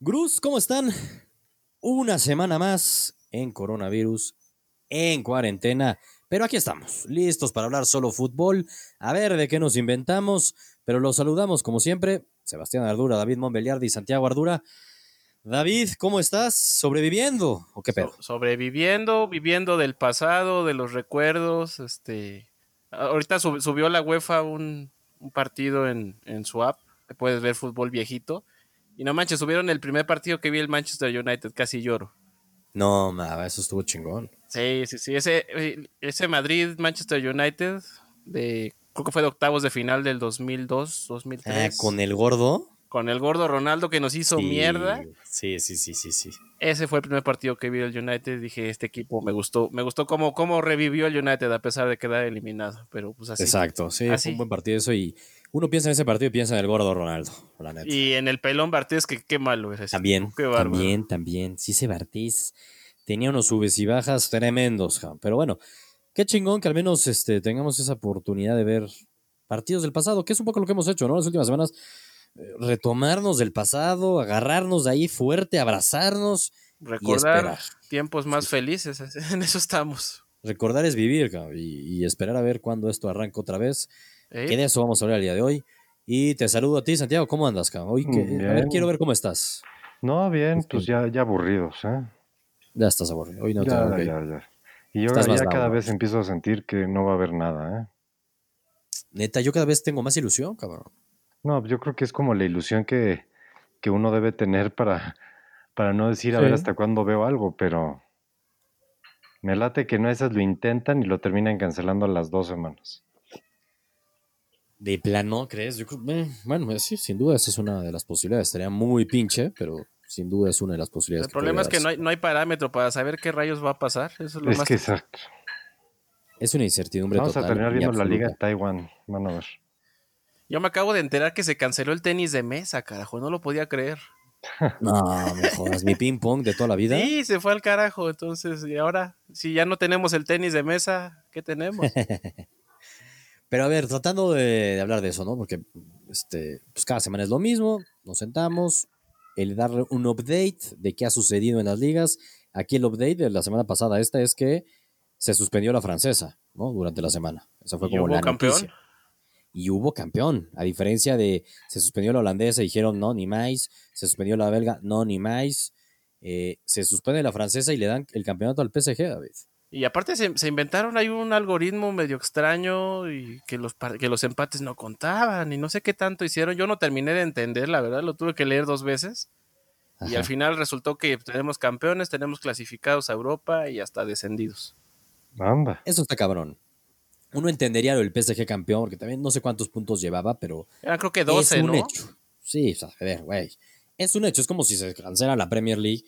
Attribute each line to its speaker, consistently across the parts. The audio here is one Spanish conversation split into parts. Speaker 1: Bruce, ¿cómo están? Una semana más en coronavirus, en cuarentena, pero aquí estamos, listos para hablar solo fútbol, a ver de qué nos inventamos, pero los saludamos como siempre, Sebastián Ardura, David Monbeliardi, Santiago Ardura. David, ¿cómo estás? ¿Sobreviviendo o qué pedo?
Speaker 2: So- sobreviviendo, viviendo del pasado, de los recuerdos. Este, ahorita sub- subió la UEFA un, un partido en, en su app. que Puedes ver fútbol viejito. Y no manches, subieron el primer partido que vi el Manchester United. Casi lloro.
Speaker 1: No, ma, eso estuvo chingón.
Speaker 2: Sí, sí, sí. Ese, eh, ese Madrid-Manchester United, de, creo que fue de octavos de final del 2002, 2003.
Speaker 1: Ah, con el gordo.
Speaker 2: con el gordo Ronaldo que nos hizo
Speaker 1: Sí,
Speaker 2: mierda.
Speaker 1: Sí, sí, sí, sí, sí.
Speaker 2: Ese fue el primer partido que vi del United. Dije, este equipo me gustó. Me gustó cómo, cómo revivió el United a pesar de quedar eliminado. Pero pues así.
Speaker 1: Exacto, sí,
Speaker 2: Así.
Speaker 1: fue un buen partido eso y uno piensa en ese partido y piensa en el gordo Ronaldo, la neta.
Speaker 2: Y en el pelón Bartés, que qué malo es ese.
Speaker 1: También,
Speaker 2: Qué bárbaro.
Speaker 1: también, también. Sí, ese Bartiz tenía unos subes y bajas tremendos, ja. pero bueno, qué chingón que al menos este, tengamos esa oportunidad de ver partidos del pasado, que es un poco lo que hemos hecho, ¿no? Las últimas semanas, eh, retomarnos del pasado, agarrarnos de ahí fuerte, abrazarnos y
Speaker 2: Recordar
Speaker 1: esperar.
Speaker 2: tiempos más felices. En eso estamos.
Speaker 1: Recordar es vivir ja, y, y esperar a ver cuándo esto arranca otra vez.
Speaker 2: ¿Eh?
Speaker 1: Que de eso vamos a hablar el día de hoy. Y te saludo a ti, Santiago. ¿Cómo andas, cabrón? Hoy que- a ver,
Speaker 3: Bien.
Speaker 1: quiero ver cómo estás.
Speaker 3: No, bien,
Speaker 1: Este-
Speaker 3: pues ya, ya aburridos, ¿eh?
Speaker 1: Ya estás aburrido. Hoy no te
Speaker 3: ya,
Speaker 1: ok.
Speaker 3: ya, ya. Y ahora
Speaker 1: Estás más
Speaker 3: ya cada
Speaker 1: bravo.
Speaker 3: vez empiezo a sentir que no va a haber nada, ¿eh?
Speaker 1: Neta, yo cada vez tengo más ilusión, cabrón.
Speaker 3: No, yo creo que es como la ilusión que, que uno debe tener para, para no decir a ver
Speaker 4: Sí.
Speaker 3: hasta cuándo veo algo, pero me late que no esas lo intentan y lo terminan cancelando a las dos semanas.
Speaker 1: De plano, ¿crees? Yo creo- eh, bueno, eh, sí, sin duda esa es una de las posibilidades. Estaría muy pinche, pero sin duda es una de las posibilidades.
Speaker 2: el problema es
Speaker 1: podría
Speaker 2: que no
Speaker 1: darse.
Speaker 2: hay, no hay parámetro para saber qué rayos va a pasar. Eso es lo
Speaker 3: es
Speaker 2: más.
Speaker 3: que exacto.
Speaker 1: Es una incertidumbre
Speaker 3: Vamos a
Speaker 1: total
Speaker 3: terminar
Speaker 1: y
Speaker 3: viendo la Liga de
Speaker 1: absoluta.
Speaker 3: Taiwán, van a ver.
Speaker 2: Yo me acabo de enterar que se canceló el tenis de mesa, carajo. No lo podía creer.
Speaker 1: No, me jodas. Mi ping-pong de toda la vida.
Speaker 2: Sí, se fue al carajo. Entonces, y ahora, si ya no tenemos el tenis de mesa, ¿qué tenemos?
Speaker 1: Pero a ver, tratando de, de hablar de eso, ¿no? Porque este, pues cada semana es lo mismo, nos sentamos, el dar un update de qué ha sucedido en las ligas. Aquí el update de la semana pasada, esta es que se suspendió la francesa, ¿no? Durante la semana. Esa fue
Speaker 2: ¿Y
Speaker 1: como
Speaker 2: hubo
Speaker 1: la
Speaker 2: campeón?
Speaker 1: noticia. Y hubo campeón, a diferencia de se suspendió la holandesa, dijeron no, ni más, se suspendió la belga, no, ni más, Eh, se suspende la francesa y le dan el campeonato al PSG, David.
Speaker 2: Y aparte se, se inventaron ahí un algoritmo medio extraño y que los, par- que los empates no contaban y no sé qué tanto hicieron. Yo no terminé de entender, la verdad, lo tuve que leer dos veces y
Speaker 1: Ajá.
Speaker 2: al final resultó que tenemos campeones, tenemos clasificados a Europa y hasta descendidos.
Speaker 3: Anda.
Speaker 1: Eso está cabrón. Uno entendería lo del PSG campeón, porque también no sé cuántos puntos llevaba, pero
Speaker 2: Eran creo que 12,
Speaker 1: es un
Speaker 2: ¿no?
Speaker 1: hecho. Sí, o sea, a ver, güey. Es un hecho, es como si se cancela la Premier League,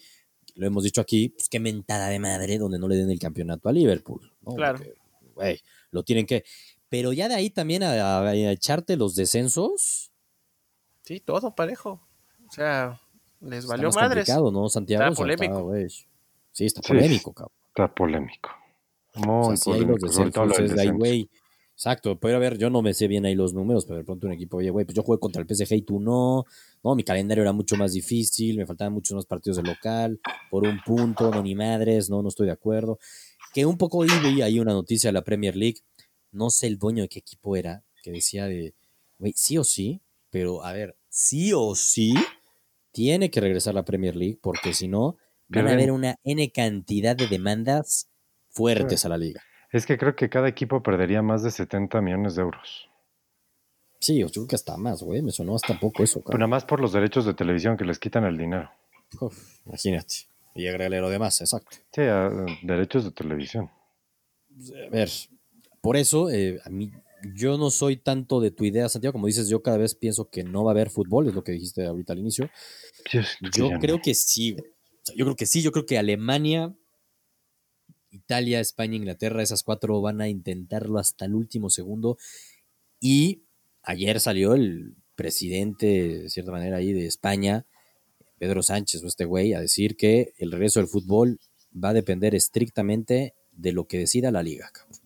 Speaker 1: lo hemos dicho aquí, pues qué mentada de madre donde no le den el campeonato a Liverpool. ¿no?
Speaker 2: Claro.
Speaker 1: Porque, Güey, lo tienen que... Pero ya de ahí también a, a- a echarte los descensos.
Speaker 2: Sí, todo parejo. O sea, les
Speaker 1: está
Speaker 2: valió
Speaker 1: más
Speaker 2: madres.
Speaker 1: complicado, ¿no, Santiago?
Speaker 2: Está
Speaker 1: O sea,
Speaker 2: polémico.
Speaker 1: güey. sí, está
Speaker 3: Sí.
Speaker 1: polémico, cabrón.
Speaker 3: Está polémico.
Speaker 1: O sea,
Speaker 3: Muy
Speaker 1: si hay los
Speaker 3: polémico, sobre todo lo
Speaker 1: descensos,
Speaker 3: del
Speaker 1: es de ahí,
Speaker 3: descenso.
Speaker 1: güey. Exacto, puede haber, yo no me sé bien ahí los números, pero de pronto un equipo, oye, güey, pues yo jugué contra el PSG y tú no, no, mi calendario era mucho más difícil, me faltaban muchos más partidos de local, por un punto, no ni madres, no, no estoy de acuerdo. Que un poco hoy vi ahí una noticia de la Premier League, no sé el dueño de qué equipo era, que decía de, güey, sí o sí, pero a ver, sí o sí, tiene que regresar la Premier League, porque si no, van a
Speaker 3: Pierden.
Speaker 1: haber una N cantidad de demandas fuertes a la liga.
Speaker 3: Es que creo que cada equipo perdería más de 70 millones de euros.
Speaker 1: Sí, yo creo que hasta más, güey. Me sonó hasta poco eso,
Speaker 3: Pero
Speaker 1: cabrón.
Speaker 3: nada más por los derechos de televisión que les quitan el dinero.
Speaker 1: Uf, imagínate. Y agregarle lo demás, exacto.
Speaker 3: Sí, a- derechos de televisión.
Speaker 1: A ver, por eso, eh, a mí, yo no soy tanto de tu idea, Santiago. Como dices, yo cada vez pienso que no va a haber fútbol, es lo que dijiste ahorita al inicio.
Speaker 3: Sí, es que
Speaker 1: Yo
Speaker 3: ya no.
Speaker 1: creo que sí, güey. O sea, yo creo que sí, yo creo que Alemania, Italia, España, Inglaterra, esas cuatro van a intentarlo hasta el último segundo. Y ayer salió el presidente, de cierta manera, ahí de España, Pedro Sánchez o este güey, a decir que el regreso del fútbol va a depender estrictamente de lo que decida la liga. cabrón.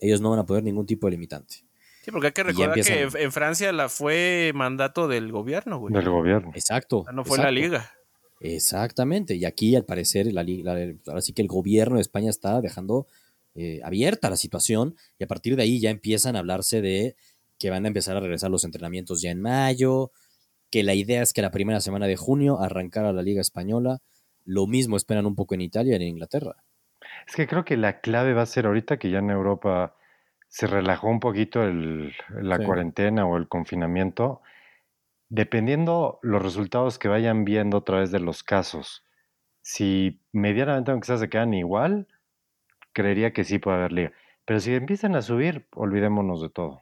Speaker 1: Ellos no van a poder ningún tipo de limitante.
Speaker 2: Sí, porque hay que
Speaker 1: ya
Speaker 2: recordar que en,
Speaker 1: empiezan.
Speaker 2: en Francia la fue mandato del gobierno, güey.
Speaker 3: Del gobierno.
Speaker 1: Exacto.
Speaker 2: No fue la
Speaker 1: exacto.
Speaker 2: liga.
Speaker 1: Exactamente. Y aquí, al parecer, la, li- la- ahora sí que el gobierno de España está dejando eh, abierta la situación y a partir de ahí ya empiezan a hablarse de que van a empezar a regresar los entrenamientos ya en mayo, que la idea es que la primera semana de junio arrancara la Liga Española. Lo mismo esperan un poco en Italia y en Inglaterra.
Speaker 3: Es que creo que la clave va a ser ahorita que ya en Europa se relajó un poquito el- la
Speaker 1: Sí.
Speaker 3: cuarentena o el confinamiento, dependiendo los resultados que vayan viendo a través de los casos. Si medianamente aunque sea se quedan igual, creería que sí puede haber liga. Pero si empiezan a subir, olvidémonos de todo.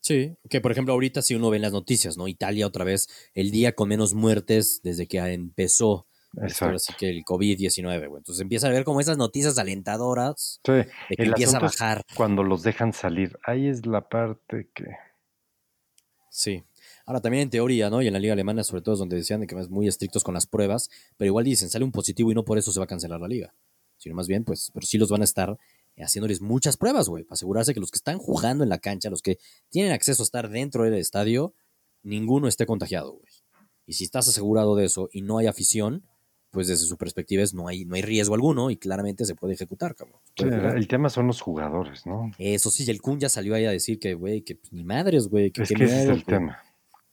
Speaker 1: Sí, que por ejemplo ahorita si uno ve en las noticias, ¿no? Italia otra vez, el día con menos muertes desde que empezó esto, ahora
Speaker 3: Exacto.
Speaker 1: sí que el COVID-19, güey. Entonces empieza a ver como esas noticias alentadoras
Speaker 3: Sí,
Speaker 1: de que
Speaker 3: El
Speaker 1: empieza a
Speaker 3: asunto es-
Speaker 1: bajar.
Speaker 3: cuando los dejan salir, ahí es la parte que...
Speaker 1: Sí. Ahora también en teoría, ¿no? Y en la liga alemana sobre todo es donde decían de que es muy estrictos con las pruebas, pero igual dicen, sale un positivo y no por eso se va a cancelar la liga, sino más bien, pues, pero sí los van a estar eh, haciéndoles muchas pruebas, güey, para asegurarse que los que están jugando en la cancha, los que tienen acceso a estar dentro del estadio, ninguno esté contagiado, güey. Y si estás asegurado de eso y no hay afición, pues desde su perspectiva es no hay, no hay riesgo alguno y claramente se puede ejecutar, cabrón. Se puede jugar.
Speaker 3: pues, el tema son los jugadores, ¿no?
Speaker 1: Eso sí, y el Kun ya salió ahí a decir que, güey, que pues, ni madres, güey, que
Speaker 3: Es
Speaker 1: qué
Speaker 3: que ese es
Speaker 1: miedo,
Speaker 3: el
Speaker 1: güey.
Speaker 3: tema.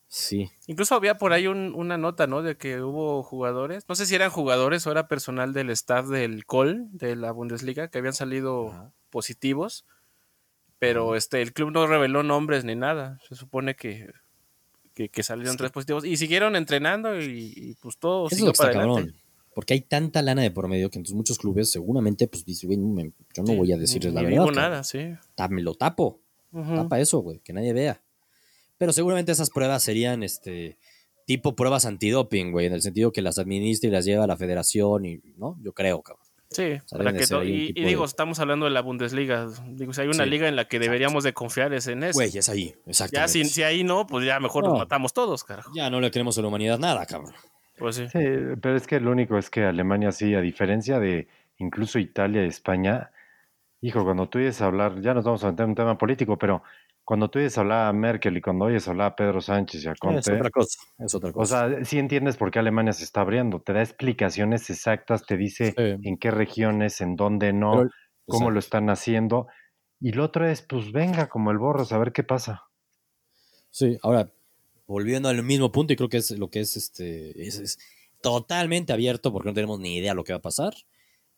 Speaker 1: Sí.
Speaker 2: Incluso había por ahí un- una nota, ¿no? De que hubo jugadores, no sé si eran jugadores o era personal del staff del Col de la Bundesliga que habían salido
Speaker 1: Ajá.
Speaker 2: positivos, pero
Speaker 1: Ajá.
Speaker 2: este el club no reveló nombres ni nada. Se supone que, que, que salieron
Speaker 1: Sí.
Speaker 2: tres positivos y siguieron entrenando y, y, pues todo
Speaker 1: Eso es
Speaker 2: siguió
Speaker 1: lo que está
Speaker 2: para adelante.
Speaker 1: cabrón. Porque hay tanta lana de por medio que entonces muchos clubes seguramente pues dicen, güey, me- yo no
Speaker 2: Sí,
Speaker 1: voy a decirles
Speaker 2: ni-
Speaker 1: la
Speaker 2: ni
Speaker 1: verdad.
Speaker 2: digo
Speaker 1: cabrón.
Speaker 2: nada, sí.
Speaker 1: Ta- Me lo tapo,
Speaker 2: Ujú.
Speaker 1: tapa eso, güey, que nadie vea. Pero seguramente esas pruebas serían este tipo pruebas antidoping, güey, en el sentido que las administra y las lleva la federación y, ¿no? Yo creo, cabrón.
Speaker 2: Sí,
Speaker 1: sea,
Speaker 2: para
Speaker 1: deben de
Speaker 2: que
Speaker 1: ser
Speaker 2: to-
Speaker 1: ahí un
Speaker 2: y,
Speaker 1: tipo
Speaker 2: y digo,
Speaker 1: de-
Speaker 2: estamos hablando de la Bundesliga. Digo, si hay una
Speaker 1: Sí,
Speaker 2: liga en la que
Speaker 1: exacto.
Speaker 2: deberíamos de confiar es en eso.
Speaker 1: Güey, es ahí,
Speaker 2: ya
Speaker 1: exactamente.
Speaker 2: si, si ahí no, pues ya mejor
Speaker 1: No.
Speaker 2: nos matamos todos, carajo.
Speaker 1: Ya no le creemos a la humanidad nada, cabrón.
Speaker 2: Pues sí.
Speaker 3: Sí, pero es que lo único es que Alemania sí, a diferencia de incluso Italia y España, hijo, cuando tú oyes hablar, ya nos vamos a meter en un tema político, pero cuando tú oyes hablar a Merkel y cuando oyes hablar a Pedro Sánchez y a
Speaker 1: Es
Speaker 3: Conte,
Speaker 1: otra cosa, es otra
Speaker 3: o
Speaker 1: cosa.
Speaker 3: sea, eh, sí entiendes por qué Alemania se está abriendo, te da explicaciones exactas, te dice
Speaker 1: Sí,
Speaker 3: en qué regiones, en dónde no,
Speaker 1: pero-
Speaker 3: cómo lo
Speaker 1: exacto.
Speaker 3: están haciendo, y lo otro es, pues venga como el borro, a ver qué pasa.
Speaker 1: Sí, ahora, volviendo al mismo punto, y creo que es lo que es este. Es, es totalmente abierto porque no tenemos ni idea lo que va a pasar.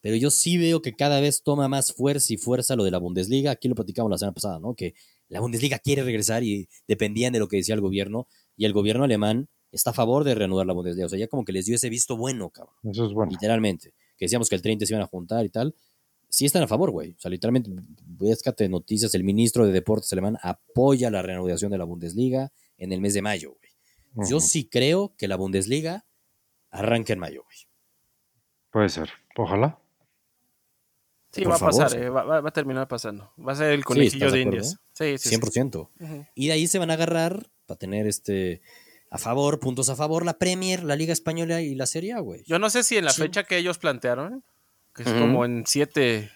Speaker 1: Pero yo sí veo que cada vez toma más fuerza y fuerza lo de la Bundesliga. Aquí lo platicamos la semana pasada, ¿no? Que la Bundesliga quiere regresar y dependían de lo que decía el gobierno. Y el gobierno alemán está a favor de reanudar la Bundesliga. O sea, ya como que les dio ese visto bueno, cabrón
Speaker 3: Eso es bueno.
Speaker 1: literalmente, que decíamos que el 30 se iban a juntar y tal, sí están a favor, güey. O sea, literalmente, búscate noticias, el ministro de Deportes alemán apoya la reanudación de la Bundesliga en el mes de mayo, güey. Yo
Speaker 3: Ujú.
Speaker 1: sí creo que la Bundesliga arranca en mayo, güey.
Speaker 3: Puede ser, ojalá.
Speaker 2: Sí,
Speaker 1: Por
Speaker 2: va
Speaker 1: favor,
Speaker 2: a pasar,
Speaker 1: sí.
Speaker 2: eh, va, va- va a terminar pasando. Va a ser el
Speaker 1: Sí,
Speaker 2: conejillo
Speaker 1: ¿estás de
Speaker 2: de
Speaker 1: acuerdo?
Speaker 2: indias. Sí, sí, sí.
Speaker 1: 100%.
Speaker 2: Ujú.
Speaker 1: Y de ahí se van a agarrar para tener este a favor, puntos a favor, la Premier, la Liga Española y la Serie A, güey.
Speaker 2: Yo no sé si en la
Speaker 1: Sí.
Speaker 2: fecha que ellos plantearon, que es
Speaker 1: Ujú.
Speaker 2: como en 7,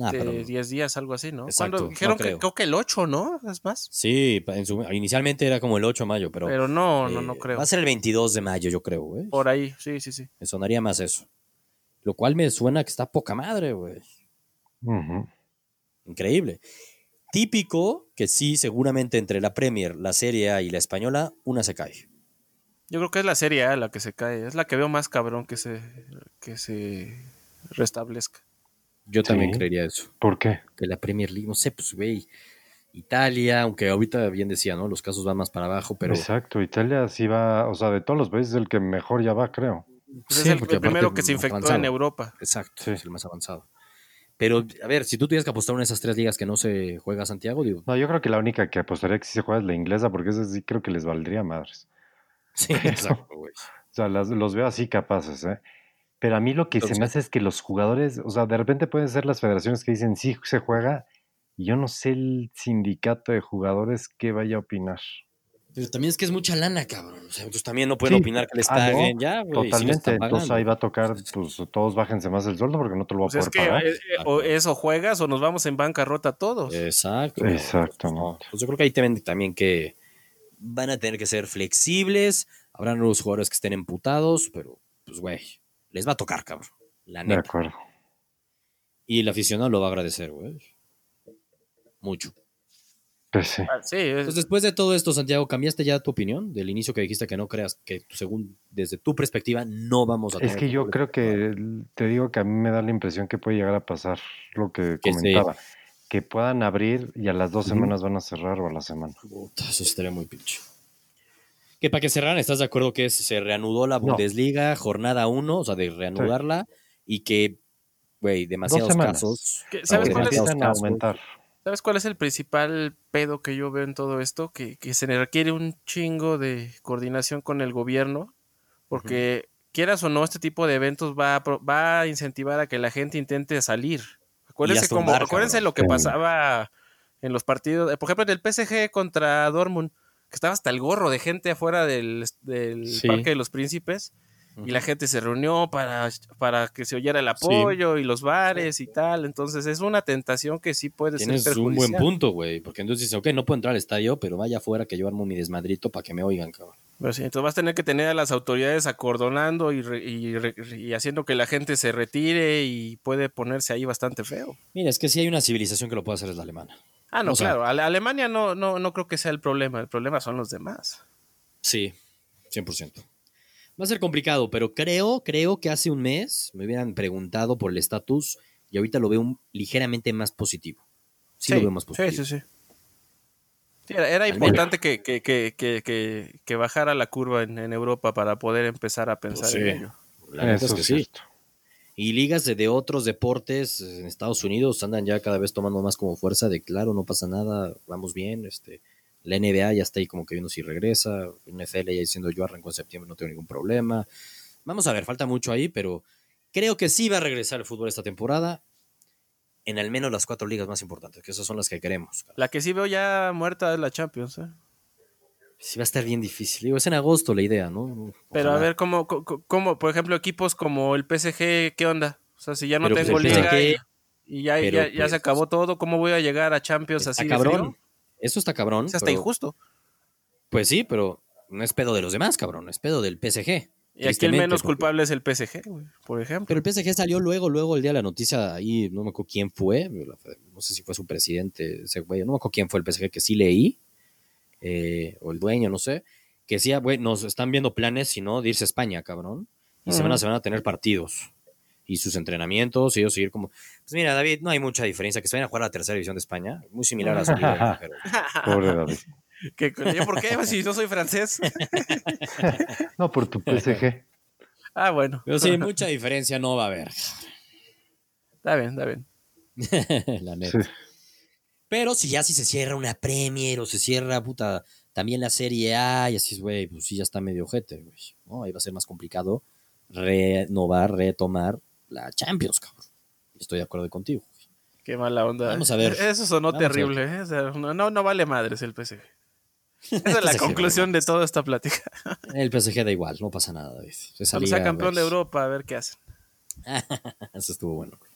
Speaker 1: Ah, pero-
Speaker 2: 7, 10 días, algo así, ¿no?
Speaker 1: Exacto,
Speaker 2: Cuando
Speaker 1: no
Speaker 2: dijeron que
Speaker 1: creo.
Speaker 2: creo que el 8, ¿no? Es más.
Speaker 1: Sí, pa- en su- inicialmente era como el 8 de mayo, pero,
Speaker 2: Pero, no, no,
Speaker 1: eh,
Speaker 2: no creo.
Speaker 1: va a ser el 22 de mayo, yo creo, güey.
Speaker 2: Por ahí, sí, sí, sí.
Speaker 1: Me sonaría más eso. Lo cual me suena que está poca madre, güey.
Speaker 3: Ujú.
Speaker 1: Increíble. Típico que sí, seguramente entre la Premier, la Serie A y la Española, una se cae.
Speaker 2: Yo creo que es la Serie A la que se cae. Es la que veo más cabrón que se, que se restablezca.
Speaker 1: Yo también
Speaker 3: Sí.
Speaker 1: creería eso.
Speaker 3: ¿Por qué?
Speaker 1: Que la Premier League, no sé, pues, güey. Italia, aunque ahorita bien decía, ¿no? Los casos van más para abajo, pero.
Speaker 2: Pues
Speaker 3: Exacto, Italia sí va, o sea, de todos los países es el que mejor ya va, creo.
Speaker 2: Pues es el, el
Speaker 1: aparte
Speaker 2: primero que se
Speaker 1: más
Speaker 2: infectó en
Speaker 1: avanzado.
Speaker 2: Europa.
Speaker 1: Exacto,
Speaker 3: Sí.
Speaker 1: es el más avanzado. Pero, a ver, si tú tuvieras que apostar en esas tres ligas que no se juega Santiago, digo,
Speaker 3: No, yo creo que la única que apostaría que sí se juega es la inglesa, porque esa sí creo que les valdría madres.
Speaker 1: sí, exacto, güey.
Speaker 3: O sea, las- los veo así capaces, ¿eh? Pero a mí lo que se me
Speaker 1: Entonces-
Speaker 3: hace es que los jugadores, o sea, de repente pueden ser las federaciones que dicen sí se juega, y yo no sé el sindicato de jugadores qué vaya a opinar.
Speaker 1: Pero también es que es mucha lana, cabrón. O sea, entonces también no pueden
Speaker 3: Sí,
Speaker 1: opinar que les
Speaker 3: ah, no,
Speaker 1: paguen ya, güey. Si no
Speaker 3: Totalmente,
Speaker 1: están
Speaker 3: entonces ahí
Speaker 1: pagando.
Speaker 3: va a tocar, pues todos bájense más el sueldo porque no te lo voy
Speaker 2: Pues
Speaker 3: a
Speaker 2: es
Speaker 3: poder
Speaker 2: que
Speaker 3: pagar.
Speaker 2: eh, eh, o eso juegas o nos vamos en bancarrota todos.
Speaker 1: Eh, Exacto. cabrón.
Speaker 3: Exactamente.
Speaker 1: No, pues yo creo que ahí tienen también que van a tener que ser flexibles. Habrán unos jugadores que estén emputados, pero pues, pues güey, les va a tocar, cabrón. La
Speaker 3: De
Speaker 1: neta.
Speaker 3: acuerdo.
Speaker 1: Y el aficionado lo va a agradecer, güey. Mucho.
Speaker 3: Pues sí.
Speaker 2: Ah, sí, es-
Speaker 1: Entonces, después de todo esto, Santiago, ¿cambiaste ya tu opinión? Del inicio que dijiste que no creas que, según desde tu perspectiva, no vamos a
Speaker 3: Es
Speaker 1: tener
Speaker 3: que yo
Speaker 1: fútbol.
Speaker 3: creo que el- te digo que a mí me da la impresión que puede llegar a pasar lo que
Speaker 1: Que sí.
Speaker 3: comentaba. Que puedan abrir y a las dos
Speaker 1: Ujú.
Speaker 3: semanas van a cerrar o a la semana.
Speaker 1: Puta, eso estaría muy pinche. Que para que cerraran, ¿estás de acuerdo que es- se reanudó la
Speaker 3: No.
Speaker 1: Bundesliga, jornada 1, o sea, de reanudarla, y que, güey, demasiados
Speaker 3: semanas.
Speaker 1: casos.
Speaker 2: ¿Qué- ¿Sabes
Speaker 3: Porque
Speaker 2: cuál es?
Speaker 3: empiezan a aumentar.
Speaker 2: ¿Sabes cuál es el principal pedo que yo veo en todo esto? Que, que se le requiere un chingo de coordinación con el gobierno, porque quieras o no, este tipo de eventos va a, pro- va a incentivar a que la gente intente salir. Acuérdense,
Speaker 1: hasta un
Speaker 2: como,
Speaker 1: bar,
Speaker 2: acuérdense
Speaker 1: cabrón.
Speaker 2: lo que
Speaker 3: Sí.
Speaker 2: pasaba en los partidos, eh, por ejemplo, en el PSG contra Dortmund, que estaba hasta el gorro de gente afuera del, del
Speaker 1: Sí.
Speaker 2: Parque de los Príncipes. Y la gente se reunió para, para que se oyera el
Speaker 1: Sí.
Speaker 2: apoyo y los bares y tal. Entonces es una tentación que sí puede
Speaker 1: Tienes
Speaker 2: ser
Speaker 1: un buen
Speaker 2: perjudicial.
Speaker 1: punto, güey, porque entonces dices, ok, no puedo entrar al estadio, pero vaya afuera que yo armo mi desmadrito para que me oigan, cabrón.
Speaker 2: Pero Pues sí, entonces vas a tener que tener a las autoridades acordonando y, re- y re- y haciendo que la gente se retire y puede ponerse ahí bastante feo.
Speaker 1: Mira, es que si hay una civilización que lo puede hacer es la alemana.
Speaker 2: Ah, no,
Speaker 1: O sea-
Speaker 2: claro. Ale- Alemania no, no, no creo que sea el problema. El problema son los demás.
Speaker 1: Sí, 100%. Va a ser complicado, pero creo, creo que hace un mes me hubieran preguntado por el estatus y ahorita lo veo un- ligeramente más positivo. Sí, lo veo más positivo.
Speaker 2: sí, sí, sí. Sí, era, era
Speaker 1: Al menos.
Speaker 2: importante que, que- que- que- que- que bajara la curva en, en Europa para poder empezar a pensar
Speaker 1: Pues sí.
Speaker 2: en ello.
Speaker 1: La neta es
Speaker 3: Eso
Speaker 1: que
Speaker 3: es
Speaker 1: sí.
Speaker 3: cierto.
Speaker 1: Y ligas de, de otros deportes eh, en Estados Unidos andan ya cada vez tomando más como fuerza de claro, no pasa nada, vamos bien. Este, la NBA ya está ahí como que viendo si regresa. NFL ya diciendo yo arranco en septiembre, no tengo ningún problema. Vamos a ver, falta mucho ahí, pero creo que sí va a regresar el fútbol esta temporada en al menos las cuatro ligas más importantes, que esas son las que queremos.
Speaker 2: La que sí veo ya muerta es la Champions. ¿eh?
Speaker 1: Sí va a estar bien difícil. Digo, es en agosto la idea, ¿no?
Speaker 2: Pero a
Speaker 1: Ojalá.
Speaker 2: ver, ¿cómo, co- co- cómo, por ejemplo, equipos como el PSG, qué onda? O sea, si ya no
Speaker 1: Pero, pues,
Speaker 2: tengo
Speaker 1: el
Speaker 2: liga
Speaker 1: PSG
Speaker 2: y, y ya,
Speaker 1: pero,
Speaker 2: ya- ya
Speaker 1: pues,
Speaker 2: se acabó todo, ¿cómo voy a llegar a Champions
Speaker 1: Está
Speaker 2: así de frío?
Speaker 1: cabrón. Eso está cabrón.
Speaker 2: Es hasta
Speaker 1: pero-
Speaker 2: injusto.
Speaker 1: Pues sí, pero no es pedo de los demás, cabrón. Es pedo del PSG.
Speaker 2: Y aquí el menos
Speaker 1: porque-
Speaker 2: culpable es el PSG, güey, por ejemplo.
Speaker 1: Pero el PSG salió luego, luego el día de la noticia, ahí no me acuerdo quién fue, la- no sé si fue su presidente, ese güey, no me acuerdo quién fue el PSG que sí leí, eh, o el dueño, no sé, que decía, güey, nos están viendo planes, si no, de irse a España, cabrón, y se, van a,
Speaker 2: Ujú.
Speaker 1: se van a tener partidos y sus entrenamientos, y ellos seguir como, pues mira, David, no hay mucha diferencia, que se vayan a jugar a la tercera división de España, muy similar a las ligas extranjeras.
Speaker 3: Pobre David.
Speaker 2: Que- que- ¿Yo por qué? Si yo soy francés.
Speaker 3: No, por tu PSG.
Speaker 2: Ah, bueno.
Speaker 1: Pero sí, mucha diferencia no va a haber,
Speaker 2: Está bien, está bien.
Speaker 1: la neta.
Speaker 3: Sí.
Speaker 1: Pero si ya si se cierra una Premier o se cierra, puta, también la Serie A y así, güey, pues sí ya está medio ojete, güey. No, ahí va a ser más complicado renovar, retomar la Champions, cabrón. Estoy de acuerdo contigo. güey.
Speaker 2: Qué mala onda.
Speaker 1: Vamos a ver.
Speaker 2: Eso sonó
Speaker 1: Vamos a ver.
Speaker 2: terrible. ¿eh? O sea, no, no, no vale madres el PSG. Esa es
Speaker 1: Entonces,
Speaker 2: la
Speaker 1: sí,
Speaker 2: conclusión de toda esta plática.
Speaker 1: güey, El PSG da igual, no pasa nada, güey. Esa
Speaker 2: Vamos
Speaker 1: liga,
Speaker 2: a campeón de
Speaker 1: güey,
Speaker 2: Europa a ver qué hacen.
Speaker 1: Eso estuvo bueno. güey.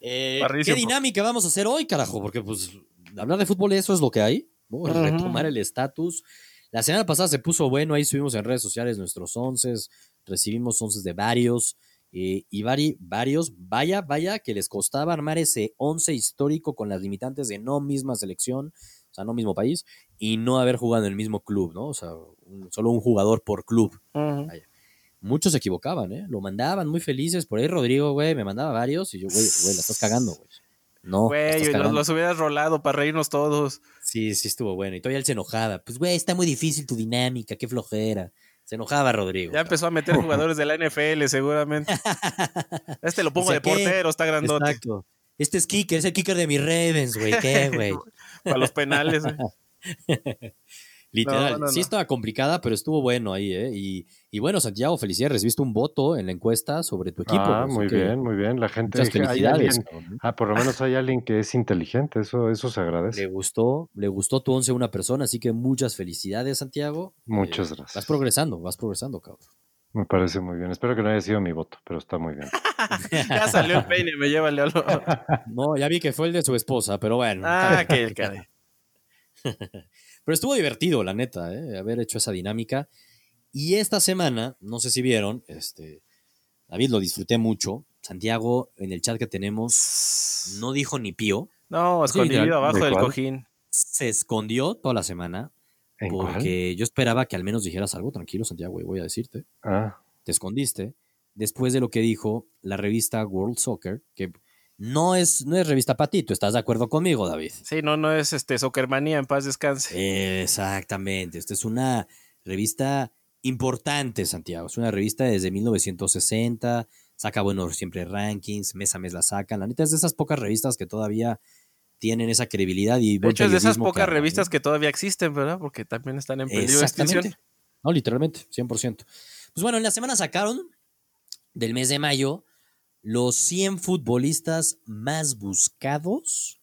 Speaker 1: Eh, ¿Qué
Speaker 2: Parrísimo.
Speaker 1: dinámica vamos a hacer hoy, carajo? Porque, pues, hablar de fútbol, eso es lo que hay. ¿no?
Speaker 2: Ujú.
Speaker 1: Retomar el estatus. La semana pasada se puso bueno, ahí subimos en redes sociales nuestros onces, recibimos onces de varios. eh, y vari- varios, vaya, vaya, que les costaba armar ese once histórico con las limitantes de no misma selección, o sea, no mismo país, y no haber jugado en el mismo club, ¿no? O sea, un- solo un jugador por club
Speaker 2: Ujú.
Speaker 1: muchos se equivocaban, ¿eh? Lo mandaban muy felices. Por ahí Rodrigo, güey, me mandaba varios y yo, güey, güey, la estás cagando, güey. No, la estás
Speaker 2: Güey, los,
Speaker 1: cagando.
Speaker 2: los hubieras rolado para reírnos todos.
Speaker 1: Sí, sí estuvo bueno. Y todavía él se enojaba. Pues, güey, está muy difícil tu dinámica, qué flojera. Se enojaba Rodrigo.
Speaker 2: Ya
Speaker 1: cabrón.
Speaker 2: empezó a meter jugadores de la NFL, seguramente. Este lo pongo
Speaker 1: O sea,
Speaker 2: de
Speaker 1: ¿qué?
Speaker 2: portero, está grandote.
Speaker 1: Exacto. Este es kicker, es el kicker de mis Ravens, güey. ¿Qué, güey?
Speaker 2: Para los penales. güey.
Speaker 1: Literal.
Speaker 2: No, no,
Speaker 1: sí
Speaker 2: no.
Speaker 1: estaba complicada, pero estuvo bueno ahí, ¿eh? Y, y bueno, Santiago, felicidades. Recibiste un voto en la encuesta sobre tu equipo.
Speaker 3: ah,
Speaker 1: así
Speaker 3: muy
Speaker 1: que
Speaker 3: bien, muy bien. La gente.
Speaker 1: Muchas
Speaker 3: hay
Speaker 1: felicidades.
Speaker 3: alguien,
Speaker 1: cabrón.
Speaker 3: ah, por lo menos hay alguien que es inteligente. Eso, eso se
Speaker 1: Le
Speaker 3: agradece.
Speaker 1: gustó, le gustó tu once a una persona, así que muchas felicidades, Santiago.
Speaker 3: Muchas
Speaker 1: Eh,
Speaker 3: gracias.
Speaker 1: Vas progresando, vas progresando, cabrón.
Speaker 3: Me parece muy bien. Espero que no haya sido mi voto, pero está muy bien.
Speaker 2: Ya salió el peine, me lleva el diablo.
Speaker 1: No, ya vi que fue el de su esposa, pero bueno.
Speaker 2: Ah, que el caray.
Speaker 1: Pero estuvo divertido, la neta, ¿eh? haber hecho esa dinámica. Y esta semana, no sé si vieron, este, David lo disfruté mucho. Santiago, en el chat que tenemos, no dijo ni pío.
Speaker 2: No,
Speaker 1: Sí,
Speaker 2: escondido
Speaker 1: de-
Speaker 2: abajo
Speaker 3: ¿de
Speaker 2: del
Speaker 3: cuál?
Speaker 2: cojín.
Speaker 1: Se escondió toda la semana
Speaker 3: ¿En cuál?
Speaker 1: porque yo esperaba que al menos dijeras algo tranquilo, Santiago, y voy a decirte.
Speaker 3: Ah,
Speaker 1: Te escondiste. Después de lo que dijo la revista World Soccer, que no es, no es revista patito, ¿estás de acuerdo conmigo, David?
Speaker 2: Sí, no, no es este Soccermanía, en paz
Speaker 1: Eh,
Speaker 2: descanse.
Speaker 1: Exactamente. Esta es una revista importante, Santiago. Es una revista desde 1960. Saca, bueno, siempre rankings, mes a mes la sacan. La neta es de esas pocas revistas que todavía tienen esa credibilidad y
Speaker 2: De
Speaker 1: buen
Speaker 2: hecho, es de esas
Speaker 1: periodismo
Speaker 2: pocas
Speaker 1: hagan,
Speaker 2: revistas
Speaker 1: ¿no?
Speaker 2: que todavía existen, ¿verdad? Porque también están en peligro de extinción.
Speaker 1: Exactamente. No, literalmente, 100%. Pues bueno, en la semana sacaron del mes de mayo los 100 futbolistas más buscados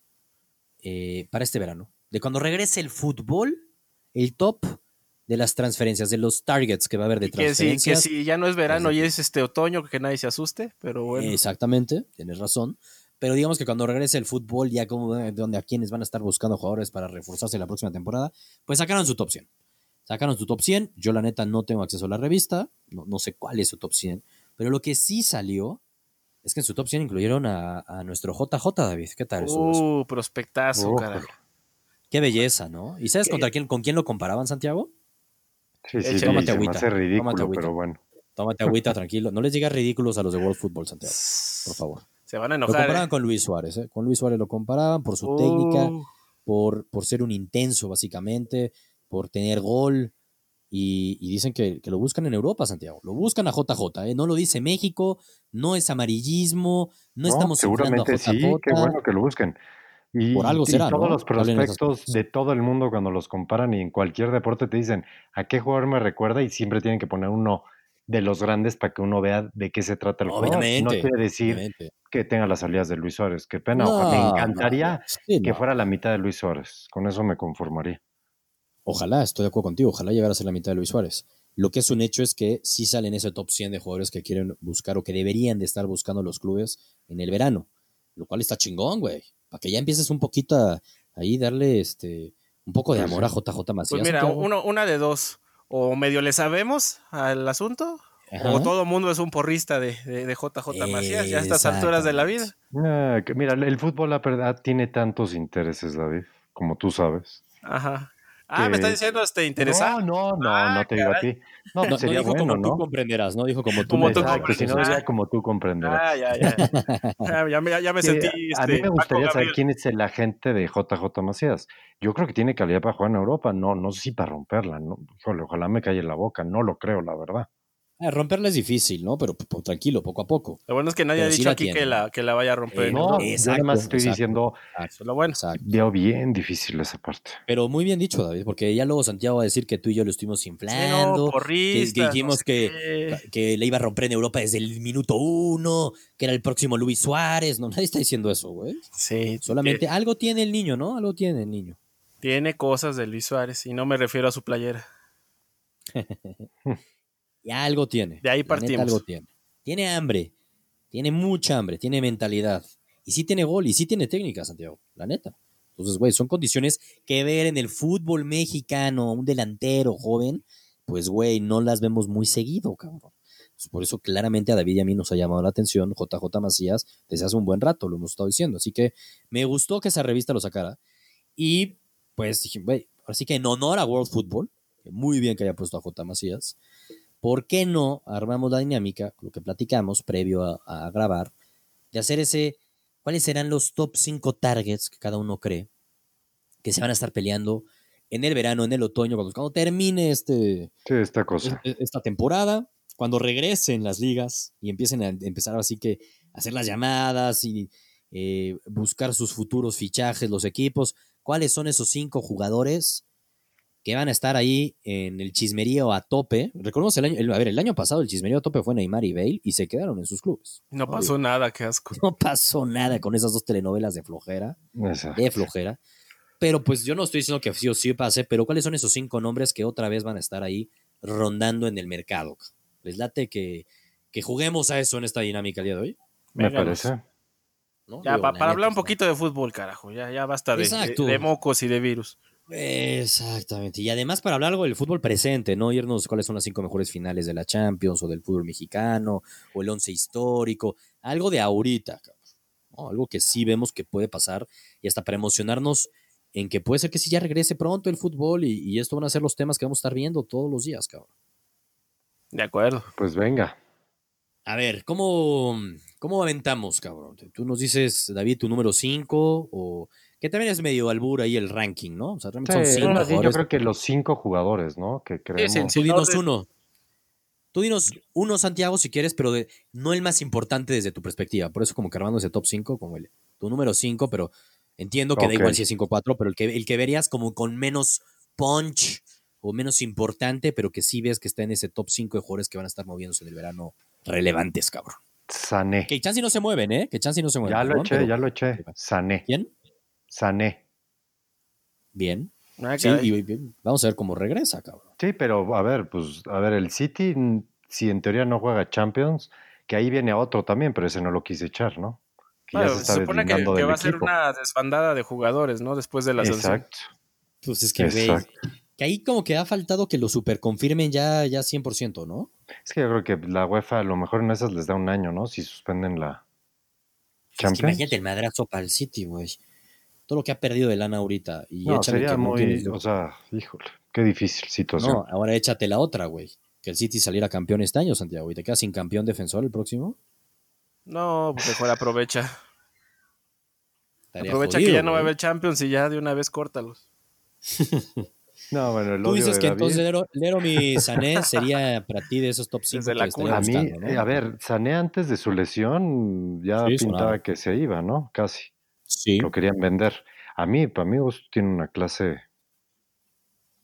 Speaker 1: eh, para este verano. De cuando regrese el fútbol, el top de las transferencias, de los targets que va a haber de
Speaker 2: Y que si, que
Speaker 1: transferencias.
Speaker 2: si ya no es verano
Speaker 1: Pues,
Speaker 2: y es este otoño, que nadie se asuste, pero bueno.
Speaker 1: Exactamente, tienes razón. Pero digamos que cuando regrese el fútbol, ya como de- donde a quienes van a estar buscando jugadores para reforzarse la próxima temporada, pues sacaron su top 100. Sacaron su top 100. Yo, la neta, no tengo acceso a la revista. No, no sé cuál es su top 100. Pero lo que sí salió es que en su top 100 incluyeron a, a nuestro JJ David. ¿Qué tal? su- su-
Speaker 2: Uh, prospectazo,
Speaker 3: Ojo.
Speaker 2: carajo.
Speaker 1: Qué belleza, ¿no? ¿Y sabes
Speaker 2: ¿Qué?
Speaker 1: contra quién, con quién lo comparaban, Santiago?
Speaker 3: sí, sí,
Speaker 2: Échale.
Speaker 3: sí,
Speaker 2: Tómate
Speaker 3: se me
Speaker 1: agüita,
Speaker 3: hace
Speaker 1: tómate
Speaker 3: ridículo,
Speaker 1: agüita.
Speaker 3: pero bueno.
Speaker 1: Tómate agüita, tranquilo. No les digas ridículos a los de World Football, Santiago. Por favor.
Speaker 2: Se van a
Speaker 1: Lo
Speaker 2: enojar.
Speaker 1: comparaban
Speaker 2: ¿eh?
Speaker 1: con Luis Suárez. ¿eh? Con Luis Suárez lo comparaban por su
Speaker 2: Uh,
Speaker 1: técnica. por, por ser un intenso, básicamente, por tener gol. Y, y dicen que, que lo buscan en Europa, Santiago. Lo buscan a JJ, ¿eh? No lo dice México, no es amarillismo, no, estamos inflando
Speaker 3: seguramente sí, qué bueno que lo busquen. Y,
Speaker 1: Por algo
Speaker 3: y
Speaker 1: será,
Speaker 3: todos
Speaker 1: ¿no?
Speaker 3: los
Speaker 1: Salen esas
Speaker 3: prospectos
Speaker 1: cosas.
Speaker 3: de todo el mundo cuando los comparan y en cualquier deporte te dicen a qué jugador me recuerda y siempre tienen que poner uno de los grandes para que uno vea de qué se trata el jugador.
Speaker 1: Obviamente,
Speaker 3: No quiere decir
Speaker 1: obviamente.
Speaker 3: que tenga las salidas de Luis Suárez, qué pena.
Speaker 1: No,
Speaker 3: ojalá.
Speaker 1: no,
Speaker 3: me encantaría
Speaker 1: no. Sí,
Speaker 3: que
Speaker 1: no.
Speaker 3: fuera la mitad de Luis Suárez, con eso me conformaría.
Speaker 1: Ojalá, estoy de acuerdo contigo, ojalá llegara a ser la mitad de Luis Suárez. Lo que es un hecho es que sí salen ese top 100 de jugadores que quieren buscar o que deberían de estar buscando los clubes en el verano, lo cual está chingón, güey. Para que ya empieces un poquito a, ahí darle este un poco de
Speaker 3: Pues
Speaker 1: amor a
Speaker 3: sí.
Speaker 1: JJ Macías.
Speaker 2: Pues mira,
Speaker 1: Santiago.
Speaker 2: uno, una de dos. O medio le sabemos al asunto,
Speaker 1: Ajá.
Speaker 2: o todo mundo es un porrista de, de- de JJ Macías, ya a estas alturas de la vida.
Speaker 3: Ah, que- mira, el fútbol la verdad tiene tantos intereses, David, como tú sabes.
Speaker 2: Ajá. Ah,
Speaker 3: Que-
Speaker 2: me está diciendo este interesante.
Speaker 3: No, no, no,
Speaker 2: Ah,
Speaker 3: no te digo a ti.
Speaker 1: No,
Speaker 3: No,
Speaker 1: no
Speaker 3: pues sería
Speaker 1: dijo
Speaker 3: bueno,
Speaker 1: como tú
Speaker 3: ¿no?
Speaker 1: comprenderás, no dijo como tú.
Speaker 2: Como tú
Speaker 1: comprenderás.
Speaker 3: Exacto, si no
Speaker 2: comprenderás.
Speaker 3: diría como tú comprenderás.
Speaker 2: Ah, ya, ya. Ah, ya, me- ya me
Speaker 3: Sí,
Speaker 2: sentí.
Speaker 3: a mí
Speaker 2: este,
Speaker 3: me gustaría
Speaker 2: Paco
Speaker 3: saber
Speaker 2: Gabriel.
Speaker 3: quién es el agente de JJ Macías. Yo creo que tiene calidad para jugar en Europa. No, no sé si para romperla. No, Híjole, ojalá me calle la boca. No lo creo, la verdad.
Speaker 1: Ah, romperla es difícil, ¿no? Pero pues, tranquilo, poco a poco.
Speaker 2: Lo bueno es que nadie
Speaker 1: Pero
Speaker 2: ha
Speaker 1: sí
Speaker 2: dicho
Speaker 1: la
Speaker 2: aquí
Speaker 1: tiene.
Speaker 2: que, la, que la vaya a romper.
Speaker 1: Eh,
Speaker 2: en
Speaker 3: No,
Speaker 2: Europa.
Speaker 3: yo nada
Speaker 1: exacto,
Speaker 3: más estoy
Speaker 1: exacto.
Speaker 3: diciendo,
Speaker 2: Eso es lo bueno.
Speaker 1: Exacto.
Speaker 3: veo bien difícil esa parte.
Speaker 1: Pero muy bien dicho, David, porque ya luego Santiago va a decir que tú y yo lo estuvimos inflando.
Speaker 2: Sí, no,
Speaker 1: que,
Speaker 2: porristas,
Speaker 1: que dijimos
Speaker 2: no sé
Speaker 1: que,
Speaker 2: qué.
Speaker 1: que le iba a romper en Europa desde el minuto uno, que era el próximo Luis Suárez. No, nadie está diciendo eso, güey.
Speaker 2: Sí,
Speaker 1: Solamente algo tiene el niño, ¿no? Algo tiene el niño.
Speaker 2: que Tiene cosas de Luis Suárez y no me refiero a su playera.
Speaker 1: Y algo tiene.
Speaker 2: De ahí
Speaker 1: La
Speaker 2: partimos.
Speaker 1: algo tiene. Tiene hambre. Tiene mucha hambre. Tiene mentalidad. Y sí tiene gol. Y sí tiene técnica, Santiago. La neta. Entonces, güey, son condiciones que ver en el fútbol mexicano, un delantero joven, pues, güey, no las vemos muy seguido, cabrón. Entonces, por eso claramente a David y a mí nos ha llamado la atención JJ Macías desde hace un buen rato, lo hemos estado diciendo. Así que me gustó que esa revista lo sacara. Y pues dije, güey, así que en honor a World Football, que muy bien que haya puesto a J Macías, ¿por qué no armamos la dinámica, lo que platicamos previo a, a grabar, de hacer ese, cuáles serán los top 5 targets que cada uno cree que se van a estar peleando en el verano, en el otoño, cuando, cuando termine este,
Speaker 3: Sí, esta cosa.
Speaker 1: e- esta temporada, cuando regresen las ligas y empiecen a empezar así que a hacer las llamadas y eh, buscar sus futuros fichajes, los equipos, ¿cuáles son esos cinco jugadores que van a estar ahí en el chismerío a tope? Recordemos el año, el- a ver, el año pasado el chismerío a tope fue Neymar y Bale y se quedaron en sus clubes.
Speaker 2: No pasó nada, qué asco.
Speaker 1: No pasó nada con esas dos telenovelas de flojera
Speaker 3: Esa.
Speaker 1: de flojera. Pero pues yo no estoy diciendo que sí o sí pase, pero ¿cuáles son esos cinco nombres que otra vez van a estar ahí rondando en el mercado? Les late que, que juguemos a eso en esta dinámica el día de hoy.
Speaker 3: Me
Speaker 2: Vénganos.
Speaker 3: parece.
Speaker 1: ¿no?
Speaker 2: Ya,
Speaker 1: Digo,
Speaker 2: pa-
Speaker 1: la
Speaker 2: para
Speaker 1: neta,
Speaker 2: hablar un
Speaker 1: está-
Speaker 2: poquito de fútbol, carajo. Ya, ya basta de, de-
Speaker 1: Exacto.
Speaker 2: de mocos y de virus.
Speaker 1: Exactamente. Y además para hablar algo del fútbol presente, ¿no? Irnos cuáles son las cinco mejores finales de la Champions o del fútbol mexicano o el once histórico, algo de ahorita, cabrón. ¿no? Algo que sí vemos que puede pasar y hasta para emocionarnos en que puede ser que sí ya regrese pronto el fútbol y, y esto van a ser los temas que vamos a estar viendo todos los días, cabrón.
Speaker 2: De acuerdo.
Speaker 3: Pues venga.
Speaker 1: A ver, ¿cómo, cómo aventamos, cabrón? Tú nos dices, David, tu número 5 o... Que también es medio albur ahí el ranking, ¿no? O sea, realmente son
Speaker 3: Sí,
Speaker 1: cinco
Speaker 3: ahora sí, yo
Speaker 1: jugadores.
Speaker 3: creo que los cinco jugadores, ¿no? Que creemos.
Speaker 2: sí, sí.
Speaker 1: Tú dinos
Speaker 2: Entonces-
Speaker 1: uno. Tú dinos uno, Santiago, si quieres, pero de- no el más importante desde tu perspectiva. Por eso, como que armando ese top 5, como el, tu número 5, pero entiendo que
Speaker 3: Ok.
Speaker 1: da igual si es 5-4, pero el que, el que verías como con menos punch o menos importante, pero que sí ves que está en ese top 5 de jugadores que van a estar moviéndose en el verano relevantes, cabrón.
Speaker 3: Sané.
Speaker 1: Que Chansi no se mueven, ¿eh? Que Chansi no se mueven.
Speaker 3: Ya lo
Speaker 1: perdón,
Speaker 3: eché,
Speaker 1: pero-
Speaker 3: ya lo eché. Sané.
Speaker 1: ¿Quién?
Speaker 3: Sané.
Speaker 1: Bien.
Speaker 2: Ah,
Speaker 1: Sí,
Speaker 2: caray.
Speaker 1: y, y- vamos a ver cómo regresa, cabrón.
Speaker 3: Sí, pero a ver, pues, a ver, el City, mm, si en teoría no juega Champions, que ahí viene otro también, pero ese no lo quise echar, ¿no? Que
Speaker 2: Bueno,
Speaker 3: ya se está
Speaker 2: se supone que,
Speaker 3: deslindando
Speaker 2: que
Speaker 3: del
Speaker 2: va a ser
Speaker 3: equipo.
Speaker 2: una desbandada de jugadores, ¿no? Después de la sanción.
Speaker 3: Exacto.
Speaker 1: Pues es que, güey,
Speaker 3: Exacto.
Speaker 1: Que ahí como que ha faltado que lo superconfirmen ya, ya 100%, ¿no?
Speaker 3: Es que yo creo que la UEFA a lo mejor en esas les da un año, ¿no? Si suspenden la
Speaker 1: Es que
Speaker 3: Champions.
Speaker 1: imagínate el madrazo para el City, güey. Todo lo que ha perdido de lana ahorita. Y
Speaker 3: no,
Speaker 1: échale
Speaker 3: sería
Speaker 1: que no
Speaker 3: muy,
Speaker 1: tienes lo-
Speaker 3: o sea, híjole, qué difícil situación.
Speaker 1: No, ahora échate la otra, güey. Que el City saliera campeón este año, Santiago. ¿Y te quedas sin campeón defensor el próximo?
Speaker 2: No, pues mejor aprovecha.
Speaker 1: Estaría
Speaker 2: aprovecha que
Speaker 1: jodido,
Speaker 2: ya no va a
Speaker 1: güey.
Speaker 2: haber Champions y ya de una vez córtalos.
Speaker 3: No, bueno, el
Speaker 1: Tú
Speaker 3: odio
Speaker 1: dices
Speaker 3: de
Speaker 1: que
Speaker 3: David-
Speaker 1: entonces Lero, Lero mi Sané sería para ti de esos top 5
Speaker 2: Desde la cuna.
Speaker 3: a mí, eh, a ver, Sané antes de su lesión ya
Speaker 1: Sí,
Speaker 3: pintaba
Speaker 1: sonaba.
Speaker 3: que se iba, ¿no? Casi.
Speaker 1: Sí.
Speaker 3: lo querían vender. A mí, para mí, Gus tiene una clase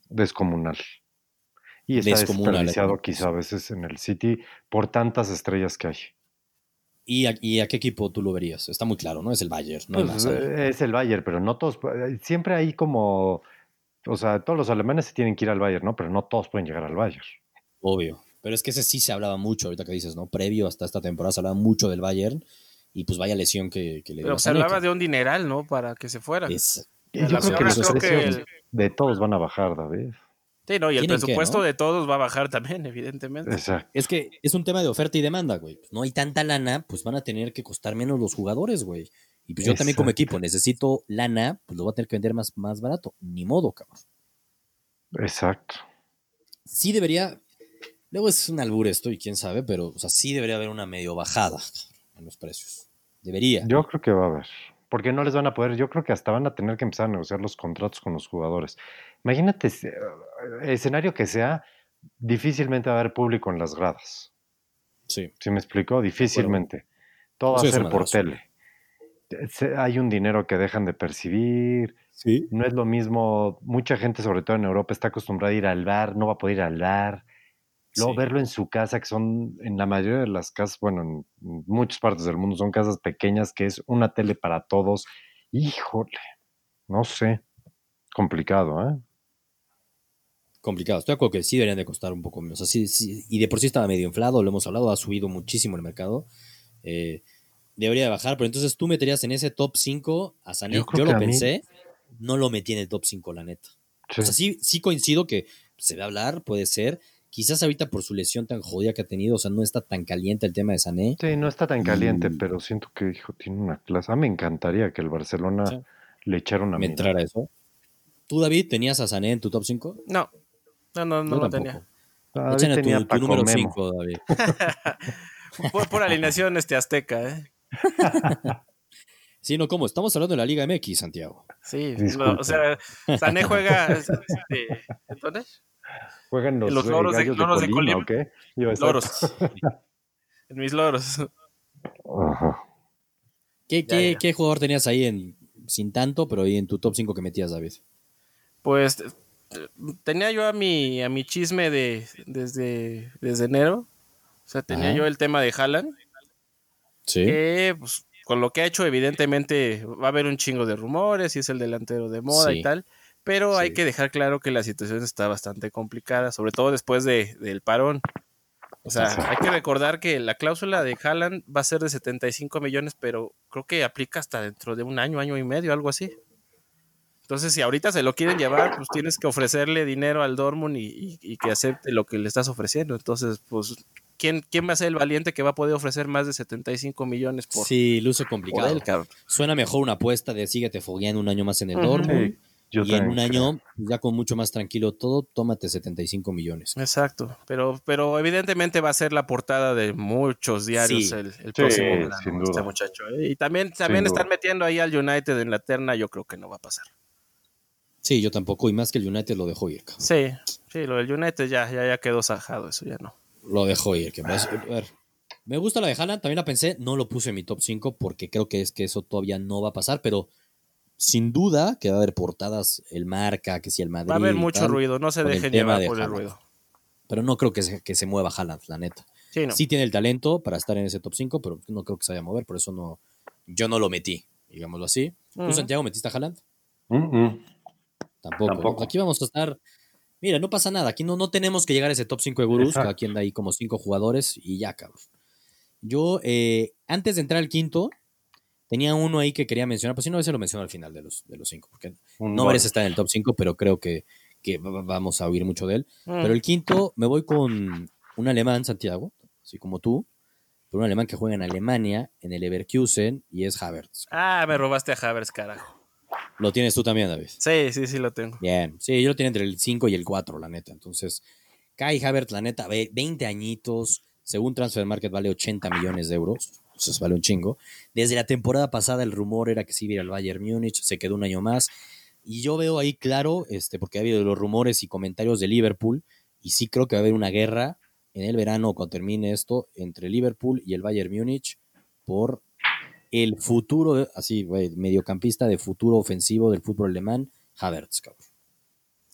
Speaker 3: descomunal. Y está
Speaker 1: Descomunal,
Speaker 3: desperdiciado
Speaker 1: exacto.
Speaker 3: quizá a veces en el City por tantas estrellas que hay.
Speaker 1: ¿Y a, y a qué equipo tú lo verías? Está muy claro, ¿no? Es el Bayern, no hay
Speaker 3: Pues,
Speaker 1: más ahí.
Speaker 3: eh, es el Bayern, pero no todos. eh, Siempre hay como. O sea, todos los alemanes se tienen que ir al Bayern, ¿no? Pero no todos pueden llegar al Bayern.
Speaker 1: Obvio. Pero es que ese sí se hablaba mucho, ahorita que dices, ¿no? Previo hasta esta temporada se hablaba mucho del Bayern y pues vaya lesión que, que le dio.
Speaker 2: Pero se hablaba de un dineral, ¿no? Para que se fuera.
Speaker 3: Y
Speaker 2: A
Speaker 3: Eh, yo
Speaker 2: la
Speaker 3: creo que
Speaker 2: hora
Speaker 3: los
Speaker 1: creo que
Speaker 3: precios
Speaker 2: el-
Speaker 3: de todos van a bajar, David.
Speaker 2: Sí, no, y el
Speaker 1: Tienen que,
Speaker 2: presupuesto
Speaker 1: ¿no?
Speaker 2: de todos va a bajar también, evidentemente.
Speaker 3: Exacto.
Speaker 1: Es que es un tema de oferta y demanda, güey. Pues no hay tanta lana, pues van a tener que costar menos los jugadores, güey. Y pues yo también como
Speaker 3: Exacto.
Speaker 1: equipo necesito lana, pues lo voy a tener que vender más, más barato. Ni modo, cabrón.
Speaker 3: Exacto.
Speaker 1: Sí debería. Luego es un albur esto y quién sabe, pero o sea, sí debería haber una medio bajada en los precios. Debería.
Speaker 3: Yo creo que va a haber. Porque no les van a poder, yo creo que hasta van a tener que empezar a negociar los contratos con los jugadores. Imagínate, eh, escenario que sea, difícilmente va a haber público en las gradas.
Speaker 1: Sí.
Speaker 3: ¿Sí me explicó? Difícilmente. Todo va a
Speaker 1: Eso es
Speaker 3: ser
Speaker 1: un
Speaker 3: por
Speaker 1: madrazo.
Speaker 3: tele. Se- Hay un dinero que dejan de percibir,
Speaker 1: Sí.
Speaker 3: no es lo mismo, mucha gente, sobre todo en Europa, está acostumbrada a ir al bar, no va a poder ir al bar. Luego
Speaker 1: Sí.
Speaker 3: verlo en su casa, que son en la mayoría de las casas, bueno, en muchas partes del mundo son casas pequeñas, que es una tele para todos. Híjole, no sé, complicado, ¿eh?
Speaker 1: complicado. Estoy de acuerdo que sí deberían de costar un poco menos. O sea, sí- sí, y de por sí estaba medio inflado, lo hemos hablado, ha subido muchísimo el mercado. Eh, debería de bajar, pero entonces tú meterías en ese top 5 a Sané.
Speaker 3: Yo
Speaker 1: Yo,
Speaker 3: creo que
Speaker 1: lo
Speaker 3: a mí-
Speaker 1: pensé, no lo metí en el top 5, la neta.
Speaker 3: Sí.
Speaker 1: O sea, sí, sí coincido que se va a hablar, puede ser. Quizás ahorita por su lesión tan jodida que ha tenido, o sea, no está tan caliente el tema de Sané.
Speaker 3: Sí, no está tan caliente,
Speaker 1: Mm.
Speaker 3: pero siento que, hijo, tiene una clase. Ah, me encantaría que el Barcelona
Speaker 1: Sí.
Speaker 3: le echara una
Speaker 1: Me
Speaker 3: mina.
Speaker 1: entrara eso. ¿Tú, David, tenías a Sané en tu top 5?
Speaker 2: No, no, no, no lo tenía.
Speaker 3: David
Speaker 1: Échale
Speaker 3: tenía
Speaker 1: tu, tu
Speaker 3: Paco
Speaker 1: número
Speaker 3: Memo.
Speaker 1: 5, David.
Speaker 2: Fue por alineación este Azteca, ¿eh?
Speaker 1: Sí, no, ¿cómo? Estamos hablando de la Liga MX, Santiago.
Speaker 2: Sí,
Speaker 3: Disculpa.
Speaker 2: no, o sea, Sané juega. este, ¿entonces?
Speaker 3: ¿Juegan los,
Speaker 2: los
Speaker 3: eh,
Speaker 2: loros de-
Speaker 3: gallos
Speaker 2: loros
Speaker 3: de
Speaker 2: de
Speaker 3: Colima,
Speaker 2: Colima.
Speaker 3: o qué? Yo, exacto.
Speaker 2: Loros. En mis loros.
Speaker 3: Ajá.
Speaker 1: ¿Qué,
Speaker 2: Ya,
Speaker 1: qué-
Speaker 2: ya.
Speaker 1: qué jugador tenías ahí en, sin tanto, pero ahí en tu top 5 que metías, David?
Speaker 2: Pues eh, tenía yo a mi, a mi chisme de, desde, desde enero. O sea, tenía
Speaker 1: Ajá.
Speaker 2: yo el tema de Haaland,
Speaker 1: Sí.
Speaker 2: que pues, con lo que ha hecho, evidentemente va a haber un chingo de rumores y es el delantero de moda
Speaker 1: Sí.
Speaker 2: y tal. Pero hay
Speaker 1: Sí.
Speaker 2: que dejar claro que la situación está bastante complicada, sobre todo después de, del parón. O sea,
Speaker 3: Exacto.
Speaker 2: hay que recordar que la cláusula de Haaland va a ser de 75 millones, pero creo que aplica hasta dentro de un año, año y medio, algo así. Entonces, si ahorita se lo quieren llevar, pues tienes que ofrecerle dinero al Dortmund y, y- y que acepte lo que le estás ofreciendo. Entonces, pues, ¿quién, ¿quién va a ser el valiente que va a poder ofrecer más de 75 millones por,
Speaker 1: Sí, luce
Speaker 2: por
Speaker 1: complicado.
Speaker 2: él, cabrón?
Speaker 1: Suena mejor una apuesta de síguete fogueando un año más en el
Speaker 2: Ujú.
Speaker 1: Dortmund.
Speaker 3: Sí, yo
Speaker 1: y en
Speaker 3: también
Speaker 1: un
Speaker 3: creo.
Speaker 1: año, ya con mucho más tranquilo todo, tómate 75 millones.
Speaker 2: Exacto. Pero, pero evidentemente va a ser la portada de muchos diarios
Speaker 1: Sí.
Speaker 2: el, el próximo
Speaker 3: sin
Speaker 2: verano,
Speaker 3: duda.
Speaker 2: este muchacho. ¿eh? Y también, también
Speaker 3: Sin duda.
Speaker 2: están metiendo ahí al United en la terna, yo creo que no va a pasar.
Speaker 1: Sí, yo tampoco, y más que el United lo dejó ir. cabrón.
Speaker 2: Sí, sí, lo del United ya, ya, ya quedó sajado, eso ya no.
Speaker 1: Lo dejó ir. Que más- a ver, me gusta la de Haaland, también la pensé, no lo puse en mi top 5 porque creo que es que eso todavía no va a pasar, pero sin duda que va a haber portadas, el marca, que si el Madrid.
Speaker 2: Va a haber
Speaker 1: y
Speaker 2: mucho
Speaker 1: tal,
Speaker 2: ruido, no se
Speaker 1: con el
Speaker 2: dejen
Speaker 1: tema
Speaker 2: llevar
Speaker 1: de
Speaker 2: por el
Speaker 1: Haaland.
Speaker 2: ruido.
Speaker 1: Pero no creo que se, que se mueva Haaland, la neta.
Speaker 2: Sí, no.
Speaker 1: Sí tiene el talento para estar en ese top 5, pero no creo que se vaya a mover, por eso no, yo no lo metí, digámoslo así. ¿Tú,
Speaker 2: Ujú.
Speaker 1: Santiago, metiste a Haaland?
Speaker 3: Mm, mm.
Speaker 1: Tampoco.
Speaker 3: Tampoco.
Speaker 1: Aquí vamos a estar. Mira, no pasa nada. Aquí no, no tenemos que llegar a ese top 5 de gurús.
Speaker 3: Exacto.
Speaker 1: Cada quien da ahí como 5 jugadores y ya, cabrón. Yo, eh, antes de entrar al quinto, tenía uno ahí que quería mencionar. Pues si no, veces lo menciono al final de los 5. Los cinco, porque
Speaker 3: Un
Speaker 1: no
Speaker 3: gol.
Speaker 1: merece estar en el top 5, pero creo que, que va- va- vamos a oír mucho de él.
Speaker 2: Mm.
Speaker 1: Pero el quinto, me voy con un alemán, Santiago, así como tú. Pero un alemán que juega en Alemania, en el Leverkusen, y es Havertz.
Speaker 2: Ah, me robaste a Havers, carajo.
Speaker 1: Lo tienes tú también, David.
Speaker 2: Sí, sí, sí lo tengo.
Speaker 1: Bien, sí, yo lo tenía entre el 5 y el 4, la neta. Entonces, Kai Havertz, la neta, ve- 20 añitos, según Transfer Market vale 80 millones de euros, entonces vale un chingo. Desde la temporada pasada el rumor era que sí iba a ir al Bayern Múnich, se quedó un año más. Y yo veo ahí claro, este, porque ha habido los rumores y comentarios de Liverpool, y sí creo que va a haber una guerra en el verano cuando termine esto entre Liverpool y el Bayern Múnich por el futuro, de- así, güey, mediocampista de futuro ofensivo del fútbol alemán, Havertz, cabrón.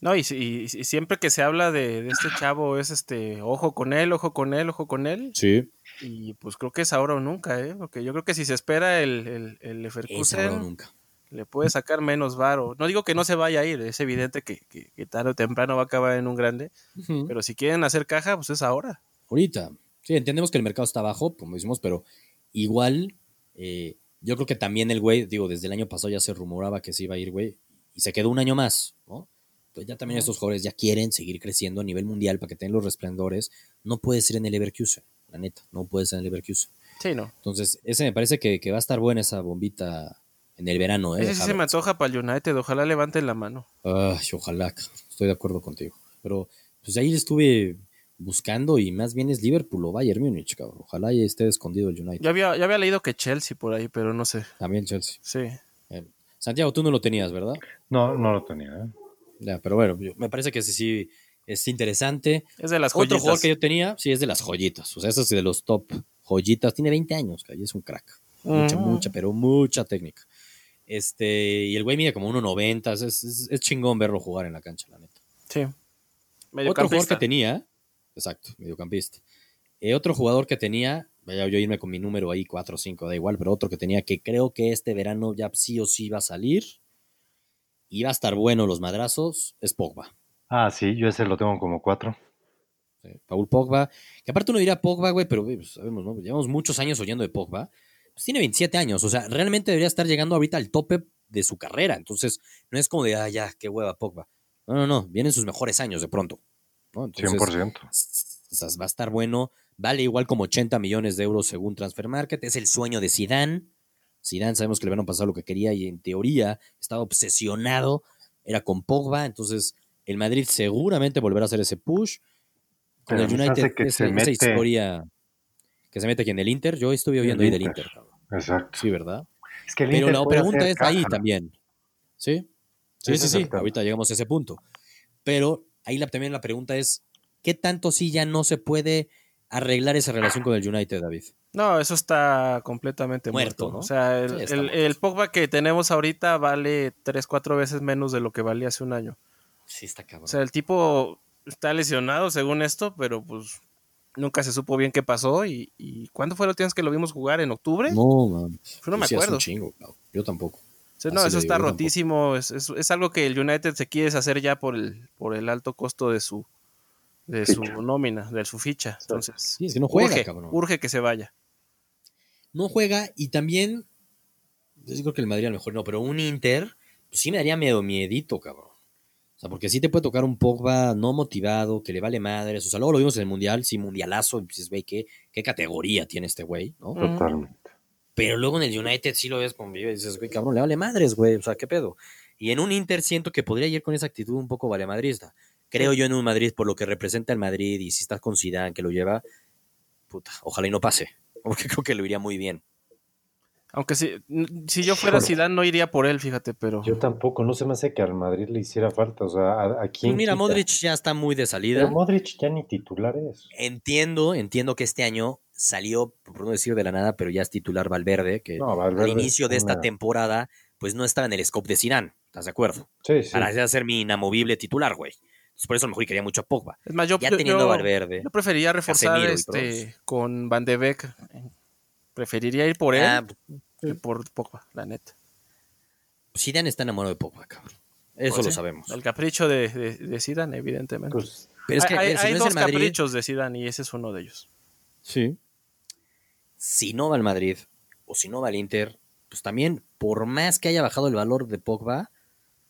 Speaker 2: No, y, si- y- y siempre que se habla de, de este chavo es este, ojo con él, ojo con él, ojo con él.
Speaker 1: Sí.
Speaker 2: Y pues creo que es ahora o nunca, ¿eh? Porque yo creo que si se espera el, el, el
Speaker 1: Esa
Speaker 2: Leverkusen,
Speaker 1: huevo nunca.
Speaker 2: le puede sacar menos varo. No digo que no se vaya a ir, es evidente que, que- que tarde o temprano va a acabar en un grande. Pero si quieren hacer caja, pues es ahora.
Speaker 1: Ahorita. Sí, entendemos que el mercado está bajo, como decimos, pero igual, eh, yo creo que también el güey, digo, desde el año pasado ya se rumoraba que se iba a ir, güey, y se quedó un año más, ¿no? Entonces ya también estos jugadores ya quieren seguir creciendo a nivel mundial para que tengan los resplandores. No puede ser en el Leverkusen, la neta, no puede ser en el Leverkusen.
Speaker 2: Sí, no.
Speaker 1: Entonces, ese me parece que, que va a estar buena esa bombita en el verano, ¿eh?
Speaker 2: Ese sí se me
Speaker 1: Havertz.
Speaker 2: antoja para el United, ojalá levanten la mano.
Speaker 1: Ay, ojalá, cabrón. estoy de acuerdo contigo. Pero pues ahí estuve buscando y más bien es Liverpool o Bayern Múnich, cabrón. Ojalá y esté escondido el United.
Speaker 2: Ya había, ya había leído que Chelsea por ahí, pero no sé.
Speaker 1: También Chelsea.
Speaker 2: Sí.
Speaker 1: Eh, Santiago, tú no lo tenías, ¿verdad?
Speaker 3: No, no lo tenía. ¿eh?
Speaker 1: Ya, pero bueno, yo- me parece que ese sí es interesante.
Speaker 2: Es de las
Speaker 1: Otro
Speaker 2: joyitas.
Speaker 1: jugador que yo tenía, sí, es de las joyitas. O sea, ese es de los top joyitas. Tiene 20 años, cabrón, y es un crack. Mucha,
Speaker 2: Ujú.
Speaker 1: mucha, pero mucha técnica. Este, y el güey mide como 1.90. Es, es, es chingón verlo jugar en la cancha, la neta.
Speaker 2: Sí.
Speaker 1: Otro jugador
Speaker 2: Mediocampista.
Speaker 1: que tenía, exacto, mediocampista. Eh, otro jugador que tenía, vaya yo irme con mi número ahí, 4 o 5, da igual, pero otro que tenía que creo que este verano ya sí o sí va a salir y va a estar bueno los madrazos, es Pogba.
Speaker 3: Ah, sí, yo ese lo tengo como cuatro.
Speaker 1: Eh, Paul Pogba, que aparte uno dirá Pogba, güey, pero güey, pues, sabemos, ¿no? Llevamos muchos años oyendo de Pogba. Pues tiene 27 años, o sea, realmente debería estar llegando ahorita al tope de su carrera. Entonces, no es como de, ah, ya, qué hueva Pogba. No, no, no, vienen sus mejores años de pronto. ¿no? Entonces,
Speaker 3: 100%.
Speaker 1: o sea, va a estar bueno. Vale igual como 80 millones de euros según Transfer Market. Es el sueño de Zidane. Zidane sabemos que le van a pasar lo que quería y en teoría estaba obsesionado. Era con Pogba. Entonces el Madrid seguramente volverá a hacer ese push. Con
Speaker 3: Pero
Speaker 1: el
Speaker 3: me se
Speaker 1: United
Speaker 3: hace que
Speaker 1: ese-
Speaker 3: se
Speaker 1: esa
Speaker 3: mete.
Speaker 1: historia que se mete aquí en el Inter. Yo estuve oyendo ahí
Speaker 3: El
Speaker 1: del
Speaker 3: Inter.
Speaker 1: Inter. cabrón.
Speaker 3: Exacto.
Speaker 1: Sí, ¿verdad?
Speaker 3: Es que el
Speaker 1: Pero
Speaker 3: Inter
Speaker 1: la
Speaker 3: puede
Speaker 1: pregunta
Speaker 3: hacer
Speaker 1: es ahí
Speaker 3: caja.
Speaker 1: también. ¿Sí? Sí,
Speaker 3: Ese
Speaker 1: sí,
Speaker 3: es el
Speaker 1: sí.
Speaker 3: tema.
Speaker 1: Ahorita llegamos a ese punto. Pero ahí la, también la pregunta es, ¿qué tanto sí ya no se puede arreglar esa relación con el United, David?
Speaker 2: No, eso está completamente muerto.
Speaker 1: Muerto, ¿no?
Speaker 2: O sea, el,
Speaker 1: Sí, está
Speaker 2: el-
Speaker 1: muerto.
Speaker 2: el Pogba que tenemos ahorita vale 3, 4 veces menos de lo que valía hace un año.
Speaker 1: Sí, está cabrón.
Speaker 2: O sea, el tipo está lesionado según esto, pero pues nunca se supo bien qué pasó. ¿Y, y cuándo fue lo tienes que lo vimos jugar? ¿En octubre? No,
Speaker 1: no, man.
Speaker 2: Yo no me
Speaker 1: Sí, hace
Speaker 2: acuerdo.
Speaker 1: un chingo, cabrón. Yo tampoco.
Speaker 2: O sea, no,
Speaker 1: así
Speaker 2: eso
Speaker 1: le digo, yo
Speaker 2: está
Speaker 1: tampoco.
Speaker 2: rotísimo. Es, es- es algo que el United se quiere deshacer ya por el, por el alto costo de su, de su
Speaker 3: Ficha.
Speaker 2: nómina, de su ficha. Entonces,
Speaker 1: Sí, es que no juega,
Speaker 2: urge,
Speaker 1: cabrón.
Speaker 2: urge que se vaya.
Speaker 1: No juega y también, yo sí creo que el Madrid a lo mejor no, pero un Inter pues sí me daría miedo, miedito, cabrón. O sea, porque sí te puede tocar un Pogba no motivado, que le vale madres. O sea, luego lo vimos en el Mundial, sí, mundialazo, y dices, güey, ¿qué, qué categoría tiene este güey, ¿no?
Speaker 3: Totalmente.
Speaker 1: Pero luego en el United sí lo ves con Vive y dices, güey, cabrón, le vale madres, güey, o sea, ¿qué pedo? Y en un Inter siento que podría ir con esa actitud un poco valemadrista. Creo yo en un Madrid por lo que representa el Madrid y si estás con Zidane que lo lleva, puta, ojalá y no pase, porque creo que lo iría muy bien.
Speaker 2: Aunque si, si yo fuera
Speaker 3: Híjole.
Speaker 2: Zidane no iría por él, fíjate, pero
Speaker 3: Yo tampoco, no se me hace que al Madrid le hiciera falta. O sea, ¿a, a quién?
Speaker 1: Pues mira,
Speaker 3: quita?
Speaker 1: Modric ya está muy de salida.
Speaker 3: Pero Modric ya ni titular es.
Speaker 1: Entiendo, entiendo que este año salió, por no decir de la nada, pero ya es titular Valverde, que
Speaker 3: No, Valverde
Speaker 1: Eh, al
Speaker 3: es
Speaker 1: inicio de esta
Speaker 3: una-
Speaker 1: temporada, pues no estaba en el scope de Zidane, ¿estás de acuerdo?
Speaker 3: Sí, sí.
Speaker 1: Para ser mi inamovible titular, güey. Entonces, por eso a lo mejor y quería mucho a Pogba.
Speaker 2: es más, yo,
Speaker 1: ya
Speaker 2: yo-
Speaker 1: teniendo a
Speaker 2: yo-
Speaker 1: Valverde.
Speaker 2: yo preferiría reforzar
Speaker 1: Casemiro y
Speaker 2: este con Van de Beek. Preferiría ir por él
Speaker 1: Ah,
Speaker 2: que por Pogba, la neta.
Speaker 1: Zidane está enamorado de Pogba, cabrón. Eso
Speaker 2: Pues
Speaker 1: lo
Speaker 2: sí,
Speaker 1: sabemos.
Speaker 2: El capricho de, de, de Zidane, evidentemente.
Speaker 3: Pues,
Speaker 1: Pero es que
Speaker 2: hay
Speaker 1: a ver, si
Speaker 2: hay
Speaker 1: no es
Speaker 2: dos
Speaker 1: el Madrid,
Speaker 2: caprichos de Zidane y ese es uno de ellos.
Speaker 1: Sí. Si no va al Madrid o si no va al Inter, pues también, por más que haya bajado el valor de Pogba,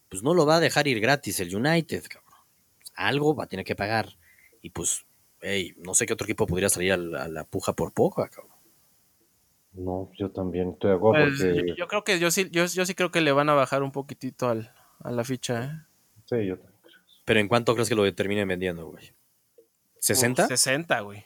Speaker 1: pues no lo va a dejar ir gratis el United, cabrón. Algo va a tener que pagar. Y pues, hey, no sé qué otro equipo podría salir a la, a la puja por Pogba, cabrón.
Speaker 3: no, yo también estoy de acuerdo
Speaker 2: Pues,
Speaker 3: Oh, porque.
Speaker 2: yo, yo creo que yo sí, yo, yo sí creo que le van a bajar un poquitito al, a la ficha. ¿eh?
Speaker 3: Sí, yo también creo.
Speaker 1: Pero ¿en cuánto crees que lo terminen vendiendo, güey? ¿60?
Speaker 2: Uf, 60, güey.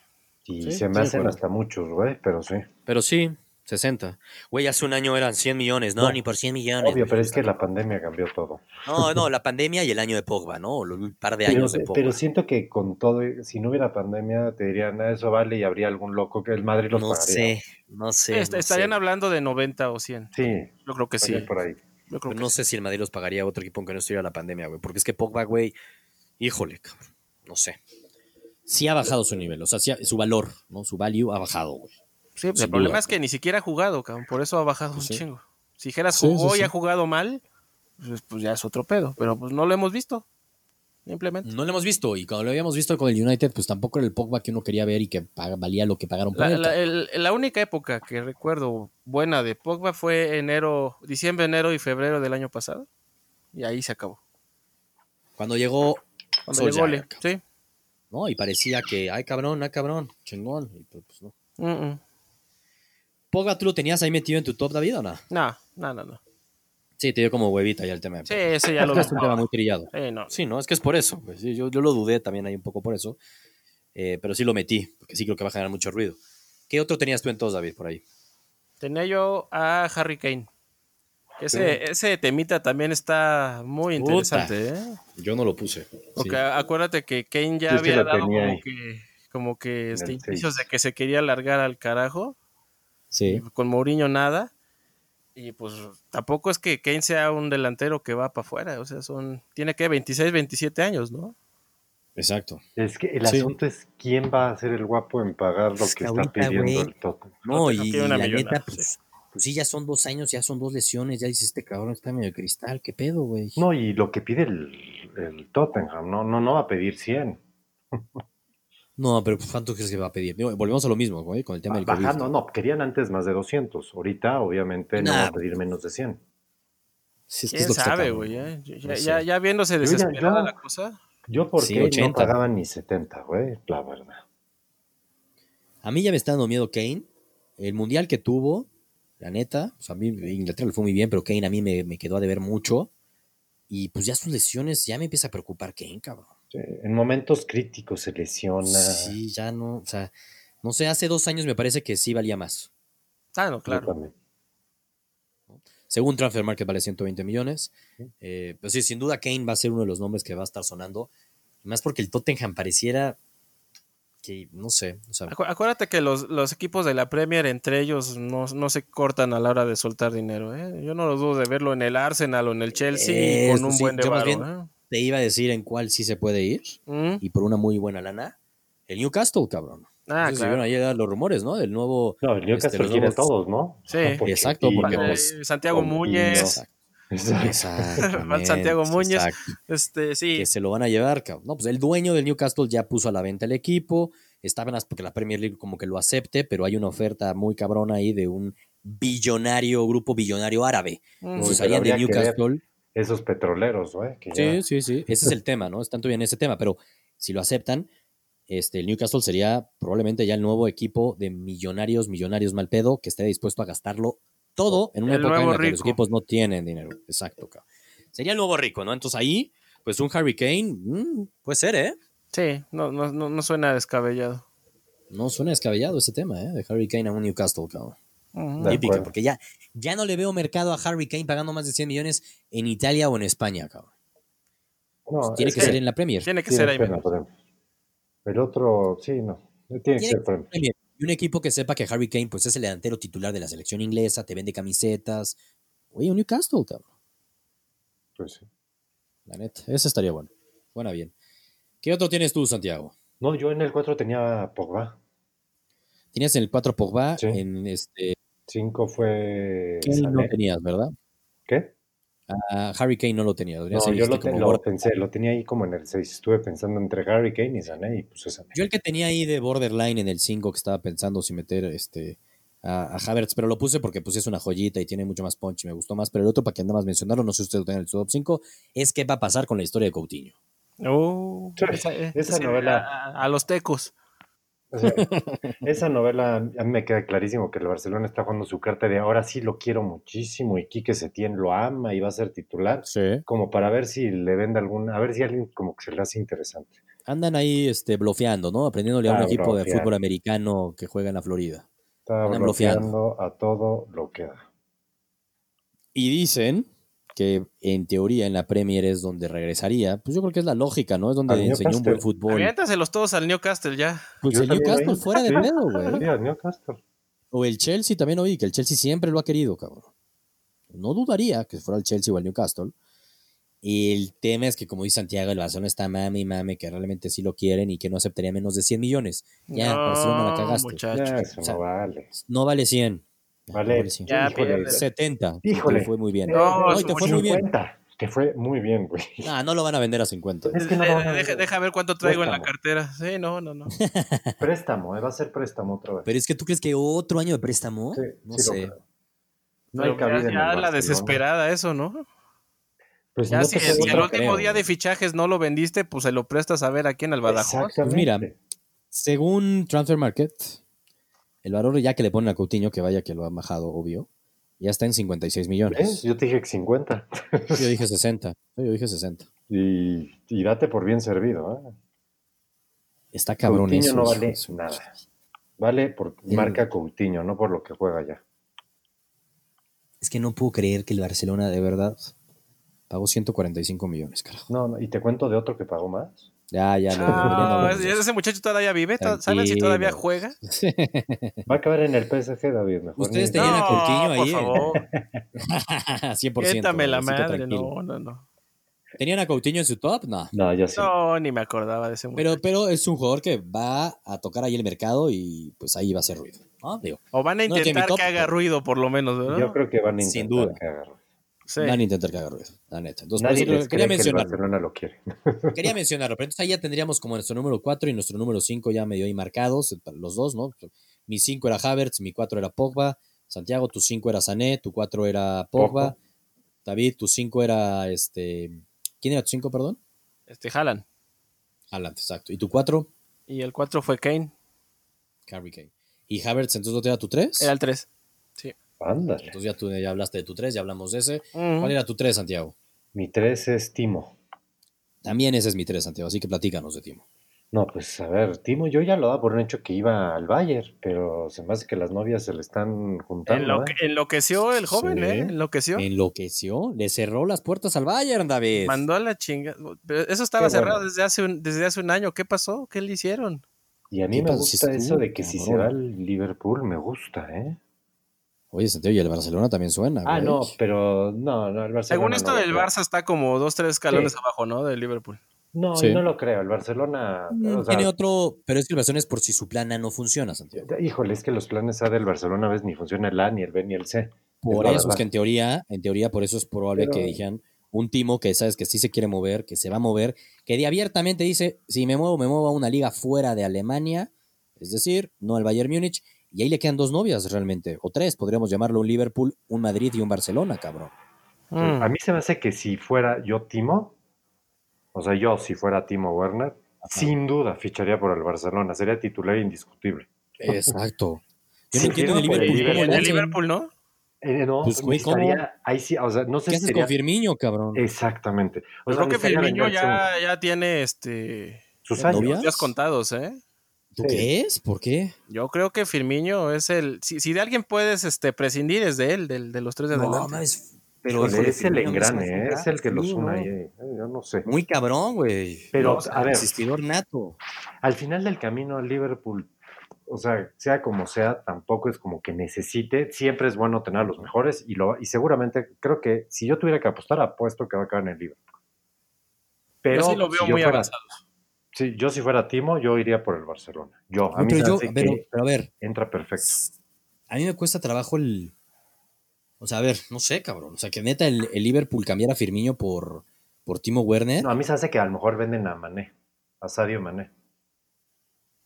Speaker 1: Sí,
Speaker 3: Y se
Speaker 1: estoy
Speaker 3: me
Speaker 1: de
Speaker 3: hacen
Speaker 1: acuerdo.
Speaker 3: hasta muchos, güey, pero sí.
Speaker 1: Pero sí, 60. Güey, hace un año eran 100 millones, no,
Speaker 3: No.
Speaker 1: ni por 100 millones.
Speaker 3: Obvio,
Speaker 1: güey.
Speaker 3: pero es que la pandemia cambió todo.
Speaker 1: No, no, la pandemia y el año de Pogba, ¿no? Un par de
Speaker 3: Pero,
Speaker 1: años de Pogba.
Speaker 3: pero siento que con todo, eh, si no hubiera pandemia, te dirían, "Ah, eso vale y habría algún loco que el Madrid los
Speaker 1: no
Speaker 3: pagaría.
Speaker 1: sé, no sé.
Speaker 2: Est-
Speaker 1: no
Speaker 2: estarían
Speaker 1: sé.
Speaker 2: hablando de 90 o 100.
Speaker 3: Sí,
Speaker 2: Yo
Speaker 1: Pues
Speaker 2: creo que sí.
Speaker 3: estaría por ahí. Pues
Speaker 2: Yo creo
Speaker 1: Pero
Speaker 2: que
Speaker 1: no
Speaker 2: sí.
Speaker 1: sé si el Madrid los pagaría a otro equipo aunque no estuviera la pandemia, güey. Porque es que Pogba, güey, híjole, cabrón, no sé. Sí ha bajado su nivel, o sea, sí ha- su valor, ¿no? Su value ha bajado, güey.
Speaker 2: Sí, pues
Speaker 1: Sin
Speaker 2: el problema
Speaker 1: duda.
Speaker 2: es que ni siquiera ha jugado, cabrón. Por eso ha bajado
Speaker 1: Pues
Speaker 2: un
Speaker 1: sí.
Speaker 2: chingo. Si Geras
Speaker 1: Sí,
Speaker 2: jugó
Speaker 1: sí,
Speaker 2: y ha
Speaker 1: sí.
Speaker 2: jugado mal, pues, pues ya es otro pedo. Pero pues no lo hemos visto. Simplemente.
Speaker 1: No lo hemos visto, y cuando lo habíamos visto con el United, pues tampoco era el Pogba que uno quería ver y que pag- valía lo que pagaron por
Speaker 2: La,
Speaker 1: él.
Speaker 2: la-
Speaker 1: cabrón.
Speaker 2: el- la única época que recuerdo buena de Pogba fue enero, diciembre, enero y febrero del año pasado. Y ahí se acabó.
Speaker 1: Cuando llegó,
Speaker 2: Cuando llegó
Speaker 1: Solskjaer,
Speaker 2: Ole,
Speaker 1: cabrón,
Speaker 2: Sí.
Speaker 1: ¿no? Y parecía que, ay, cabrón, ay, cabrón, chingón. Y pues, pues, no.
Speaker 2: Mm, mm.
Speaker 1: Pogba, ¿tú lo tenías ahí metido en tu top, David, o no?
Speaker 2: No, no, no, no.
Speaker 1: Sí, te dio como huevita ya el tema. de
Speaker 2: Sí,
Speaker 1: Pogba.
Speaker 2: ese ya lo vi.
Speaker 1: es un tema muy trillado.
Speaker 2: Eh, no.
Speaker 1: Sí, no, es que es por eso. pues, sí, yo, yo lo dudé también ahí un poco por eso. eh, pero sí lo metí, porque sí creo que va a generar mucho ruido. ¿Qué otro tenías tú entonces, David, por ahí?
Speaker 2: Tenía yo a Harry Kane. Ese, ese temita también está muy
Speaker 1: Puta.
Speaker 2: interesante, ¿eh?
Speaker 1: Yo no lo puse.
Speaker 2: Porque acuérdate que Kane ya
Speaker 3: Yo sí
Speaker 2: había
Speaker 3: lo
Speaker 2: dado
Speaker 3: tenía
Speaker 2: como
Speaker 3: ahí.
Speaker 2: que, como que este,
Speaker 3: el seis.
Speaker 2: indicios de que se quería largar al carajo.
Speaker 1: Sí.
Speaker 2: y Con Mourinho nada. Y pues tampoco es que Kane sea un delantero que va para afuera. O sea, son. Tiene que 26, 27 años, ¿no?
Speaker 1: exacto.
Speaker 3: Es que el
Speaker 1: Sí.
Speaker 3: asunto es quién va a ser el guapo en pagar lo
Speaker 1: Es
Speaker 3: que
Speaker 1: que
Speaker 3: está
Speaker 1: ahorita,
Speaker 3: pidiendo
Speaker 1: güey.
Speaker 3: el Tottenham.
Speaker 1: No,
Speaker 2: no
Speaker 1: y,
Speaker 2: tiene
Speaker 1: y
Speaker 2: una
Speaker 1: la
Speaker 2: millonada,
Speaker 1: neta, pues, pues sí, ya son dos años, ya son dos lesiones, ya dices, este cabrón está medio cristal, qué pedo, güey.
Speaker 3: No, y lo que pide el, el Tottenham, no, no, no va a pedir 100.
Speaker 1: No, pero pues, ¿cuánto crees que va a pedir? Digo, volvemos a lo mismo, güey, con el tema del COVID.
Speaker 3: Bajando, no, querían antes más de 200. Ahorita, obviamente,
Speaker 1: Nah.
Speaker 3: no
Speaker 1: pues
Speaker 3: va a pedir menos de 100.
Speaker 1: Sí, es que es
Speaker 2: ¿Quién
Speaker 1: lo que está
Speaker 2: sabe,
Speaker 1: cabrón.
Speaker 2: güey? eh? Ya,
Speaker 1: No sé.
Speaker 2: ya- ya viéndose
Speaker 3: ya-
Speaker 2: desesperada
Speaker 3: yo-
Speaker 2: la cosa.
Speaker 3: Yo, ¿por
Speaker 1: Sí,
Speaker 3: qué
Speaker 1: 80.
Speaker 3: no pagaban ni 70, güey? La verdad.
Speaker 1: A mí ya me está dando miedo Kane. El mundial que tuvo, la neta, pues a mí Inglaterra le fue muy bien, pero Kane a mí me, me quedó a deber mucho. Y pues ya sus lesiones, ya me empieza a preocupar Kane, cabrón.
Speaker 3: Sí, En momentos críticos se lesiona.
Speaker 1: Sí, ya no, o sea, no sé, hace dos años me parece que sí valía más.
Speaker 2: Ah, no, claro.
Speaker 3: Yo también.
Speaker 1: Según Transfer Market vale 120 millones.
Speaker 3: Sí.
Speaker 1: Eh, pues sí, sin duda Kane va a ser uno de los nombres que va a estar sonando. Más porque el Tottenham pareciera que, no sé, o sea,
Speaker 2: Acu- Acuérdate que los, los equipos de la Premier entre ellos no, no se cortan a la hora de soltar dinero. ¿eh? Yo no lo dudo de verlo en el Arsenal o en el Chelsea
Speaker 1: Eh,
Speaker 2: con un
Speaker 1: sí,
Speaker 2: buen de
Speaker 1: yo más
Speaker 2: varo,
Speaker 1: bien- te iba a decir en cuál sí se puede ir
Speaker 2: ¿eh? ¿Mm?
Speaker 1: y por una muy buena lana. El Newcastle, cabrón.
Speaker 2: Ah,
Speaker 1: Entonces, se
Speaker 2: claro.
Speaker 1: vieron ayer los rumores, ¿no? Del nuevo.
Speaker 3: No, el Newcastle
Speaker 1: Este, los
Speaker 3: quiere a
Speaker 1: nuevos-
Speaker 3: todos, ¿no? Ah,
Speaker 2: Sí.
Speaker 3: Pochettino,
Speaker 1: Exacto, porque,
Speaker 2: Eh,
Speaker 1: pues,
Speaker 2: Santiago
Speaker 3: Coutinho.
Speaker 2: Muñez,
Speaker 3: Exacto.
Speaker 1: Exactamente,
Speaker 2: Santiago Muñez.
Speaker 1: exacto,
Speaker 2: este, sí,
Speaker 1: que se lo van a llevar, cabrón. No, pues el dueño del Newcastle ya puso a la venta el equipo. Estaban hasta que la Premier League como que lo acepte, pero hay una oferta muy cabrona ahí de un billonario, grupo billonario árabe.
Speaker 2: Mm,
Speaker 1: Entonces
Speaker 3: pero
Speaker 1: harían de
Speaker 3: habría que ver.
Speaker 1: Newcastle
Speaker 3: esos petroleros, güey. que
Speaker 1: Sí,
Speaker 3: ya-
Speaker 1: sí, sí. Ese es el tema, ¿no? Están todavía en ese tema, pero si lo aceptan, este, el Newcastle sería probablemente ya el nuevo equipo de millonarios, millonarios mal pedo, que esté dispuesto a gastarlo todo en una
Speaker 2: El
Speaker 1: época en
Speaker 2: nuevo
Speaker 1: la que los
Speaker 2: rico.
Speaker 1: equipos no tienen dinero. Exacto, cabrón. Sería el nuevo rico, ¿no? Entonces ahí, pues un Harry Kane, mm, puede ser, ¿eh?
Speaker 2: Sí, no, no, no, no suena descabellado.
Speaker 1: No suena descabellado ese tema, ¿eh? De Harry Kane a un Newcastle, cabrón.
Speaker 2: Ujú.
Speaker 3: De
Speaker 1: Típica,
Speaker 3: acuerdo.
Speaker 1: porque ya, ya no le veo mercado a Harry Kane pagando más de 100 millones en Italia o en España, cabrón.
Speaker 3: No,
Speaker 1: pues, Tiene
Speaker 3: es
Speaker 1: que
Speaker 2: que-
Speaker 1: ser en la Premier.
Speaker 2: Tiene que
Speaker 3: tiene
Speaker 2: ser ahí.
Speaker 3: que ser la Premier. El otro, sí, no. Tiene que
Speaker 1: Tiene
Speaker 3: ser Premier.
Speaker 1: Premier. Y un equipo que sepa que Harry Kane pues, es el delantero titular de la selección inglesa, te vende camisetas. Oye, un Newcastle, cabrón.
Speaker 3: Pues sí.
Speaker 1: La neta, ese estaría bueno. Buena, bien. ¿Qué otro tienes tú, Santiago?
Speaker 3: No, yo en el 4 tenía a Pogba.
Speaker 1: Tenías el 4 Pogba,
Speaker 3: Sí.
Speaker 1: en este.
Speaker 3: 5 fue.
Speaker 1: Kane no
Speaker 3: Sané.
Speaker 1: tenías, ¿verdad?
Speaker 3: ¿Qué?
Speaker 1: A Harry Kane no lo tenías. lo
Speaker 3: No,
Speaker 1: tenías ahí,
Speaker 3: yo
Speaker 1: este,
Speaker 3: lo, te-
Speaker 1: como
Speaker 3: lo
Speaker 1: borda.
Speaker 3: pensé, lo tenía ahí como en el 6. Estuve pensando entre Harry Kane y Sané y pues, puse Sané.
Speaker 1: Yo el que tenía ahí de borderline en el 5 que estaba pensando si meter este a, a Havertz, pero lo puse porque pues es una joyita y tiene mucho más punch y me gustó más. Pero el otro, para que anda más mencionarlo, no sé si ustedes lo tengan en el top 5, es qué va a pasar con la historia de Coutinho.
Speaker 2: Uh,
Speaker 3: Sí,
Speaker 2: eh,
Speaker 3: esa
Speaker 2: sí,
Speaker 3: novela.
Speaker 2: A, a los tecos.
Speaker 3: O sea, esa novela, a mí me queda clarísimo que el Barcelona está jugando su carta de ahora sí lo quiero muchísimo y Quique Setién lo ama y va a ser titular,
Speaker 1: Sí.
Speaker 3: como para ver si le vende algún, a ver si alguien como que se le hace interesante.
Speaker 1: Andan ahí este, blofeando, ¿no? Aprendiéndole a un
Speaker 3: Ah,
Speaker 1: equipo de
Speaker 3: blofear.
Speaker 1: fútbol americano que juega en la Florida.
Speaker 3: Está
Speaker 1: Andan bloqueando.
Speaker 3: bloqueando a todo lo que da.
Speaker 1: Y dicen que en teoría en la Premier es donde regresaría. Pues yo creo que es la lógica, ¿no? Es donde
Speaker 3: Al
Speaker 1: enseñó un
Speaker 3: Newcastle.
Speaker 1: buen fútbol.
Speaker 2: Aviéntaselos todos al Newcastle ya.
Speaker 1: Pues
Speaker 3: Yo
Speaker 1: el
Speaker 3: también
Speaker 1: Newcastle
Speaker 3: ahí.
Speaker 1: fuera de
Speaker 3: Sí.
Speaker 1: pedo, güey.
Speaker 3: Sí, a Pues, Newcastle.
Speaker 1: O el Chelsea también oí, que el Chelsea siempre lo ha querido, cabrón. No dudaría que fuera el Chelsea o el Newcastle. Y el tema es que, como dice Santiago, el Barcelona está mame y mame, que realmente sí lo quieren y que no aceptaría menos de 100 millones. Ya,
Speaker 2: No,
Speaker 1: Barcelona, la cagaste.
Speaker 3: Ya,
Speaker 2: muchacho.
Speaker 3: eso
Speaker 1: Ah, o sea,
Speaker 3: no vale.
Speaker 1: No vale 100. No
Speaker 3: Vale.
Speaker 1: vale 100.
Speaker 2: Ya,
Speaker 3: Híjole,
Speaker 2: pierde.
Speaker 1: 70.
Speaker 3: Híjole.
Speaker 1: Te fue muy bien.
Speaker 2: No,
Speaker 1: No,
Speaker 2: es
Speaker 1: y te
Speaker 2: un
Speaker 1: fue muy bien.
Speaker 3: 50. Te fue muy bien, güey.
Speaker 1: Ah, no lo van a vender a 50.
Speaker 3: Es que no
Speaker 2: De-
Speaker 3: lo van a
Speaker 2: Eh, deja,
Speaker 3: vender.
Speaker 2: deja ver cuánto traigo en la
Speaker 3: Préstamo.
Speaker 2: cartera. Sí, no, no, no.
Speaker 3: Préstamo, eh, va a ser préstamo otra vez.
Speaker 1: Pero es que tú crees que otro año de préstamo,
Speaker 3: Sí,
Speaker 1: no
Speaker 3: sí lo
Speaker 1: sé.
Speaker 3: creo. No hay
Speaker 2: Pero
Speaker 3: cabida
Speaker 2: ya
Speaker 3: en el
Speaker 2: ya la
Speaker 3: Barcelona.
Speaker 2: desesperada, eso, ¿no?
Speaker 3: Pues
Speaker 2: Ya
Speaker 3: no
Speaker 2: si,
Speaker 3: te
Speaker 2: si
Speaker 3: queda
Speaker 1: sí,
Speaker 2: el
Speaker 3: otra.
Speaker 1: no
Speaker 2: último
Speaker 1: creo.
Speaker 2: día de fichajes no lo vendiste, pues se lo prestas a ver aquí en el Badajoz.
Speaker 3: Exactamente.
Speaker 1: Pues mira, Según Transfer Market, el valor ya que le ponen a Coutinho, que vaya que lo ha bajado, obvio, ya está en 56
Speaker 3: ¿Ves?
Speaker 1: millones.
Speaker 3: ¿Eh? Yo te dije que 50.
Speaker 1: Yo dije 60. Yo dije 60.
Speaker 3: Y, y date por bien servido. ¿eh?
Speaker 1: Está cabrón
Speaker 3: Coutinho
Speaker 1: eso.
Speaker 3: no
Speaker 1: hijo
Speaker 3: vale
Speaker 1: de su-
Speaker 3: nada. Vale por
Speaker 1: Bien.
Speaker 3: marca Coutinho, no por lo que juega ya.
Speaker 1: Es que no puedo creer que el Barcelona de verdad pagó 145 millones, carajo.
Speaker 3: No, no, y te cuento de otro que pagó más.
Speaker 1: Ya, ya. no, no, no,
Speaker 2: No,
Speaker 1: no,
Speaker 2: ese ese muchacho todavía vive, to- ¿saben si
Speaker 1: Tranquilo.
Speaker 2: todavía juega?
Speaker 3: Va a acabar en el PSG, David. Mejor
Speaker 1: Ustedes
Speaker 3: ni-
Speaker 1: tenían a Coutinho
Speaker 2: por
Speaker 1: ahí, eh.
Speaker 2: favor,
Speaker 1: 100%.
Speaker 2: quítame la
Speaker 1: así que
Speaker 2: madre,
Speaker 1: tranquilo.
Speaker 2: no, no, no.
Speaker 1: ¿Tenían a Coutinho en su top? No.
Speaker 3: No, ya sí.
Speaker 2: No, ni me acordaba de ese muchacho.
Speaker 1: Pero, pero es un jugador que va a tocar ahí el mercado y pues ahí va a hacer ruido. ¿no? Digo,
Speaker 2: O van a
Speaker 1: No, que mi
Speaker 2: intentar
Speaker 1: top-
Speaker 2: que haga ruido, por lo menos, ¿verdad?
Speaker 3: Yo creo que van a intentar
Speaker 1: Sin duda.
Speaker 3: que haga ruido.
Speaker 2: Sí.
Speaker 1: van a intentar que haga ruido, la neta. Entonces, por
Speaker 3: Nadie
Speaker 1: eso creo-
Speaker 3: les cree
Speaker 1: quería
Speaker 3: que el
Speaker 1: mencionarlo.
Speaker 3: Barcelona lo quiere.
Speaker 1: Quería mencionarlo, pero entonces ahí ya tendríamos como nuestro número 4 y nuestro número 5 ya medio ahí marcados, eh, los dos, ¿no? Mi 5 era Havertz, mi 4 era Pogba, Santiago, tu 5 era Sané, tu 4 era Pogba,
Speaker 3: Ojo.
Speaker 1: David, tu 5 era este... ¿Quién era tu 5, perdón?
Speaker 2: Este, jalan.
Speaker 1: Adelante, exacto. ¿Y tu 4?
Speaker 2: Y el 4 fue Kane.
Speaker 1: Harry Kane. ¿Y Havertz entonces no era tu 3?
Speaker 2: Era el 3.
Speaker 3: Ándale.
Speaker 1: Entonces ya tú ya hablaste de tu 3, ya hablamos de ese. ¿Cuál era tu 3, Santiago?
Speaker 3: Mi 3 es Timo.
Speaker 1: También ese es mi 3, Santiago, así que platícanos de Timo.
Speaker 3: No, pues a ver, Timo, yo ya lo daba por un hecho que iba al Bayern, pero se me hace que las novias se le están juntando. ¿eh?
Speaker 2: enloqueció el joven,
Speaker 3: Sí.
Speaker 2: ¿eh? Enloqueció.
Speaker 1: Enloqueció, le cerró las puertas al Bayern, David.
Speaker 2: Mandó a la chinga. Pero Eso estaba
Speaker 3: Qué bueno.
Speaker 2: cerrado desde, hace un, desde hace un año. ¿Qué pasó? ¿Qué le hicieron?
Speaker 3: Y a
Speaker 1: ¿Qué
Speaker 3: mí me
Speaker 1: pasó
Speaker 3: gusta
Speaker 1: tú,
Speaker 3: eso de que si se
Speaker 1: cabrón?
Speaker 3: va al Liverpool, me gusta, ¿eh?
Speaker 1: Oye, Santiago, y el Barcelona también suena.
Speaker 3: Ah,
Speaker 1: güey.
Speaker 3: no, pero no, no, el Barcelona.
Speaker 2: Según esto
Speaker 3: no lo
Speaker 2: del
Speaker 3: creo.
Speaker 2: Barça está como dos, tres escalones
Speaker 3: Sí.
Speaker 2: abajo, ¿no? Del Liverpool.
Speaker 3: No,
Speaker 1: Sí.
Speaker 3: no lo creo. El Barcelona.
Speaker 1: Mm,
Speaker 3: o sea,
Speaker 1: Tiene otro, pero es que el Barcelona es por si su plana no funciona, Santiago.
Speaker 3: Híjole, es que los planes A del Barcelona a veces ni funciona el A, ni el B, ni el C.
Speaker 1: Por
Speaker 3: la
Speaker 1: eso es
Speaker 3: verdad.
Speaker 1: que en teoría, en teoría, por eso es probable
Speaker 3: Pero-
Speaker 1: que dijeran un timo que sabes que sí se quiere mover, que se va a mover, que de- abiertamente dice, si me muevo, me muevo a una liga fuera de Alemania, es decir, no al Bayern Múnich, y ahí le quedan dos novias realmente, o tres, podríamos llamarlo un Liverpool, un Madrid y un Barcelona, cabrón.
Speaker 2: Mm.
Speaker 3: A mí se me hace que si fuera yo Timo, o sea, yo si fuera Timo Werner, sin duda ficharía por el Barcelona, sería titular indiscutible.
Speaker 1: Exacto. Yo
Speaker 3: Sí,
Speaker 1: no entiendo de
Speaker 3: pero por el
Speaker 1: Liverpool.
Speaker 3: Liverpool.
Speaker 1: ¿cómo
Speaker 2: El de
Speaker 1: le hacen?
Speaker 2: Liverpool, ¿no?
Speaker 3: Eh, no,
Speaker 1: Pues, güey,
Speaker 3: necesitaría-
Speaker 1: ¿cómo?
Speaker 3: ahí sí, o sea, no sé
Speaker 1: ¿Qué
Speaker 3: si
Speaker 1: haces
Speaker 3: pues, sería-
Speaker 1: con Firmino, cabrón?
Speaker 3: Exactamente. O
Speaker 2: Yo creo
Speaker 3: sea,
Speaker 2: que
Speaker 3: necesitaría
Speaker 2: Firmino
Speaker 3: venderse un-
Speaker 2: ya, ya tiene este
Speaker 3: sus
Speaker 1: ¿Ya
Speaker 3: años.
Speaker 1: novia?
Speaker 2: los días contados, ¿eh?
Speaker 1: ¿Tú
Speaker 3: sí.
Speaker 1: qué es? ¿Por qué?
Speaker 2: Yo creo que Firmino es el. Si, si de alguien puedes este, prescindir, es de él, del- de los tres de
Speaker 1: No,
Speaker 2: adelante.
Speaker 1: mames.
Speaker 3: Pero
Speaker 1: Pero híjole,
Speaker 3: es el
Speaker 1: Firmino, no se me
Speaker 3: engrane, ¿eh?
Speaker 1: figura.
Speaker 3: es el que los
Speaker 1: Sí,
Speaker 3: una
Speaker 1: no.
Speaker 3: ahí. eh, Yo no sé.
Speaker 1: Muy cabrón, güey.
Speaker 3: Pero,
Speaker 1: No, o sea,
Speaker 3: a ver.
Speaker 1: Existidor nato.
Speaker 3: Al final del camino, Liverpool, o sea, sea como sea, tampoco es como que necesite. Siempre es bueno tener a los mejores y, lo, y seguramente creo que si yo tuviera que apostar, apuesto que va a acabar en el Liverpool. Pero
Speaker 2: yo sí lo veo
Speaker 3: si, yo
Speaker 2: muy
Speaker 3: fuera,
Speaker 2: avanzado.
Speaker 3: si yo si fuera Timo, yo iría por el Barcelona. Yo, a
Speaker 1: Güey,
Speaker 3: mí
Speaker 1: pero
Speaker 3: se me
Speaker 1: yo,
Speaker 3: hace
Speaker 1: pero,
Speaker 3: que
Speaker 1: pero a ver,
Speaker 3: entra perfecto.
Speaker 1: a mí me cuesta trabajo el. O sea, a ver, no sé, cabrón. O sea, que neta el, el Liverpool cambiara a Firmino por, por Timo Werner.
Speaker 3: No, a mí se hace que a lo mejor venden a Mané, a Sadio Mané.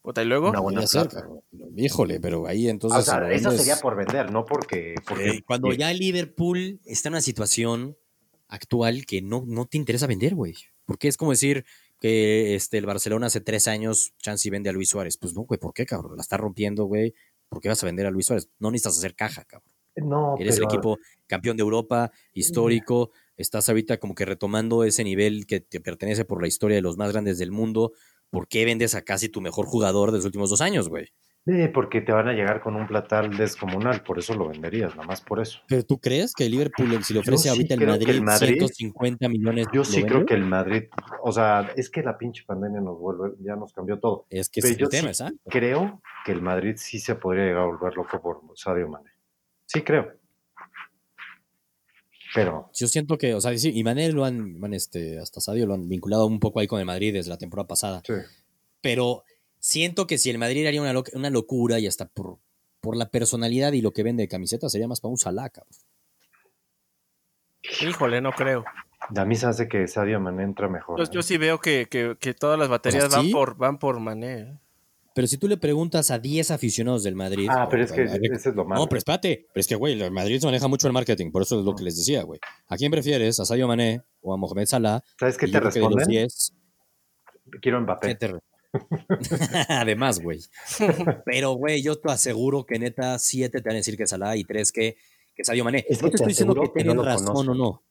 Speaker 2: Puta, y luego.
Speaker 3: Una buena
Speaker 1: podría ser,
Speaker 3: plata.
Speaker 1: cabrón. Híjole, pero ahí entonces.
Speaker 3: o sea,
Speaker 1: lo
Speaker 3: eso
Speaker 1: vendes-
Speaker 3: sería por vender, no porque. porque
Speaker 1: Eh, Cuando ya el Liverpool está en una situación actual que no, no te interesa vender, güey. Porque es como decir que este, el Barcelona hace tres años, chance y vende a Luis Suárez. Pues no, güey, ¿por qué, cabrón? La está rompiendo, güey. ¿Por qué vas a vender a Luis Suárez? No necesitas hacer caja, cabrón.
Speaker 3: No,
Speaker 1: Eres
Speaker 3: pero-
Speaker 1: el equipo campeón de Europa, histórico. Estás ahorita como que retomando ese nivel que te pertenece por la historia de los más grandes del mundo. ¿Por qué vendes a casi tu mejor jugador de los últimos dos años, güey?
Speaker 3: eh, porque te van a llegar con un platal descomunal, por eso lo venderías, nada más por eso.
Speaker 1: ¿Pero tú crees que el Liverpool, eh, si le
Speaker 3: Yo ofrece
Speaker 1: ofrece
Speaker 3: sí
Speaker 1: ahorita
Speaker 3: ahorita el
Speaker 1: el
Speaker 3: creo que
Speaker 1: Madrid,
Speaker 3: el Madrid-
Speaker 1: 150 millones,
Speaker 3: Yo sí creo que el Madrid, o sea, es que la pinche pandemia nos vuelve, ya nos cambió todo.
Speaker 1: Es que
Speaker 3: Pero
Speaker 1: ese es
Speaker 3: yo
Speaker 1: el tema,
Speaker 3: sí
Speaker 1: exacto.
Speaker 3: Creo que el Madrid sí se podría llegar a volver loco por Sadio Mané. Sí, creo. Pero,
Speaker 1: Yo siento que, o sea, sí, y Mané lo han, Mané, este, hasta Sadio lo han vinculado un poco ahí con el Madrid desde la temporada pasada.
Speaker 3: sí.
Speaker 1: Pero siento que si el Madrid haría una, loc- una locura y hasta por, por la personalidad y lo que vende de camiseta, sería más para un salaca.
Speaker 2: Híjole, no creo.
Speaker 3: A mí se hace que Sadio Mané entra mejor.
Speaker 2: Pues Yo,
Speaker 3: ¿eh?
Speaker 2: yo sí veo que, que- que todas las baterías
Speaker 1: O sea, sí.
Speaker 2: van, por, van por Mané. ¿eh?
Speaker 1: Pero si tú le preguntas a 10 aficionados del Madrid.
Speaker 3: Ah, pero
Speaker 1: o-
Speaker 3: es que
Speaker 1: a- a-
Speaker 3: ese es lo malo. Ah.
Speaker 1: No, pero espérate, pero es que, güey, el Madrid se maneja mucho el marketing, por eso es lo que les decía, güey. ¿A quién prefieres? ¿A Sadio Mané o a Mohamed Salah?
Speaker 3: ¿Sabes qué
Speaker 1: Y
Speaker 3: te
Speaker 1: yo creo que de los
Speaker 3: responden?
Speaker 1: 10,
Speaker 3: Quiero Mbappé.
Speaker 1: ¿qué te re- Además, güey. Pero, güey, yo te aseguro que neta 7 te van a decir que Salah y 3 que, que Sadio Mané.
Speaker 3: Es que
Speaker 1: no te
Speaker 3: te
Speaker 1: estoy diciendo
Speaker 3: aseguro
Speaker 1: que,
Speaker 3: que no
Speaker 1: tienen
Speaker 3: lo
Speaker 1: razón
Speaker 3: conocen.
Speaker 1: o no.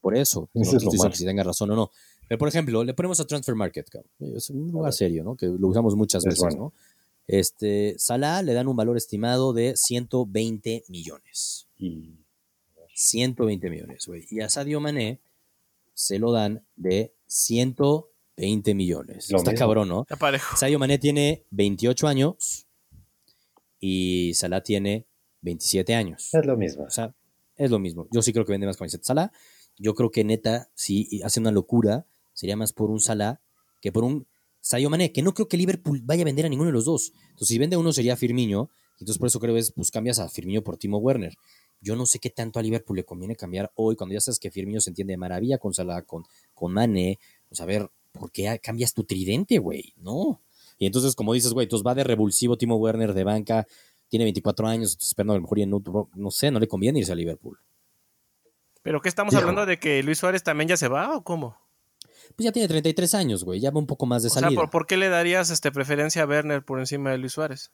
Speaker 1: Por eso. No
Speaker 3: Eso
Speaker 1: te
Speaker 3: es
Speaker 1: estoy
Speaker 3: lo
Speaker 1: diciendo
Speaker 3: malo.
Speaker 1: que si tengan razón o no. Pero, por ejemplo, le ponemos a Transfer Market, cabrón. Es un lugar serio, ¿no? Que lo usamos muchas
Speaker 3: Es
Speaker 1: veces,
Speaker 3: bueno.
Speaker 1: ¿no? Este, Salah le dan un valor estimado de 120 millones.
Speaker 3: Y
Speaker 1: 120 millones, güey. Y a Sadio Mané se lo dan de 120 millones.
Speaker 3: Lo
Speaker 1: Está
Speaker 3: mismo.
Speaker 1: cabrón, ¿no?
Speaker 2: Está parejo.
Speaker 1: Sadio Mané tiene 28 años y Salah tiene 27 años.
Speaker 3: es lo mismo.
Speaker 1: O sea, es lo mismo. Yo sí creo que vende más camisetas Salah. Yo creo que neta, si hace una locura, sería más por un Salah que por un Sadio Mané, que no creo que Liverpool vaya a vender a ninguno de los dos. Entonces, si vende a uno sería Firmino, y entonces por eso creo que es, pues cambias a Firmino por Timo Werner. Yo no sé qué tanto a Liverpool le conviene cambiar hoy, cuando ya sabes que Firmino se entiende de maravilla con Salah, con, con Mané. Pues a ver, ¿por qué cambias tu tridente, güey? No. Y entonces, como dices, güey, entonces va de revulsivo Timo Werner de banca, tiene 24 años, entonces esperando a lo mejor y en otro- no sé, no le conviene irse a Liverpool.
Speaker 2: ¿Pero qué estamos
Speaker 3: Hijo.
Speaker 2: hablando de que Luis Suárez también ya se va o cómo?
Speaker 1: Pues ya tiene 33 años, güey, ya va un poco más de
Speaker 2: O sea,
Speaker 1: salida.
Speaker 2: ¿por, por qué le darías este, preferencia a Werner por encima de Luis Suárez?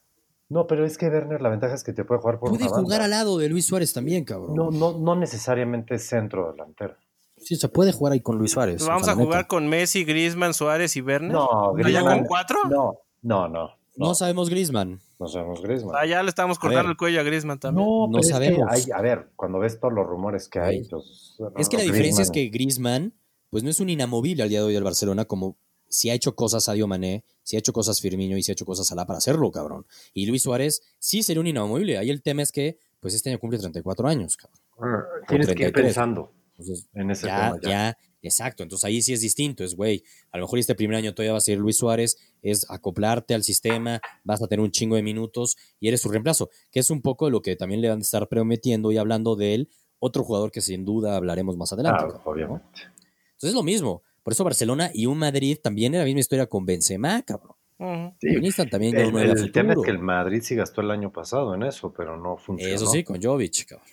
Speaker 3: No, pero es que Werner, la ventaja es que te puede jugar por
Speaker 1: Puede
Speaker 3: una banda.
Speaker 1: jugar al lado de Luis Suárez también, cabrón.
Speaker 3: No, no, no necesariamente centro delantero.
Speaker 1: Sí, se puede jugar ahí con Luis Suárez.
Speaker 2: Pues vamos
Speaker 1: o sea,
Speaker 2: a
Speaker 1: la
Speaker 2: jugar
Speaker 1: neta.
Speaker 2: con Messi, Griezmann, Suárez y Werner.
Speaker 3: No,
Speaker 2: ¿Allá
Speaker 1: Griezmann-
Speaker 2: con cuatro?
Speaker 3: No, no, no.
Speaker 1: No,
Speaker 3: No,
Speaker 1: sabemos Griezmann.
Speaker 3: no sabemos Griezmann.
Speaker 2: Allá Ah, le estamos
Speaker 1: A
Speaker 2: cortando
Speaker 1: ver.
Speaker 2: el cuello a Griezmann también.
Speaker 1: no
Speaker 3: no, pero es que
Speaker 1: sabemos.
Speaker 3: hay- a ver, cuando ves todos los rumores que hay,
Speaker 1: Güey.
Speaker 3: pues,
Speaker 1: Es que la diferencia es que Griezmann, pues no es un inamovible al día de hoy del Barcelona, como si ha hecho cosas Sadio Mané, si ha hecho cosas Firmino y si ha hecho cosas Salah para hacerlo, cabrón. Y Luis Suárez sí sería un inamovible. Ahí el tema es que, pues este año cumple 34 años, cabrón.
Speaker 3: Griezmann- Ah, tienes que ir
Speaker 1: 33.
Speaker 3: pensando
Speaker 1: Entonces,
Speaker 3: en ese
Speaker 1: ya,
Speaker 3: tema.
Speaker 1: ya,
Speaker 3: Ya.
Speaker 1: exacto. Entonces ahí sí es distinto, es güey. A lo mejor este primer año todavía va a ser Luis Suárez, es acoplarte al sistema, vas a tener un chingo de minutos y eres su reemplazo, que es un poco lo que también le van a estar prometiendo y hablando de él, otro jugador que sin duda hablaremos más adelante.
Speaker 3: Ah,
Speaker 1: cabrón, ¿no?
Speaker 3: obviamente.
Speaker 1: Entonces es lo mismo. Por eso Barcelona y un Madrid también era la misma historia con Benzema, cabrón.
Speaker 2: Ujú.
Speaker 3: Sí.
Speaker 1: Necesitan también ya un
Speaker 3: El,
Speaker 1: nueve a
Speaker 3: el tema es
Speaker 1: futuro.
Speaker 3: que el Madrid sí gastó el año pasado en eso, pero no funcionó.
Speaker 1: Eso sí, con Jovic, cabrón.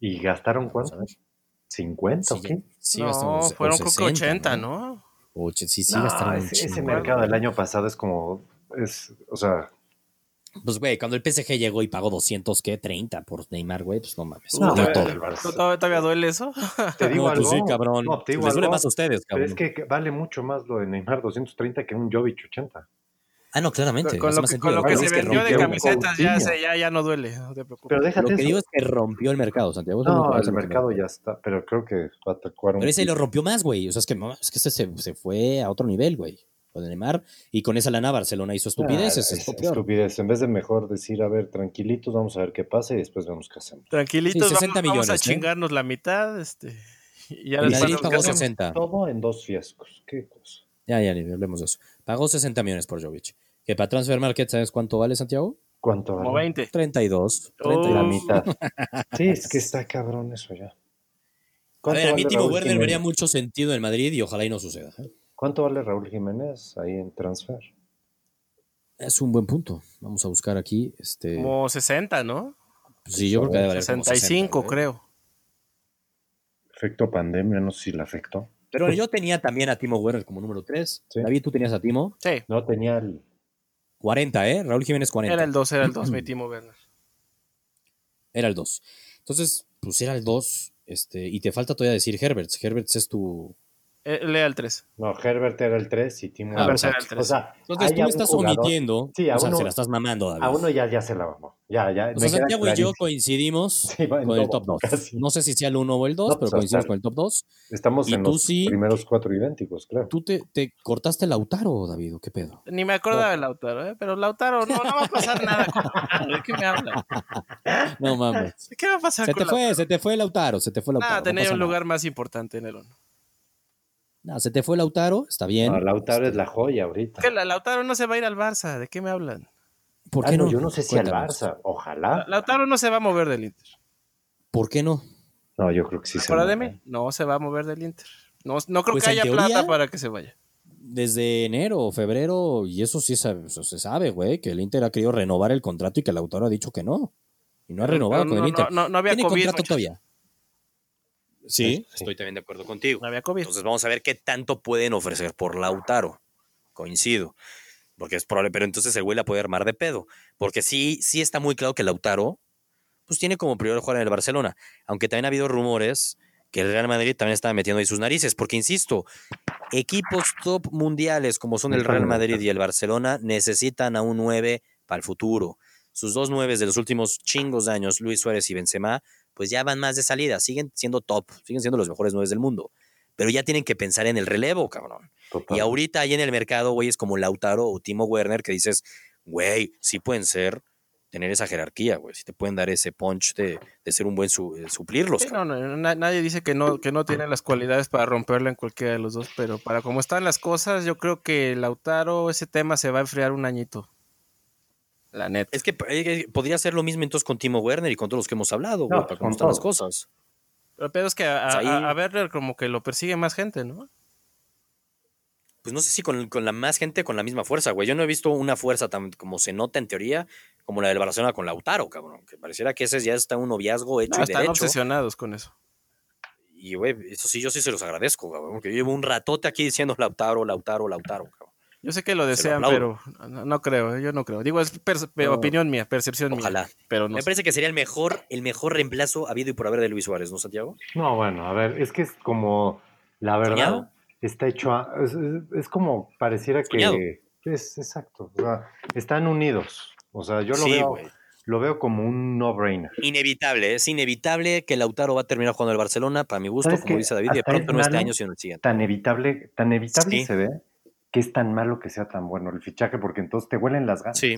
Speaker 3: ¿Y gastaron
Speaker 1: Vamos a
Speaker 3: cuánto?
Speaker 1: ver.
Speaker 3: ¿50 o
Speaker 1: Sí,
Speaker 3: qué?
Speaker 1: sí
Speaker 2: no,
Speaker 1: gastaron los- o
Speaker 2: fueron creo que
Speaker 1: 60,
Speaker 2: 80, ¿no?
Speaker 1: O che- sí, sí,
Speaker 3: No,
Speaker 1: gastaron un
Speaker 3: ese, ese
Speaker 1: chingo.
Speaker 3: mercado del año pasado es como. Es, o sea,
Speaker 1: Pues, güey, cuando el PSG llegó y pagó 200, ¿qué? 30 por Neymar, güey, pues no mames.
Speaker 2: No,
Speaker 1: dio
Speaker 2: güey,
Speaker 1: todo.
Speaker 3: uh, el Barça-
Speaker 2: ¿No ¿Todavía, todavía duele eso?
Speaker 3: Te digo
Speaker 1: No,
Speaker 3: algo.
Speaker 1: pues sí, cabrón.
Speaker 3: No, te digo
Speaker 1: Les duele
Speaker 3: algo,
Speaker 1: más a ustedes,
Speaker 3: Pero
Speaker 1: cabrón.
Speaker 3: es que vale mucho más lo de Neymar 230 que un Jovic 80.
Speaker 1: Ah, no, claramente.
Speaker 2: Con, con
Speaker 1: hace
Speaker 2: lo
Speaker 1: más
Speaker 2: que,
Speaker 1: sentido.
Speaker 2: con lo
Speaker 1: Bueno,
Speaker 2: que
Speaker 3: Bueno,
Speaker 2: se
Speaker 1: es
Speaker 2: vendió de
Speaker 1: rompió-
Speaker 3: romper un
Speaker 2: camisetas ya,
Speaker 3: Coutinho.
Speaker 2: se- ya, ya no duele, no te preocupes.
Speaker 3: Pero
Speaker 1: Lo
Speaker 3: déjate
Speaker 1: que
Speaker 3: eso.
Speaker 1: digo es que rompió el mercado, Santiago. eso es Pues lo
Speaker 3: no,
Speaker 1: que- eso es
Speaker 3: el
Speaker 1: lo que me-
Speaker 3: mercado ya está, pero creo que va a atacar un.
Speaker 1: Pero ese lo
Speaker 3: pico.
Speaker 1: rompió más, güey. O sea, es que, no, es que ese se, se fue a otro nivel, güey. Lo de Neymar. Y con esa lana Barcelona hizo estupideces.
Speaker 3: Ah,
Speaker 1: es lo
Speaker 3: es
Speaker 1: peor.
Speaker 3: estupidez. En vez de mejor decir, a ver, tranquilitos, vamos a ver qué pasa y después vemos qué hacemos.
Speaker 2: Tranquilitos,
Speaker 1: Sí, 60
Speaker 2: vamos, vamos a
Speaker 1: millones, ¿eh?
Speaker 2: chingarnos la mitad, este. Y ya
Speaker 1: El
Speaker 2: después
Speaker 1: Madrid
Speaker 2: nos
Speaker 1: pagó
Speaker 2: casamos.
Speaker 1: 60.
Speaker 3: Todo en dos fiascos. Qué cosa.
Speaker 1: Ya, ya, ni hablemos de eso. Pagó 60 millones por Jovic. Que para Transfer Market, ¿sabes cuánto vale, Santiago?
Speaker 3: ¿Cuánto
Speaker 2: Como
Speaker 3: vale?
Speaker 2: 20.
Speaker 1: 32.
Speaker 3: La
Speaker 2: Oh.
Speaker 1: 32.
Speaker 3: mitad. Sí, es que está cabrón eso ya.
Speaker 1: a ver, a mí
Speaker 3: vale
Speaker 1: Timo
Speaker 3: Raúl
Speaker 1: Werner me haría
Speaker 3: Jiménez?
Speaker 1: mucho sentido en Madrid y ojalá y no suceda. ¿eh?
Speaker 3: ¿Cuánto vale Raúl Jiménez ahí en transfer?
Speaker 1: Es un buen punto. Vamos a buscar aquí. Este, pues
Speaker 2: Como 60, ¿no?
Speaker 1: sí, yo creo que debe valer como 60,
Speaker 2: 65,
Speaker 1: ¿eh?
Speaker 2: creo.
Speaker 3: Efecto pandemia, no sé si le afectó.
Speaker 1: Pero yo tenía también a Timo Werner como número 3.
Speaker 3: Sí.
Speaker 1: David, tú tenías a Timo.
Speaker 2: Sí,
Speaker 3: No tenía el.
Speaker 1: 40, ¿eh? Raúl Jiménez 40.
Speaker 2: era el 2, era el 2, mi Timo Werner.
Speaker 1: Era el 2. Entonces, pues era el 2. Este, y te falta todavía decir Herberts. Herberts es tu.
Speaker 2: Eh, lea el tres.
Speaker 3: No, Herbert era el 3 y Timo
Speaker 1: Ah,
Speaker 3: era el
Speaker 2: Herbert era el
Speaker 3: 4.
Speaker 2: tres.
Speaker 3: O sea,
Speaker 1: Entonces tú
Speaker 3: hay a
Speaker 1: me
Speaker 3: un
Speaker 1: estás
Speaker 3: jugador-
Speaker 1: omitiendo.
Speaker 3: Sí, a
Speaker 1: o sea,
Speaker 3: uno-
Speaker 1: se la estás mamando, David.
Speaker 3: A uno ya, ya se la vamos. Ya, ya.
Speaker 1: O
Speaker 3: me
Speaker 1: sea,
Speaker 3: queda
Speaker 1: Santiago y yo
Speaker 3: clarísimo.
Speaker 1: coincidimos
Speaker 3: Sí, va en
Speaker 1: con el
Speaker 3: todo,
Speaker 1: top 2.
Speaker 3: casi.
Speaker 1: No sé si sea el 1 o el 2,
Speaker 3: No,
Speaker 1: pero
Speaker 3: pues,
Speaker 1: coincidimos
Speaker 3: hasta-
Speaker 1: con el top 2.
Speaker 3: Estamos
Speaker 1: Y
Speaker 3: en
Speaker 1: tú
Speaker 3: los
Speaker 1: sí-
Speaker 3: primeros cuatro idénticos, claro.
Speaker 1: Tú te, te cortaste Lautaro, David, ¿o qué pedo?
Speaker 2: Ni me acordaba de Lautaro, ¿eh? Pero Lautaro, no, no va a pasar nada con Lautaro. ¿De qué me habla?
Speaker 1: No mames.
Speaker 2: ¿De qué va a pasar
Speaker 1: Se
Speaker 2: con
Speaker 1: te
Speaker 2: Lautaro?
Speaker 1: fue, se te fue Lautaro, se te fue Lautaro. no
Speaker 2: Nada, Ah, tenía
Speaker 1: pasa
Speaker 2: un
Speaker 1: nada.
Speaker 2: lugar más importante en el 1.
Speaker 1: No, se te fue Lautaro, está bien.
Speaker 3: No, Lautaro
Speaker 1: Este,
Speaker 3: es la joya ahorita.
Speaker 2: Que la, Lautaro no se va a ir al Barça, ¿de qué me hablan?
Speaker 1: ¿Por
Speaker 3: Ah,
Speaker 1: qué
Speaker 3: no,
Speaker 1: no?
Speaker 3: Yo no sé si al
Speaker 1: Cuéntanos.
Speaker 3: Barça, ojalá.
Speaker 2: Lautaro no se va a mover del Inter.
Speaker 1: ¿Por qué no?
Speaker 3: No, yo creo que sí. se
Speaker 2: ¿Fuera de
Speaker 3: mueve.
Speaker 2: mí? No se va a mover del Inter. No, no creo
Speaker 1: Pues,
Speaker 2: que
Speaker 1: en
Speaker 2: haya
Speaker 1: teoría-
Speaker 2: plata para que se vaya.
Speaker 1: Desde enero o febrero, y eso sí se, eso se sabe, güey, que el Inter ha querido renovar el contrato y que Lautaro ha dicho que no. Y no ha renovado
Speaker 2: Pero
Speaker 1: con
Speaker 2: no,
Speaker 1: el Inter.
Speaker 2: No, no- no había
Speaker 1: Tiene
Speaker 2: COVID.
Speaker 1: contrato
Speaker 2: muchachos.
Speaker 1: todavía.
Speaker 3: Sí,
Speaker 1: Sí,
Speaker 3: sí.
Speaker 1: estoy también de acuerdo contigo.
Speaker 2: No había COVID.
Speaker 1: Entonces vamos a ver qué tanto pueden ofrecer por Lautaro. Coincido. Porque es probable, pero entonces el güey la puede armar de pedo. Porque sí, sí está muy claro que Lautaro, pues tiene como prioridad jugar en el Barcelona. Aunque también ha habido rumores que el Real Madrid también estaba metiendo ahí sus narices. Porque insisto, equipos top mundiales como son el Real Madrid y el Barcelona necesitan a un 9 para el futuro. Sus dos 9 de los últimos chingos de años, Luis Suárez y Benzema, pues ya van más de salida, siguen siendo top, siguen siendo los mejores nueve del mundo. Pero ya tienen que pensar en el relevo, cabrón.
Speaker 3: total.
Speaker 1: Y ahorita ahí en el mercado, güey, es como Lautaro o Timo Werner que dices, güey, sí pueden ser, tener esa jerarquía, güey, sí te pueden dar ese punch de, de ser un buen su- eh, suplirlos.
Speaker 2: Sí,
Speaker 1: cabrón.
Speaker 2: no, no, na- nadie dice que no, que no tiene las cualidades para romperla en cualquiera de los dos, pero para como están las cosas, yo creo que Lautaro, ese tema se va a enfriar un añito. La neta.
Speaker 1: Es que eh, podría ser lo mismo entonces con Timo Werner y con todos los que hemos hablado, güey,
Speaker 3: No,
Speaker 1: para
Speaker 3: con
Speaker 1: cómo están las
Speaker 3: todos.
Speaker 1: cosas.
Speaker 2: Pero el pedo es que a,
Speaker 1: Pues
Speaker 2: a,
Speaker 1: ahí-
Speaker 2: a- a Werner como que lo persigue más gente, ¿no?
Speaker 1: Pues no sé si con, con la más gente con la misma fuerza, güey. Yo no he visto una fuerza tan como se nota en teoría como la del Barcelona con Lautaro, cabrón. Que pareciera que ese ya está un noviazgo hecho
Speaker 2: No,
Speaker 1: y
Speaker 2: están
Speaker 1: derecho.
Speaker 2: obsesionados con eso.
Speaker 1: Y, güey, eso sí, yo sí se los agradezco, cabrón. Porque yo llevo un ratote aquí diciendo Lautaro, Lautaro, Lautaro, cabrón.
Speaker 2: Yo sé que lo
Speaker 1: lo
Speaker 2: desean,
Speaker 1: aplaudo.
Speaker 2: pero no, no creo, yo no creo. Digo, es perce- pe-
Speaker 1: No.
Speaker 2: opinión mía, percepción
Speaker 1: Ojalá.
Speaker 2: mía. Pero no
Speaker 1: Me
Speaker 2: sé.
Speaker 1: parece que sería el mejor, el mejor reemplazo habido y por haber de Luis Suárez, ¿no, Santiago?
Speaker 3: No, bueno, a ver, es que es como, la verdad,
Speaker 1: Soñado.
Speaker 3: está hecho, a- es, es- es como pareciera
Speaker 1: Soñado.
Speaker 3: que, es exacto, o sea, están unidos, o sea, yo lo,
Speaker 1: sí,
Speaker 3: veo,
Speaker 1: güey.
Speaker 3: lo veo como un no-brainer.
Speaker 1: Inevitable, ¿eh? es inevitable que Lautaro va a terminar jugando el Barcelona, para mi gusto,
Speaker 3: ¿Sabes
Speaker 1: como
Speaker 3: qué?
Speaker 1: dice David, y de
Speaker 3: Hasta es
Speaker 1: pronto no este
Speaker 3: malo.
Speaker 1: año, sino el siguiente.
Speaker 3: Tan evitable, tan evitable
Speaker 1: Sí.
Speaker 3: se ve que es tan malo que sea tan bueno el fichaje, porque entonces te huelen las ganas.
Speaker 1: Sí.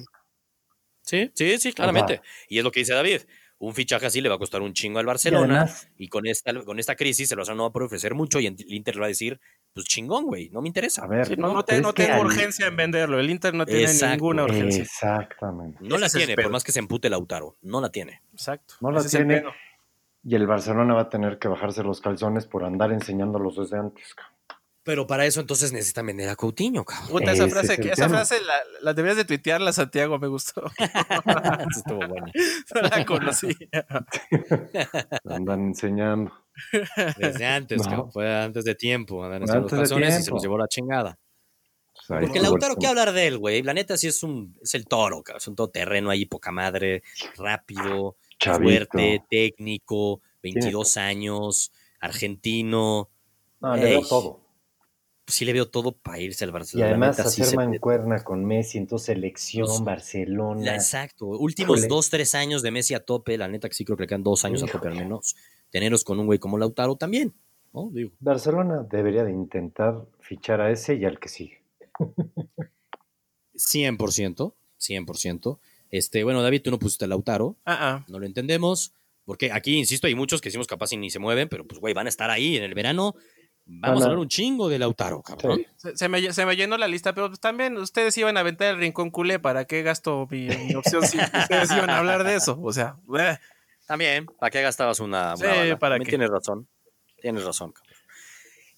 Speaker 1: Sí, sí, sí, claramente. Y es lo que dice David. Un fichaje así le va a costar un chingo al
Speaker 3: Y
Speaker 1: Barcelona.
Speaker 3: además,
Speaker 1: y con esta, con esta crisis el Barcelona no va a poder ofrecer mucho y el Inter va a decir, pues chingón, güey, no me interesa.
Speaker 3: a ver,
Speaker 2: Sí, no, no,
Speaker 3: pero
Speaker 2: te-
Speaker 3: es
Speaker 2: no
Speaker 3: que
Speaker 2: tengo
Speaker 3: al- eh,
Speaker 2: urgencia en venderlo. El Inter no tiene
Speaker 1: Exacto.
Speaker 2: ninguna urgencia.
Speaker 3: Exactamente.
Speaker 1: No la
Speaker 2: Ese es el
Speaker 1: tiene, por
Speaker 2: pedo.
Speaker 1: más que se empute Lautaro, no la tiene.
Speaker 2: Exacto.
Speaker 3: No la
Speaker 2: Ese es el
Speaker 3: tiene.
Speaker 2: pedo.
Speaker 3: Y el Barcelona va a tener que bajarse los calzones por andar enseñándolos desde antes. cabrón.
Speaker 1: Pero para eso entonces necesitan vender a Coutinho, cabrón.
Speaker 2: Puta, esa
Speaker 3: Eh, Ese
Speaker 2: frase,
Speaker 3: es el
Speaker 2: que- esa
Speaker 3: tema.
Speaker 2: frase la, la deberías de tuitearla, Santiago, me gustó.
Speaker 1: Eso estuvo bueno.
Speaker 2: No la conocí.
Speaker 3: Lo Andan enseñando.
Speaker 1: Desde antes,
Speaker 3: No.
Speaker 1: cabrón, fue antes de tiempo. Andan
Speaker 3: Fue
Speaker 1: los
Speaker 3: antes de
Speaker 1: pasones y se
Speaker 3: tiempo.
Speaker 1: los llevó la chingada.
Speaker 3: Pues ahí
Speaker 1: Porque
Speaker 3: estuvo
Speaker 1: Lautaro,
Speaker 3: el-
Speaker 1: ¿qué hablar de él, güey? La neta sí es un es el toro, cabrón. Es un todoterreno ahí, poca madre, rápido,
Speaker 3: Chavito.
Speaker 1: fuerte, técnico, 22 años, argentino.
Speaker 3: No, le veo
Speaker 1: Ey.
Speaker 3: todo.
Speaker 1: Sí le veo todo para irse al
Speaker 3: Y
Speaker 1: Barcelona. La
Speaker 3: además
Speaker 1: neta, sí
Speaker 3: hacer
Speaker 1: se-
Speaker 3: mancuerna con Messi, entonces selección,
Speaker 1: Los-
Speaker 3: Barcelona.
Speaker 1: La- exacto. Últimos
Speaker 3: Híjole.
Speaker 1: dos, tres años de Messi a tope. La neta que sí creo que le quedan dos años a tope al menos. Teneros con un güey como Lautaro también, ¿no? Digo.
Speaker 3: Barcelona debería de intentar fichar a ese y al que sigue.
Speaker 1: 100%, 100%. Este, bueno, David, tú no pusiste a Lautaro,
Speaker 2: Ah, ah.
Speaker 1: no lo entendemos, porque aquí, insisto, hay muchos que decimos capaz y ni se mueven, pero pues, güey, van a estar ahí en el verano. Vamos
Speaker 3: Van a-
Speaker 1: a hablar un chingo de Lautaro, cabrón.
Speaker 3: Sí.
Speaker 2: Se, se me, lle- se me llenó la lista, pero pues también ustedes iban a aventar el rincón culé. ¿Para qué gasto mi, mi opción si ustedes iban a hablar de eso? O sea, bleh.
Speaker 1: También, ¿para qué gastabas una,
Speaker 2: Sí, ¿para
Speaker 1: También
Speaker 2: qué?
Speaker 1: Tienes razón, tienes razón, cabrón.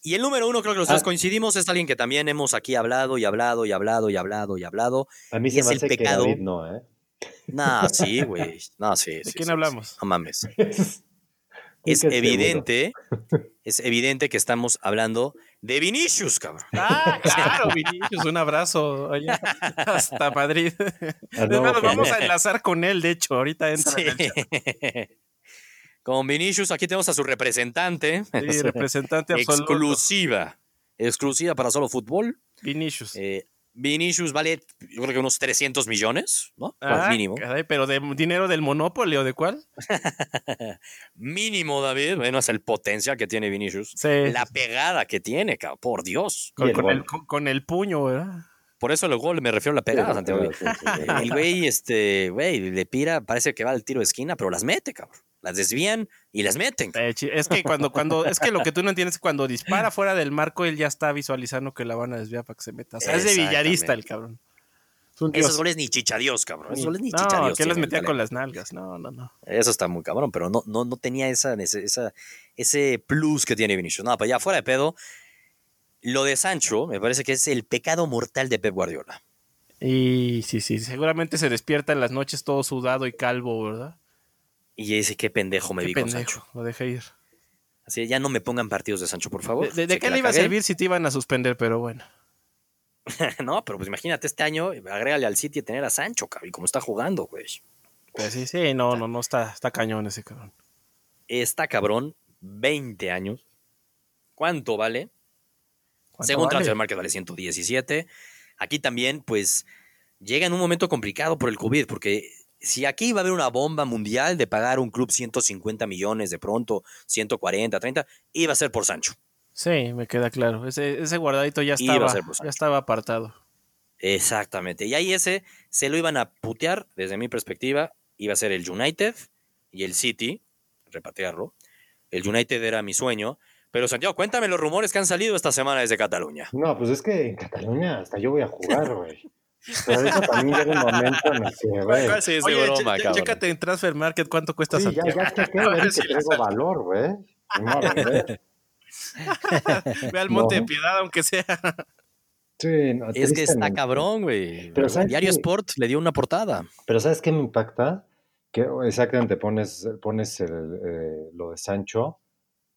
Speaker 1: Y el número uno, creo que los
Speaker 3: Ah.
Speaker 1: tres coincidimos, es alguien que también hemos aquí hablado y hablado y hablado y hablado y hablado.
Speaker 3: A mí
Speaker 1: Y
Speaker 3: se
Speaker 1: es
Speaker 3: me
Speaker 1: el
Speaker 3: hace
Speaker 1: pecado.
Speaker 3: que David no, ¿eh?
Speaker 1: Nah, sí, güey. Nah, sí,
Speaker 2: ¿de quién hablamos?
Speaker 1: No mames.
Speaker 3: es
Speaker 1: es evidente, es evidente que estamos hablando de Vinicius, cabrón.
Speaker 2: Ah, claro, Vinicius, un abrazo allá hasta Madrid.
Speaker 3: Ah,
Speaker 2: Es
Speaker 3: no,
Speaker 2: más, nos Pues
Speaker 3: pero-
Speaker 2: vamos a enlazar con él, de hecho, ahorita entra en el chat.
Speaker 1: Con Vinicius, aquí tenemos a su representante.
Speaker 2: Sí, representante absoluto.
Speaker 1: exclusiva. Exclusiva para solo fútbol.
Speaker 2: Vinicius.
Speaker 1: Eh, Vinicius vale, yo creo que unos 300 millones, ¿no?
Speaker 2: Ah,
Speaker 1: mínimo.
Speaker 2: caray, pero de dinero del Monopoly o de cuál?
Speaker 1: Mínimo, David. Bueno, es el potencial que tiene Vinicius.
Speaker 2: Sí.
Speaker 1: La pegada que tiene, cabrón, por Dios.
Speaker 2: Con,
Speaker 3: Y el
Speaker 2: con
Speaker 3: gol.
Speaker 2: el, con- con el puño, ¿verdad?
Speaker 1: Por eso el gol me refiero a la pegada, Santiago. El güey, este, güey, le pira, parece que va al tiro de esquina, pero las mete, cabrón. Las desvían y las meten. cabrón.
Speaker 2: Eh, chi- Es que cuando, cuando, es que lo que tú no entiendes es que cuando dispara fuera del marco, él ya está visualizando que la van a desviar para que se meta. O sea, es de
Speaker 1: Exactamente.
Speaker 2: villarista el cabrón. Es un dios.
Speaker 1: Esos goles ni chicha Dios, cabrón. Esos goles ni chicha
Speaker 2: No,
Speaker 1: Dios.
Speaker 2: que él las
Speaker 1: tienen,
Speaker 2: metía
Speaker 1: la
Speaker 2: con
Speaker 1: neta.
Speaker 2: las nalgas. No, no, no.
Speaker 1: Eso está muy cabrón, pero no, no, no tenía esa, ese, esa- ese plus que tiene Vinicius. No, pero ya fuera de pedo. Lo de Sancho me parece que es el pecado mortal de Pep Guardiola.
Speaker 2: Y sí, sí, seguramente se despierta en las noches todo sudado y calvo, ¿verdad?
Speaker 1: Y ese qué pendejo me
Speaker 2: Qué
Speaker 1: vi con Sancho.
Speaker 2: pendejo, lo dejé ir.
Speaker 1: Así ya no me pongan partidos de Sancho, por favor.
Speaker 2: ¿De, de- de
Speaker 1: Sé que
Speaker 2: qué
Speaker 1: la
Speaker 2: le iba a
Speaker 1: cagué.
Speaker 2: servir si te iban a suspender? Pero bueno.
Speaker 1: no, pero pues imagínate este año, agrégale al City tener a Sancho, cabrón, y cómo está jugando, güey.
Speaker 2: Pues sí, sí, no, no, no, está, está cañón ese cabrón.
Speaker 1: está cabrón, 20 años. ¿Cuánto vale?
Speaker 2: ¿Cuánto
Speaker 1: Según
Speaker 2: vale?
Speaker 1: Transfer Market vale 117. Aquí también, pues, llega en un momento complicado por el COVID, porque si aquí va a haber una bomba mundial de pagar un club 150 millones de pronto, 140, 30, iba a ser por Sancho.
Speaker 2: Sí, me queda claro. Ese, ese guardadito ya
Speaker 1: Iba a
Speaker 2: estaba,
Speaker 1: ser por Sancho.
Speaker 2: ya estaba apartado.
Speaker 1: Exactamente. Y ahí ese se lo iban a putear, desde mi perspectiva, iba a ser el United y el City, repatearlo. El United era mi sueño. Pero Santiago, cuéntame los rumores que han salido esta semana desde Cataluña.
Speaker 3: No, pues es que en Cataluña hasta yo voy a jugar, güey. Pero eso también llega un momento en el que, güey.
Speaker 1: ¿Cuál sí es de
Speaker 2: Oye,
Speaker 1: broma,
Speaker 2: che- che-
Speaker 1: cabrón?
Speaker 2: chécate en Transfer Market cuánto cuesta
Speaker 3: Sí, ya,
Speaker 2: Santiago.
Speaker 3: ya chequé, a ver que traigo valor, güey. Ni modo, güey.
Speaker 2: Ve al monte
Speaker 3: No.
Speaker 2: de piedad, aunque sea.
Speaker 3: Sí, no,
Speaker 1: Es que está
Speaker 3: tristemente.
Speaker 1: cabrón, güey.
Speaker 3: Pero ¿sabes
Speaker 1: Diario
Speaker 3: qué?
Speaker 1: Sport le dio una portada.
Speaker 3: Pero ¿sabes qué me impacta? Que exactamente pones, pones el, eh, lo de Sancho.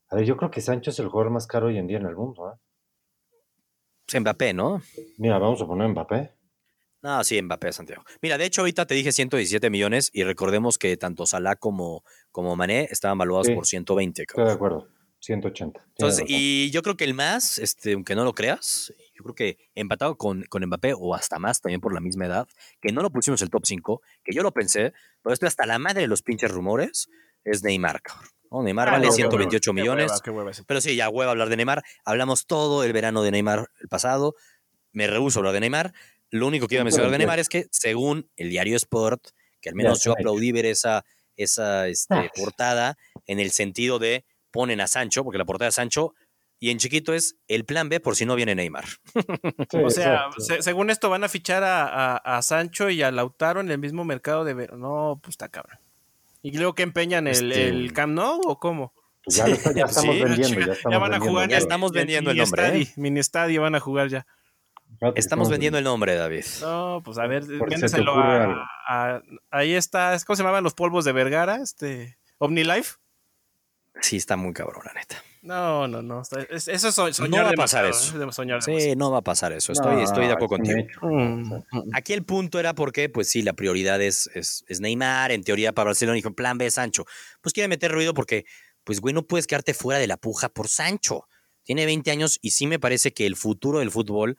Speaker 3: A ver, yo creo que Sancho es el jugador más caro hoy en día en el mundo. ¿eh?
Speaker 2: pues,
Speaker 1: Es Mbappé, ¿no?
Speaker 3: Mira, vamos a poner Mbappé.
Speaker 1: No, sí, Mbappé, Santiago. Mira, de hecho, ahorita te dije 117 millones y recordemos que tanto Salah como, como Mané estaban valuados
Speaker 3: Sí.
Speaker 1: por 120.
Speaker 3: Estoy
Speaker 1: cabrón.
Speaker 3: de acuerdo. 180. Tienes
Speaker 1: Entonces,
Speaker 3: razón.
Speaker 1: y yo creo que el más, este, aunque no lo creas, yo creo que empatado con, con Mbappé o hasta más, también por la misma edad, que no lo pusimos el top 5, que yo lo pensé, pero estoy hasta la madre de los pinches rumores, es Neymar, cabrón. No, Neymar
Speaker 2: Ah,
Speaker 1: vale
Speaker 2: no, qué
Speaker 1: 128
Speaker 2: hueva,
Speaker 1: millones.
Speaker 2: qué hueva ese.
Speaker 1: Pero sí, ya huevo hablar de Neymar. Hablamos todo el verano de Neymar el pasado. Me rehúso a hablar de Neymar. Lo único que iba a mencionar de Neymar es que, según el diario Sport, que al menos
Speaker 3: Ya,
Speaker 1: yo
Speaker 3: ay.
Speaker 1: aplaudí ver esa, esa este,
Speaker 3: Ah.
Speaker 1: portada en el sentido de ponen a Sancho, porque la portada de Sancho, y en chiquito es el plan B por si no viene Neymar.
Speaker 3: Sí,
Speaker 2: O sea,
Speaker 3: exacto.
Speaker 2: se- según esto van a fichar a, a- a Sancho y a Lautaro en el mismo mercado de... ver- No, pues está cabrón. ¿Y luego que empeñan el,
Speaker 1: Este-
Speaker 2: el Camp Nou o cómo?
Speaker 3: Pues ya, lo está- ya estamos
Speaker 1: sí,
Speaker 3: vendiendo. Ya,
Speaker 2: Ya
Speaker 3: estamos
Speaker 2: van a
Speaker 3: vendiendo,
Speaker 2: jugar.
Speaker 1: Ya
Speaker 2: el- ¿eh?
Speaker 3: güey.
Speaker 1: estamos vendiendo el
Speaker 2: mini
Speaker 1: nombre, ¿eh?
Speaker 2: Estadio, mini estadio van a jugar ya.
Speaker 3: Fíjate que
Speaker 1: Estamos vendiendo el nombre, David.
Speaker 2: No, pues a ver,
Speaker 3: Por si se te
Speaker 2: véndeselo
Speaker 3: ocurre
Speaker 2: a,
Speaker 3: algo.
Speaker 2: a- Ahí está, ¿cómo se llamaban los polvos de Vergara? Este... ¿Omnilife?
Speaker 1: sí está muy cabrón, la neta.
Speaker 2: No, no, no. está- es- Eso es so- soñar
Speaker 1: No va a pasar
Speaker 2: demasiado,
Speaker 1: eso.
Speaker 2: es de soñar
Speaker 1: Sí, no va a pasar eso. Estoy,
Speaker 3: pues. No,
Speaker 1: estoy de
Speaker 3: es
Speaker 1: acuerdo
Speaker 3: un
Speaker 1: contigo.
Speaker 3: hecho.
Speaker 2: demasiado. Mm.
Speaker 1: Aquí el punto era porque, pues sí, la prioridad es, es, es Neymar, en teoría para Barcelona, dijo, plan B Sancho. Pues quiere meter ruido porque, pues güey, no puedes quedarte fuera de la puja por Sancho. Tiene 20 años y sí me parece que el futuro del fútbol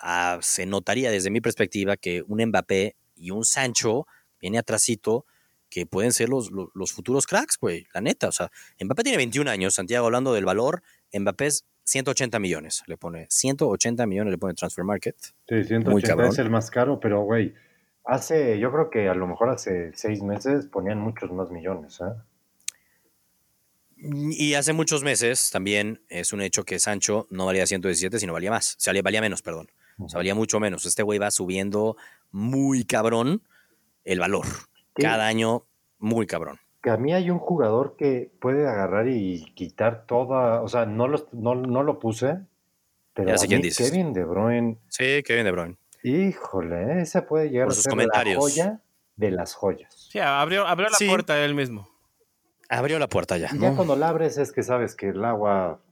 Speaker 1: ah, se notaría desde mi perspectiva que un Mbappé y un Sancho viene atrasito que pueden ser los, los, los futuros cracks, güey, la neta. O sea, Mbappé tiene 21 años, Santiago, hablando del valor, Mbappé es 180 millones, le pone 180 millones, le pone Transfer Market.
Speaker 3: Sí,
Speaker 1: Muy
Speaker 3: 180
Speaker 1: cabrón.
Speaker 3: este es el más caro, pero güey, hace, yo creo que a lo mejor hace seis meses ponían muchos más millones, ¿eh?
Speaker 1: Y hace muchos meses también es un hecho que Sancho no valía 117, sino valía más. O sea, valía- valía menos, perdón. O sea, valía mucho menos. Este güey va subiendo muy cabrón el valor.
Speaker 3: Sí.
Speaker 1: Cada año muy cabrón.
Speaker 3: Que a mí hay un jugador que puede agarrar y quitar toda, o sea, no lo, no, no lo puse, pero
Speaker 1: Ya
Speaker 3: a
Speaker 1: sé quién
Speaker 3: mí
Speaker 1: dices.
Speaker 3: Kevin De Bruyne,
Speaker 1: Sí, Kevin De Bruyne.
Speaker 3: híjole, ¿eh? ese puede llegar
Speaker 1: Por
Speaker 3: a
Speaker 1: sus
Speaker 3: ser
Speaker 1: comentarios.
Speaker 3: la joya de las joyas.
Speaker 2: Sí, abrió, abrió la
Speaker 1: Sí.
Speaker 2: puerta él mismo.
Speaker 1: Abrió la puerta ya.
Speaker 3: Y ya
Speaker 1: ¿no?
Speaker 3: cuando la abres es que sabes que el agua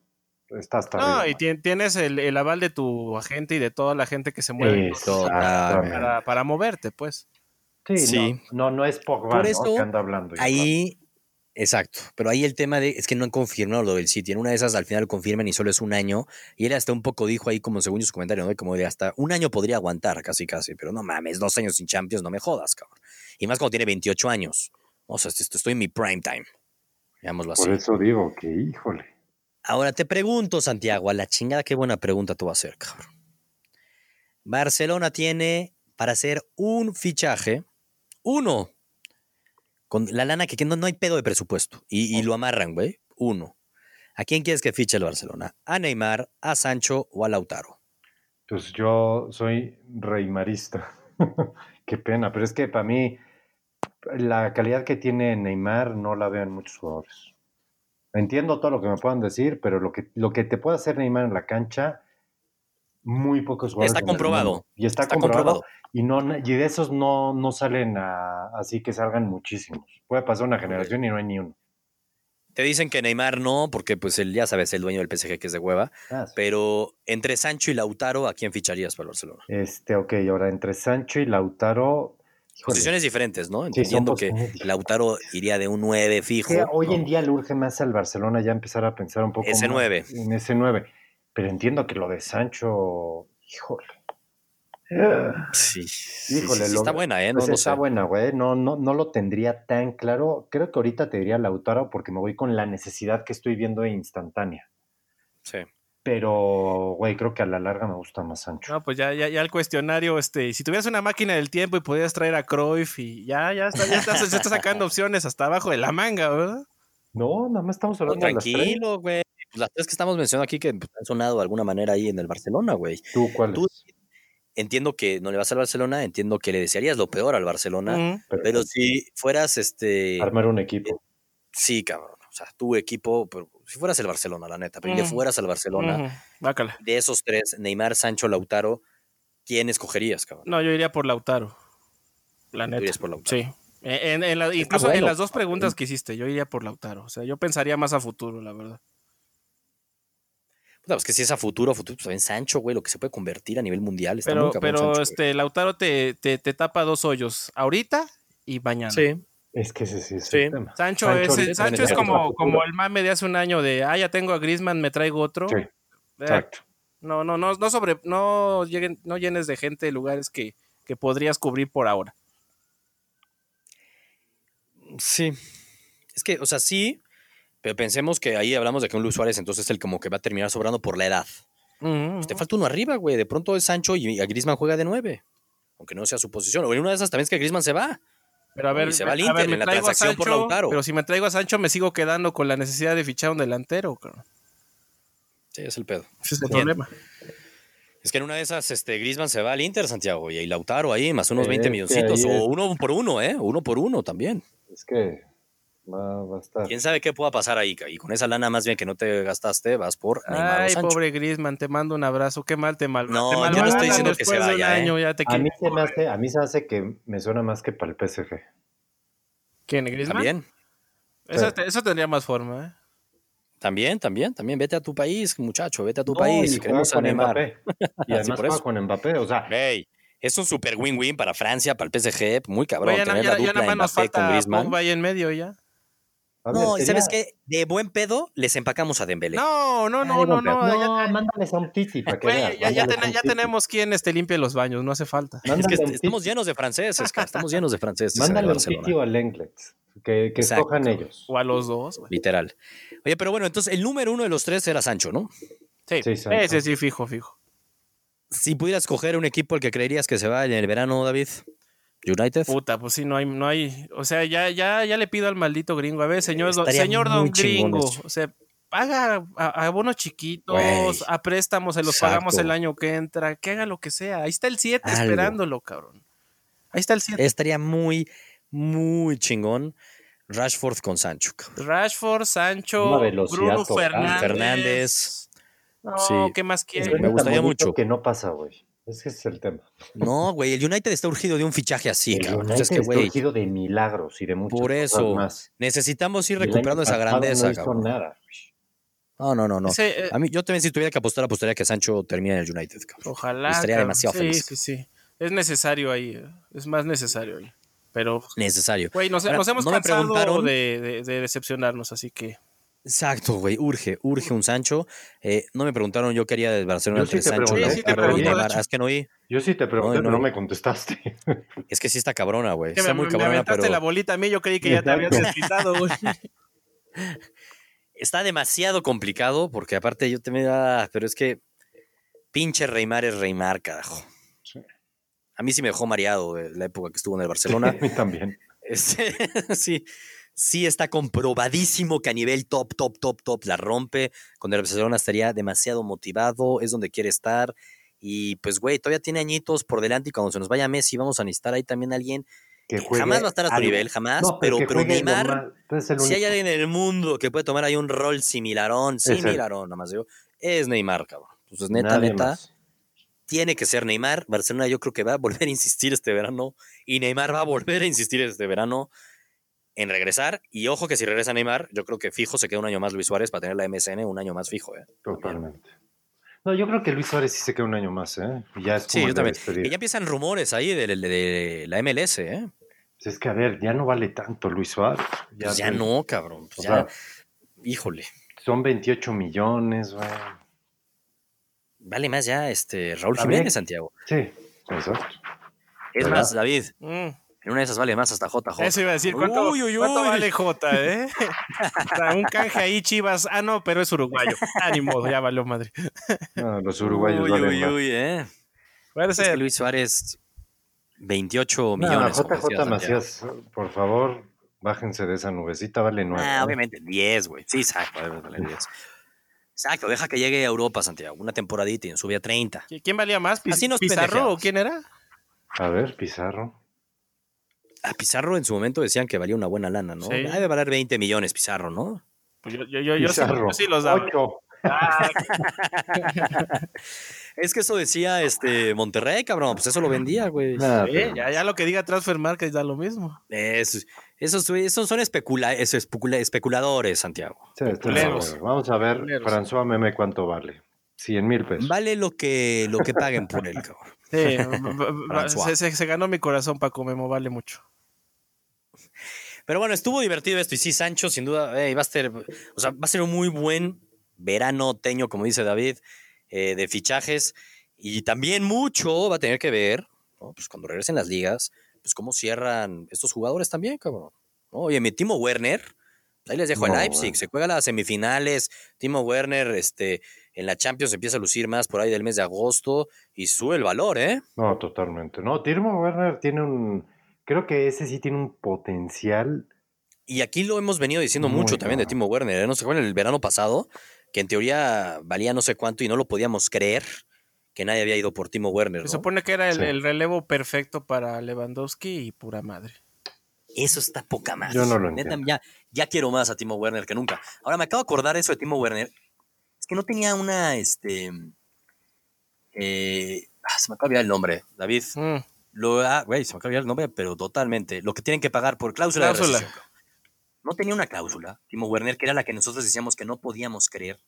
Speaker 3: está hasta
Speaker 2: No,
Speaker 3: arriba.
Speaker 2: y tien- tienes el, el aval de tu agente y de toda la gente que se mueve
Speaker 3: Exactamente.
Speaker 2: para, para moverte, pues.
Speaker 3: Sí,
Speaker 1: Sí.
Speaker 3: No, no, no es Pogba,
Speaker 1: Por
Speaker 3: ¿no?
Speaker 1: eso,
Speaker 3: que anda hablando. yo
Speaker 1: Ahí, exacto. Pero ahí el tema de es que no han confirmado lo del City. En una de esas al final lo confirman y solo es un año. Y él hasta un poco dijo ahí, como según sus comentarios, ¿no? como de hasta un año podría aguantar, casi, casi. Pero no mames, dos años sin Champions, no me jodas, cabrón. Y más cuando tiene 28 años. O sea, est- estoy en mi prime time. Llamémoslo así.
Speaker 3: Por eso digo que, híjole.
Speaker 1: Ahora te pregunto, Santiago, a la chingada, qué buena pregunta tú vas a hacer, cabrón. Barcelona tiene para hacer un fichaje, uno, con la lana que que no, no hay pedo de presupuesto, y, y lo amarran, güey, uno. ¿A quién quieres que fiche el Barcelona? ¿A Neymar, a Sancho o a Lautaro?
Speaker 3: Pues yo soy reimarista. Qué pena, pero es que para mí la calidad que tiene Neymar no la veo en muchos jugadores. Entiendo todo lo que me puedan decir, pero lo que, lo que te puede hacer Neymar en la cancha, muy pocos jugadores.
Speaker 1: Está
Speaker 3: en el
Speaker 1: comprobado.
Speaker 3: mundo. Y está,
Speaker 1: Está
Speaker 3: comprobado.
Speaker 1: comprobado.
Speaker 3: Y, no, y de esos no, no salen a- así que salgan muchísimos. Puede pasar una generación y no hay ni uno.
Speaker 1: Te dicen que Neymar no, porque pues él, ya sabes, el dueño del PSG que es de hueva,
Speaker 3: Ah, sí.
Speaker 1: pero entre Sancho y Lautaro, ¿a quién ficharías para el Barcelona?
Speaker 3: Este, ok, ahora entre Sancho y Lautaro. híjole,
Speaker 1: Posiciones diferentes, ¿no?
Speaker 3: Pues sí, son
Speaker 1: Entendiendo que
Speaker 3: posiciones diferentes.
Speaker 1: Lautaro iría de un 9 fijo.
Speaker 3: Que hoy
Speaker 1: ¿no?
Speaker 3: en día le urge más al Barcelona ya empezar a pensar un poco
Speaker 1: Ese
Speaker 3: más
Speaker 1: nueve.
Speaker 3: en ese 9. Pero entiendo que lo de Sancho, híjole. Ah,
Speaker 1: Sí.
Speaker 3: Híjole,
Speaker 1: sí, sí,
Speaker 3: lo-
Speaker 1: está buena, ¿eh? No,
Speaker 3: pues
Speaker 1: no
Speaker 3: está
Speaker 1: sé.
Speaker 3: buena, güey. No, no, no lo tendría tan claro. Creo que ahorita te diría Lautaro porque me voy con la necesidad que estoy viendo instantánea.
Speaker 1: Sí.
Speaker 3: Pero, güey, creo que a la larga me gusta más Sancho.
Speaker 2: No, pues ya, ya, ya el cuestionario, este, si tuvieras una máquina del tiempo y pudieras traer a Cruyff y ya, ya está, ya está, se está sacando opciones hasta abajo de la manga, ¿verdad?
Speaker 3: No, nada más estamos
Speaker 1: No,
Speaker 3: hablando de las tres.
Speaker 1: tranquilo, güey. Pues Las tres que estamos mencionando aquí que han sonado de alguna manera ahí en el Barcelona, güey.
Speaker 3: ¿Tú cuál
Speaker 1: Tú-
Speaker 3: es?
Speaker 1: Entiendo que no le vas al Barcelona, entiendo que le desearías lo peor al Barcelona,
Speaker 2: Ujú.
Speaker 1: pero si fueras este.
Speaker 3: Armar un equipo.
Speaker 1: Sí, cabrón. O sea, tu equipo, pero si fueras el Barcelona, la neta, pero si le
Speaker 2: Mm.
Speaker 1: fueras al Barcelona,
Speaker 2: Ujú. Bácala.
Speaker 1: de esos tres, Neymar, Sancho, Lautaro, ¿quién escogerías, cabrón?
Speaker 2: No, yo iría por Lautaro. La
Speaker 1: Tú
Speaker 2: neta.
Speaker 1: irías por Lautaro.
Speaker 2: Sí. En, en la- incluso en
Speaker 1: bueno.
Speaker 2: las dos preguntas que hiciste, yo iría por Lautaro. O sea, yo pensaría más a futuro, la verdad.
Speaker 1: Puta, pues que si es a futuro, a futuro, pues también Sancho, güey, lo que se puede convertir a nivel mundial. Está
Speaker 2: Pero,
Speaker 1: muy cabrón,
Speaker 2: pero
Speaker 1: Sancho, güey.
Speaker 2: este, Lautaro te, te, te tapa dos hoyos, ahorita y mañana.
Speaker 3: este,
Speaker 1: Sí.
Speaker 3: Es que ese sí es
Speaker 1: Sí.
Speaker 3: el tema.
Speaker 2: Sancho,
Speaker 3: Sancho
Speaker 2: es,
Speaker 3: ahorita
Speaker 2: el- Sancho es
Speaker 1: también
Speaker 3: es la
Speaker 2: como,
Speaker 3: futura.
Speaker 2: como el mame de hace un año de, ah, ya tengo a Griezmann, me traigo otro.
Speaker 3: Sí,
Speaker 2: Eh,
Speaker 3: exacto.
Speaker 2: no, no, no, no sobre, no lleguen, no llenes de gente lugares que, que podrías cubrir por ahora.
Speaker 1: Sí. Es que, o sea, sí, pero pensemos que ahí hablamos de que un Luis Suárez entonces el como que va a terminar sobrando por la edad. Pues te falta uno arriba, güey. De pronto es Sancho y a Grisman juega de nueve. Aunque no sea su posición. O en una de esas también es que Grisman se va.
Speaker 2: Pero a ver,
Speaker 1: Y se va al
Speaker 2: a
Speaker 1: Inter
Speaker 2: ver,
Speaker 1: en
Speaker 2: me
Speaker 1: la
Speaker 2: traigo a
Speaker 1: transacción por
Speaker 2: Sancho,
Speaker 1: Lautaro.
Speaker 2: Pero si me traigo a Sancho, me sigo quedando con la necesidad de fichar un delantero. cabrón.
Speaker 1: Sí, es el pedo.
Speaker 2: Ese es
Speaker 1: Sí.
Speaker 2: el problema.
Speaker 1: Es que en una de esas, este, Grisman se va al Inter, Santiago, y ahí Lautaro ahí, más unos
Speaker 3: Es
Speaker 1: 20
Speaker 3: que
Speaker 1: milloncitos.
Speaker 3: ahí es-
Speaker 1: O uno por uno, ¿eh? Uno por uno también.
Speaker 3: Es que va, va a estar.
Speaker 1: ¿Quién sabe qué pueda pasar ahí? Y con esa lana más bien que no te gastaste, vas por Neymar o
Speaker 2: Ay,
Speaker 1: Sancho.
Speaker 2: pobre Griezmann, te mando un abrazo. Qué mal te mal.
Speaker 1: No,
Speaker 2: te
Speaker 1: yo no
Speaker 2: malbaratan
Speaker 1: estoy diciendo que se
Speaker 2: después de un
Speaker 1: vaya, ¿eh?
Speaker 2: año, ya te
Speaker 3: A
Speaker 2: quiero.
Speaker 3: mí, se me hace, a mí se me hace que me suena más que para el PSG.
Speaker 2: ¿Quién, Griezmann?
Speaker 1: También.
Speaker 2: Eso,
Speaker 3: Sí.
Speaker 2: te- eso tendría más forma, ¿eh?
Speaker 1: También, también, también. Vete a tu país, muchacho, vete a tu
Speaker 3: No,
Speaker 1: país.
Speaker 3: y
Speaker 1: Queremos
Speaker 3: juega
Speaker 1: a
Speaker 3: con
Speaker 1: Neymar. Ah,
Speaker 3: Mbappé. Y además
Speaker 1: por
Speaker 3: juega
Speaker 1: eso.
Speaker 3: con Mbappé. O sea,
Speaker 1: Güey, es un super win-win para Francia, para el PSG, muy cabrón.
Speaker 2: Güey, ya, na-
Speaker 1: tener
Speaker 2: ya-
Speaker 1: la
Speaker 2: ya
Speaker 1: dupla
Speaker 2: nada más nos
Speaker 1: Mbappé con
Speaker 2: falta
Speaker 1: Griezmann.
Speaker 2: Pogba ahí en medio ya.
Speaker 3: a ver,
Speaker 1: No, y
Speaker 3: sería-
Speaker 1: sabes qué, de buen pedo les empacamos a Dembélé.
Speaker 2: No, no, no, no, no. ya- ya-
Speaker 3: mándales a un titi para que
Speaker 2: güey,
Speaker 3: veas,
Speaker 2: ya, ya
Speaker 3: mándales
Speaker 2: ten-
Speaker 3: a un
Speaker 2: ya
Speaker 3: titi.
Speaker 2: tenemos quien este, limpie los baños, no hace falta.
Speaker 1: es que
Speaker 3: Mándale a un
Speaker 1: est- estamos
Speaker 3: titi,
Speaker 1: llenos de franceses, cara, estamos llenos de franceses. en el
Speaker 3: mándale a un
Speaker 1: Barcelona.
Speaker 3: titi o al Englet, que, que
Speaker 1: Exacto.
Speaker 3: escojan ellos.
Speaker 2: O a los dos, güey.
Speaker 1: Literal. Oye, pero bueno, entonces el número uno de los tres era Sancho, ¿no?
Speaker 2: Sí,
Speaker 3: Sí, sí.
Speaker 2: ese sí, fijo, fijo.
Speaker 1: Si pudieras coger un equipo al que creerías que se va en el verano, David, United.
Speaker 2: Puta, pues sí, no hay, no hay. O sea, ya, ya, ya le pido al maldito gringo. A ver, señor, don,
Speaker 1: Estaría
Speaker 2: señor don
Speaker 1: muy chingón
Speaker 2: gringo.
Speaker 1: eso.
Speaker 2: O sea, paga a, a bonos chiquitos,
Speaker 1: Güey.
Speaker 2: a préstamos, se los
Speaker 1: Exacto.
Speaker 2: pagamos el año que entra, que haga lo que sea. Ahí está el 7
Speaker 1: Algo. Eh,
Speaker 2: esperándolo, cabrón. Ahí está el 7.
Speaker 1: Estaría muy, muy chingón Rashford con Sancho. cabrón.
Speaker 2: Rashford, Sancho,
Speaker 3: Una velocidad
Speaker 2: Bruno
Speaker 3: total.
Speaker 2: Fernández.
Speaker 1: Fernández.
Speaker 2: No,
Speaker 1: Sí.
Speaker 2: ¿qué más
Speaker 3: Suena
Speaker 2: quiere?
Speaker 1: Me
Speaker 3: tan
Speaker 1: gustaría
Speaker 3: bonito
Speaker 1: mucho.
Speaker 3: Que no pasa, güey. Ese es el tema.
Speaker 1: No, güey, el United está urgido de un fichaje así,
Speaker 3: el
Speaker 1: cabrón. pues
Speaker 3: United
Speaker 1: Es que,
Speaker 3: está
Speaker 1: güey,
Speaker 3: urgido de milagros y de muchas
Speaker 1: por
Speaker 3: cosas
Speaker 1: eso
Speaker 3: más.
Speaker 1: necesitamos ir
Speaker 3: El año
Speaker 1: recuperando esa
Speaker 3: pasado
Speaker 1: grandeza,
Speaker 3: no hizo
Speaker 1: cabrón.
Speaker 3: nada. güey.
Speaker 1: No, no, no, no.
Speaker 2: Ese, eh,
Speaker 1: A mí, yo también si tuviera que apostar, apostaría que Sancho termine en el United, cabrón.
Speaker 2: Ojalá.
Speaker 1: Estaría
Speaker 2: cabrón.
Speaker 1: demasiado
Speaker 2: sí,
Speaker 1: feliz.
Speaker 2: Sí, sí, Es necesario ahí. eh. Es más necesario ahí. Pero,
Speaker 1: Necesario.
Speaker 2: güey, nos,
Speaker 1: Ahora,
Speaker 2: nos hemos
Speaker 1: no me
Speaker 2: cansado
Speaker 1: preguntaron-
Speaker 2: de, de- de decepcionarnos, así que.
Speaker 1: Exacto, güey. Urge, urge un Sancho. Eh, no me preguntaron yo qué haría del Barcelona
Speaker 3: Yo sí
Speaker 1: entre
Speaker 3: te
Speaker 1: Sancho
Speaker 3: pregunté,
Speaker 1: y
Speaker 3: sí te
Speaker 1: Lautaro y
Speaker 3: pregunté, de
Speaker 1: Neymar.
Speaker 2: hecho.
Speaker 1: Es que no oí.
Speaker 3: Yo sí te pregunté,
Speaker 1: No, no.
Speaker 3: pero no me contestaste.
Speaker 1: Es que sí está cabrona, güey.
Speaker 2: que
Speaker 1: Está
Speaker 2: me,
Speaker 1: muy
Speaker 2: me
Speaker 1: cabrona,
Speaker 2: aventaste
Speaker 1: pero
Speaker 2: la bolita a mí, yo creí que ya te habías
Speaker 3: Exacto.
Speaker 2: desquitado, güey.
Speaker 1: está demasiado complicado porque aparte yo también... Ah, pero es que pinche Reymar es Reymar, carajo.
Speaker 3: Sí.
Speaker 1: A mí sí me dejó mareado eh, la época que estuvo en el
Speaker 3: A
Speaker 1: Barcelona.
Speaker 3: mí también.
Speaker 1: Este, sí, sí está comprobadísimo que a nivel top, top, top, top la rompe. Con el Barcelona estaría demasiado motivado, es donde quiere estar. Y pues, güey, todavía tiene añitos por delante y cuando se nos vaya Messi vamos a necesitar ahí también a alguien.
Speaker 3: Que
Speaker 1: que
Speaker 3: juegue
Speaker 1: jamás va a estar a tu
Speaker 3: algo.
Speaker 1: nivel, jamás.
Speaker 3: No,
Speaker 1: pero
Speaker 3: que
Speaker 1: pero
Speaker 3: juegue lo
Speaker 1: Neymar,
Speaker 3: más- tú eres el
Speaker 1: si hay
Speaker 3: único.
Speaker 1: alguien en el mundo que puede tomar ahí un rol similarón,
Speaker 3: él.
Speaker 1: similarón, nada más digo, es Neymar, cabrón. Entonces, neta,
Speaker 3: Nadie
Speaker 1: neta,
Speaker 3: más.
Speaker 1: tiene que ser Neymar. Barcelona yo creo que va a volver a insistir este verano y Neymar va a volver a insistir este verano en regresar. Y ojo que si regresa Neymar, yo creo que fijo se queda un año más Luis Suárez para tener la MSN un año más fijo. ¿eh?
Speaker 3: Totalmente. No, yo creo que Luis Suárez sí se queda un año más, ¿eh? Y Ya es como
Speaker 1: Sí, yo
Speaker 3: el de
Speaker 1: también.
Speaker 3: despedida.
Speaker 1: Y ya empiezan rumores ahí de, de- de la MLS. ¿eh?
Speaker 3: Pues Es que, a ver, ya no vale tanto Luis Suárez.
Speaker 1: Pues Ya, no, cabrón. pues
Speaker 3: O
Speaker 1: ya,
Speaker 3: sea,
Speaker 1: híjole.
Speaker 3: son 28 millones, güey.
Speaker 1: Vale más ya este Raúl
Speaker 3: También.
Speaker 1: Jiménez, Santiago.
Speaker 3: Sí, exacto.
Speaker 1: Es
Speaker 3: ¿Verdad?
Speaker 1: más, David,
Speaker 2: Mm,
Speaker 1: en una de esas vale más hasta JJ.
Speaker 2: Eso iba a decir, ¿cuánto,
Speaker 1: Uy, uy,
Speaker 2: cuánto
Speaker 1: uy.
Speaker 2: vale Jota, eh? O sea, un canje ahí, Chivas. Ah, no, pero es uruguayo. Ah, ni modo, ya valió madre.
Speaker 3: No, los uruguayos
Speaker 1: uy,
Speaker 3: valen
Speaker 1: uy,
Speaker 3: más.
Speaker 1: uy, ¿eh?
Speaker 2: Puede
Speaker 1: Es que
Speaker 2: ser.
Speaker 1: Luis Suárez, 28
Speaker 3: No,
Speaker 1: millones. como decía
Speaker 3: JJ
Speaker 1: Santiago.
Speaker 3: Macías, por favor, bájense de esa nubecita, vale nueve.
Speaker 1: Ah, obviamente 10, güey. Sí, exacto. debe valer 10. Exacto, deja que llegue a Europa, Santiago. Una temporadita y en subía 30.
Speaker 2: ¿Qui- ¿Quién valía más? ¿Piz-
Speaker 1: Así nos
Speaker 2: ¿Pizarro
Speaker 1: pendejeamos.
Speaker 2: o quién era?
Speaker 3: A ver, Pizarro.
Speaker 1: A Pizarro en su momento decían que valía una buena lana, ¿no?
Speaker 2: Sí.
Speaker 1: Ah, Debe valer 20 millones, Pizarro, ¿no?
Speaker 2: Pues yo, yo, yo, yo sí,
Speaker 3: Pizarro.
Speaker 2: yo sí los daba.
Speaker 3: Ocho.
Speaker 2: Ah,
Speaker 1: Es que eso decía este Monterrey, cabrón. Pues eso lo vendía, güey.
Speaker 3: Nada,
Speaker 2: eh,
Speaker 3: pero-
Speaker 2: ya, ya lo que diga Transfer Market da lo mismo.
Speaker 1: Eso- Esos, güey, esos son especula- esos especula- especuladores, Santiago.
Speaker 3: Sí, está
Speaker 2: Culeros.
Speaker 3: bien, güey. Vamos a ver,
Speaker 2: Culeros.
Speaker 3: François Meme, cuánto vale. 100 mil pesos.
Speaker 1: Vale lo que, lo que paguen por él, cabrón.
Speaker 2: Sí, va- va- va-
Speaker 1: François.
Speaker 2: se, se- se ganó mi corazón, Paco Memo, vale mucho.
Speaker 1: Pero bueno, estuvo divertido esto. Y sí, Sancho, sin duda, ey, va a ser, o sea, va a ser un muy buen verano teño, como dice David, eh, de fichajes. Y también mucho va a tener que ver, ¿no? pues cuando regresen las ligas, pues cómo cierran estos jugadores también, cabrón. ¿no? Oye, mi Timo Werner, pues ahí les dejo en
Speaker 3: No,
Speaker 1: Leipzig,
Speaker 3: bueno.
Speaker 1: se juega las semifinales. Timo Werner, este, en la Champions empieza a lucir más por ahí del mes de agosto y sube el valor, ¿eh?
Speaker 3: No, totalmente. No, Timo Werner tiene un. Creo que ese sí tiene un potencial.
Speaker 1: Y aquí lo hemos venido diciendo
Speaker 3: Muy
Speaker 1: mucho también de
Speaker 3: cabrón.
Speaker 1: Timo Werner. ¿eh? No se acuerdan el verano pasado, que en teoría valía no sé cuánto y no lo podíamos creer que nadie había ido por Timo Werner.
Speaker 2: Se
Speaker 1: ¿no?
Speaker 2: supone que era el,
Speaker 3: Sí.
Speaker 2: el relevo perfecto para Lewandowski y pura madre.
Speaker 1: Eso está poca más.
Speaker 3: Yo no lo
Speaker 1: Neta,
Speaker 3: entiendo.
Speaker 1: ya, ya quiero más a Timo Werner que nunca. Ahora me acabo de acordar eso de Timo Werner. Es que no tenía una, este. eh, ah, se me acaba de olvidar el nombre, David.
Speaker 2: Mm.
Speaker 1: Lo, ah, güey, se me acaba de olvidar el nombre, pero totalmente. Lo que tienen que pagar por cláusula,
Speaker 2: Cláusula.
Speaker 1: de rescisión. cabrón. no tenía una cláusula, Timo Werner, que era la que nosotros decíamos que no podíamos creer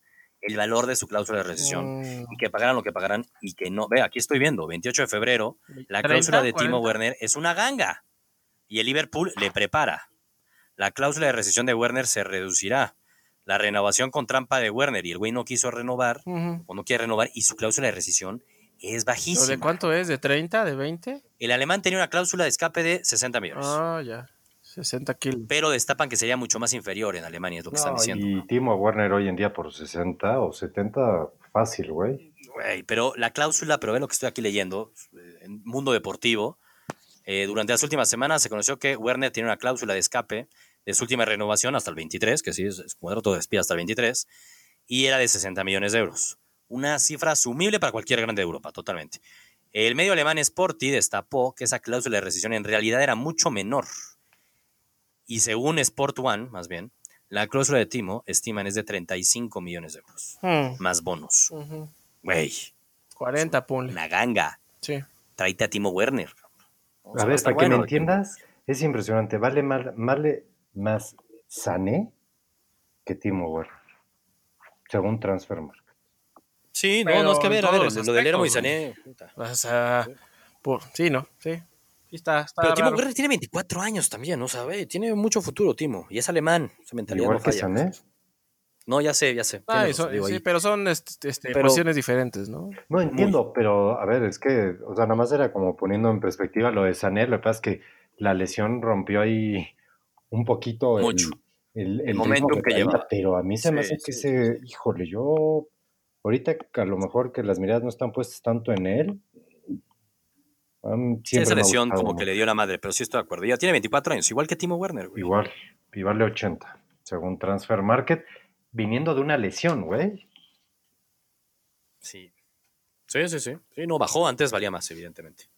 Speaker 1: el valor de su cláusula de
Speaker 2: Mm.
Speaker 1: rescisión y que pagaran lo que pagaran y que no. Ve, aquí estoy viendo, 28 de febrero, la
Speaker 2: 30,
Speaker 1: cláusula de Timo
Speaker 2: 40.
Speaker 1: Werner es una ganga y el Liverpool le prepara. La cláusula de rescisión de Werner se reducirá. La renovación con trampa de Werner y el güey no quiso renovar
Speaker 2: Ujú.
Speaker 1: o no quiere renovar y su cláusula de rescisión es
Speaker 2: ¿Lo ¿De
Speaker 1: bajísima.
Speaker 2: cuánto es? ¿De 30? ¿De 20?
Speaker 1: El alemán tenía una cláusula de escape de 60 millones,
Speaker 2: Ah, ya. 60 kilos.
Speaker 1: pero destapan que sería mucho más inferior en Alemania, es lo que están
Speaker 3: No,
Speaker 1: diciendo.
Speaker 3: Y Timo Werner hoy en día por 60 o 70, fácil, güey.
Speaker 1: Güey, pero la cláusula, pero ve lo que estoy aquí leyendo, eh, en Mundo Deportivo, eh, durante las últimas semanas se conoció que Werner tiene una cláusula de escape de su última renovación hasta el 23, que sí, es es contrato de espía hasta el 23, y era de 60 millones de euros. Una cifra asumible para cualquier grande de Europa, totalmente. El medio alemán Sporty destapó que esa cláusula de rescisión en realidad era mucho menor. Y según Sport One, más bien, la cláusula de Timo estiman es de 35 millones de euros,
Speaker 2: Hmm.
Speaker 1: más bonus.
Speaker 2: Ujú.
Speaker 1: Güey,
Speaker 2: 40, ponle.
Speaker 1: una ganga.
Speaker 2: Sí.
Speaker 1: Tráete a Timo Werner. O sea,
Speaker 3: A ver,
Speaker 1: está
Speaker 3: para que
Speaker 1: bueno.
Speaker 3: me entiendas, es impresionante. Vale, mal- vale más Sané que Timo Werner, según Transfermarkt.
Speaker 1: Sí, no,
Speaker 2: Pero
Speaker 1: no, es que a
Speaker 2: en
Speaker 1: ver, a
Speaker 2: todos
Speaker 1: ver,
Speaker 2: los
Speaker 1: lo del Ermo y
Speaker 2: aspectos,
Speaker 1: Sané. puta.
Speaker 2: O sea, por, sí, ¿no? Sí. Sí, está, está
Speaker 1: Pero Timo
Speaker 2: raro.
Speaker 1: Werner tiene 24 años también, ¿no sabe? Tiene mucho futuro, Timo. Y es alemán. Esa mentalidad
Speaker 3: Igual
Speaker 1: no
Speaker 3: que
Speaker 1: falla. pues.
Speaker 3: Sané.
Speaker 1: No, ya sé, ya sé.
Speaker 2: Ah,
Speaker 1: Tienes
Speaker 2: eso-
Speaker 1: razón, digo,
Speaker 2: sí,
Speaker 1: ahí.
Speaker 2: pero son este, este,
Speaker 1: Pero-
Speaker 2: posiciones diferentes, ¿no?
Speaker 3: No entiendo, pero a ver, es que, o sea, nada más era como poniendo en perspectiva lo de Sané. Lo que pasa es que la lesión rompió ahí un poquito el,
Speaker 1: Mucho.
Speaker 3: el, el ritmo
Speaker 1: momentum que
Speaker 3: traía,
Speaker 1: llevaba.
Speaker 3: Pero a mí se me
Speaker 1: Sí,
Speaker 3: hace que
Speaker 1: sí,
Speaker 3: ese, híjole, yo ahorita que a lo mejor que las miradas no están puestas tanto en él. a mí
Speaker 1: Sí,
Speaker 3: siempre
Speaker 1: esa
Speaker 3: me ha
Speaker 1: lesión
Speaker 3: gustado
Speaker 1: como que le dio la madre, pero sí estoy de acuerdo. Ya tiene 24 años, igual que Timo Werner, güey.
Speaker 3: Igual, y vale 80, según Transfer Market, viniendo de una lesión, güey.
Speaker 1: Sí. Sí, sí, sí. Sí, no, bajó. Antes valía más, evidentemente.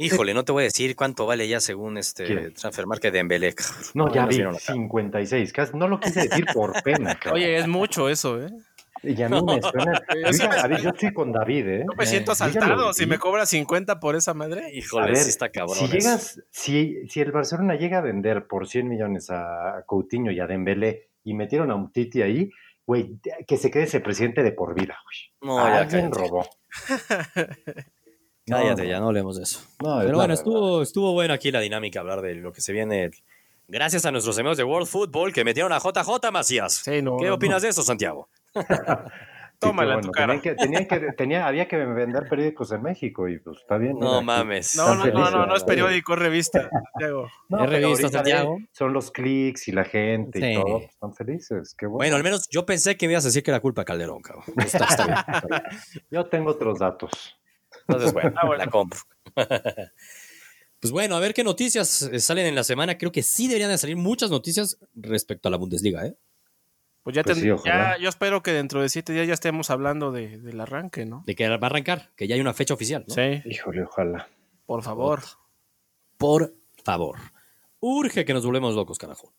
Speaker 1: Híjole, no te voy a decir cuánto vale ya según este
Speaker 3: ¿Quién?
Speaker 1: Transfer Market de Embelec.
Speaker 3: No, ya
Speaker 1: nos
Speaker 3: vi,
Speaker 1: dieron la cara.
Speaker 3: 56. Casi, no lo quise decir por pena, cabrón.
Speaker 2: Oye, es mucho eso, ¿eh?
Speaker 3: Y a mí me suena.
Speaker 2: Yo sí
Speaker 3: Diga,
Speaker 2: me-
Speaker 3: a ver, yo estoy con David, ¿eh?
Speaker 2: No me siento
Speaker 3: Eh, dígalo,
Speaker 2: asaltado si
Speaker 3: sí.
Speaker 2: me cobras 50 por esa madre.
Speaker 1: Híjole,
Speaker 3: A ver,
Speaker 1: sí está cabrón.
Speaker 3: Si
Speaker 1: eso.
Speaker 3: llegas, si, si el Barcelona llega a vender por 100 millones a Coutinho y a Dembélé y metieron a un Titi ahí, güey, que se quede ese presidente de por vida, güey.
Speaker 1: No, ya
Speaker 3: Alguien
Speaker 1: cállate.
Speaker 3: robó.
Speaker 1: Cállate, ya no hablemos de eso.
Speaker 3: No, es
Speaker 1: Pero
Speaker 3: la
Speaker 1: bueno,
Speaker 3: verdad.
Speaker 1: estuvo, estuvo buena aquí la dinámica, hablar de lo que se viene. Gracias a nuestros amigos de World Football que metieron a JJ Macías.
Speaker 2: Sí, no,
Speaker 1: ¿Qué
Speaker 2: no,
Speaker 1: opinas de eso, Santiago?
Speaker 3: Sí, qué
Speaker 2: Tómala en tu cara.
Speaker 3: Tenían que, tenían que- tenía- había que vender periódicos en México y pues está bien.
Speaker 1: No
Speaker 3: mira,
Speaker 1: mames.
Speaker 2: No, no, no,
Speaker 3: felices,
Speaker 2: no, no es
Speaker 3: güey.
Speaker 2: periódico, es revista, Santiago.
Speaker 3: No,
Speaker 5: He
Speaker 3: pero
Speaker 5: revisto,
Speaker 3: ahorita
Speaker 5: Santiago.
Speaker 3: ve, Son los clics y la gente y
Speaker 5: Sí.
Speaker 3: todo. pues, Están felices. Qué bueno.
Speaker 1: Bueno, al menos yo pensé que me ibas a decir que era culpa de Calderón, cabrón. Está- está bien.
Speaker 3: Yo tengo otros datos.
Speaker 1: Entonces, bueno,
Speaker 2: Ah, bueno.
Speaker 1: la compro. Pues bueno, a ver qué noticias eh, salen en la semana. Creo que sí deberían de salir muchas noticias respecto a la Bundesliga, ¿eh?
Speaker 2: Pues ya,
Speaker 3: Pues
Speaker 2: ten-
Speaker 3: sí, ojalá.
Speaker 2: ya- yo espero que dentro de siete días ya estemos hablando de- del arranque, ¿no?
Speaker 1: De que va a arrancar, que ya hay una fecha oficial, ¿no?
Speaker 2: Sí,
Speaker 3: Híjole, ojalá.
Speaker 2: por favor.
Speaker 1: Por favor. Urge que nos volvemos locos, carajo.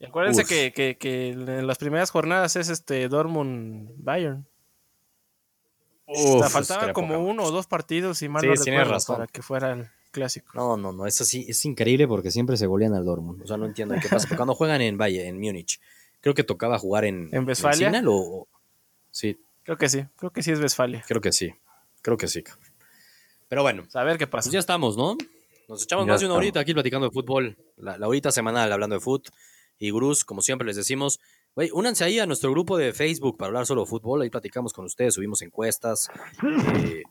Speaker 2: Y acuérdense
Speaker 1: Uf.
Speaker 2: que, que- que en las primeras jornadas es este Dortmund Bayern. O sea,
Speaker 1: Uf, es que
Speaker 2: faltaban
Speaker 1: era
Speaker 2: como
Speaker 1: poca
Speaker 2: uno o dos partidos, si mal
Speaker 1: Sí,
Speaker 2: no
Speaker 1: tienes
Speaker 2: recuerdo,
Speaker 1: razón.
Speaker 2: para que fuera el clásico.
Speaker 1: No, no, no, eso sí es increíble porque siempre se golean al Dortmund. O sea, no entiendo qué pasa. Porque cuando juegan en Valle, en Múnich, creo que tocaba jugar en.
Speaker 2: ¿En Westfalia?
Speaker 1: Signal o- o- Sí,
Speaker 2: Creo que sí, creo que sí es Westfalia.
Speaker 1: creo que sí. Creo que sí, cabrón. Pero bueno,
Speaker 2: A ver qué pasa.
Speaker 1: pues ya estamos, ¿no? Nos echamos
Speaker 3: Ya
Speaker 1: más de una
Speaker 3: estamos.
Speaker 1: horita aquí platicando de fútbol. La, la horita semanal hablando de fútbol. Y Gruz, como siempre les decimos, güey, únanse ahí a nuestro grupo de Facebook para hablar solo de fútbol. Ahí platicamos con ustedes, subimos encuestas. eh,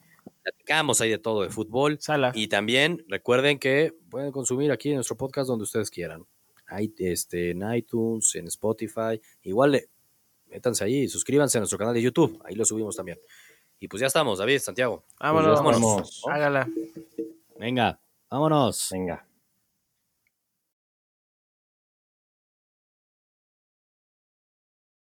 Speaker 1: platicamos ahí de todo de fútbol.
Speaker 2: Sala.
Speaker 1: Y también recuerden que pueden consumir aquí en nuestro podcast donde ustedes quieran. Hay, este, en iTunes, en Spotify. Igual, eh, métanse ahí y suscríbanse a nuestro canal de YouTube. Ahí lo subimos también. Y pues ya
Speaker 2: Ah,
Speaker 1: estamos, David, Santiago.
Speaker 2: Vámonos.
Speaker 3: Pues ya
Speaker 1: vámonos.
Speaker 3: estamos.
Speaker 2: Hágala.
Speaker 1: Venga, vámonos.
Speaker 3: Venga.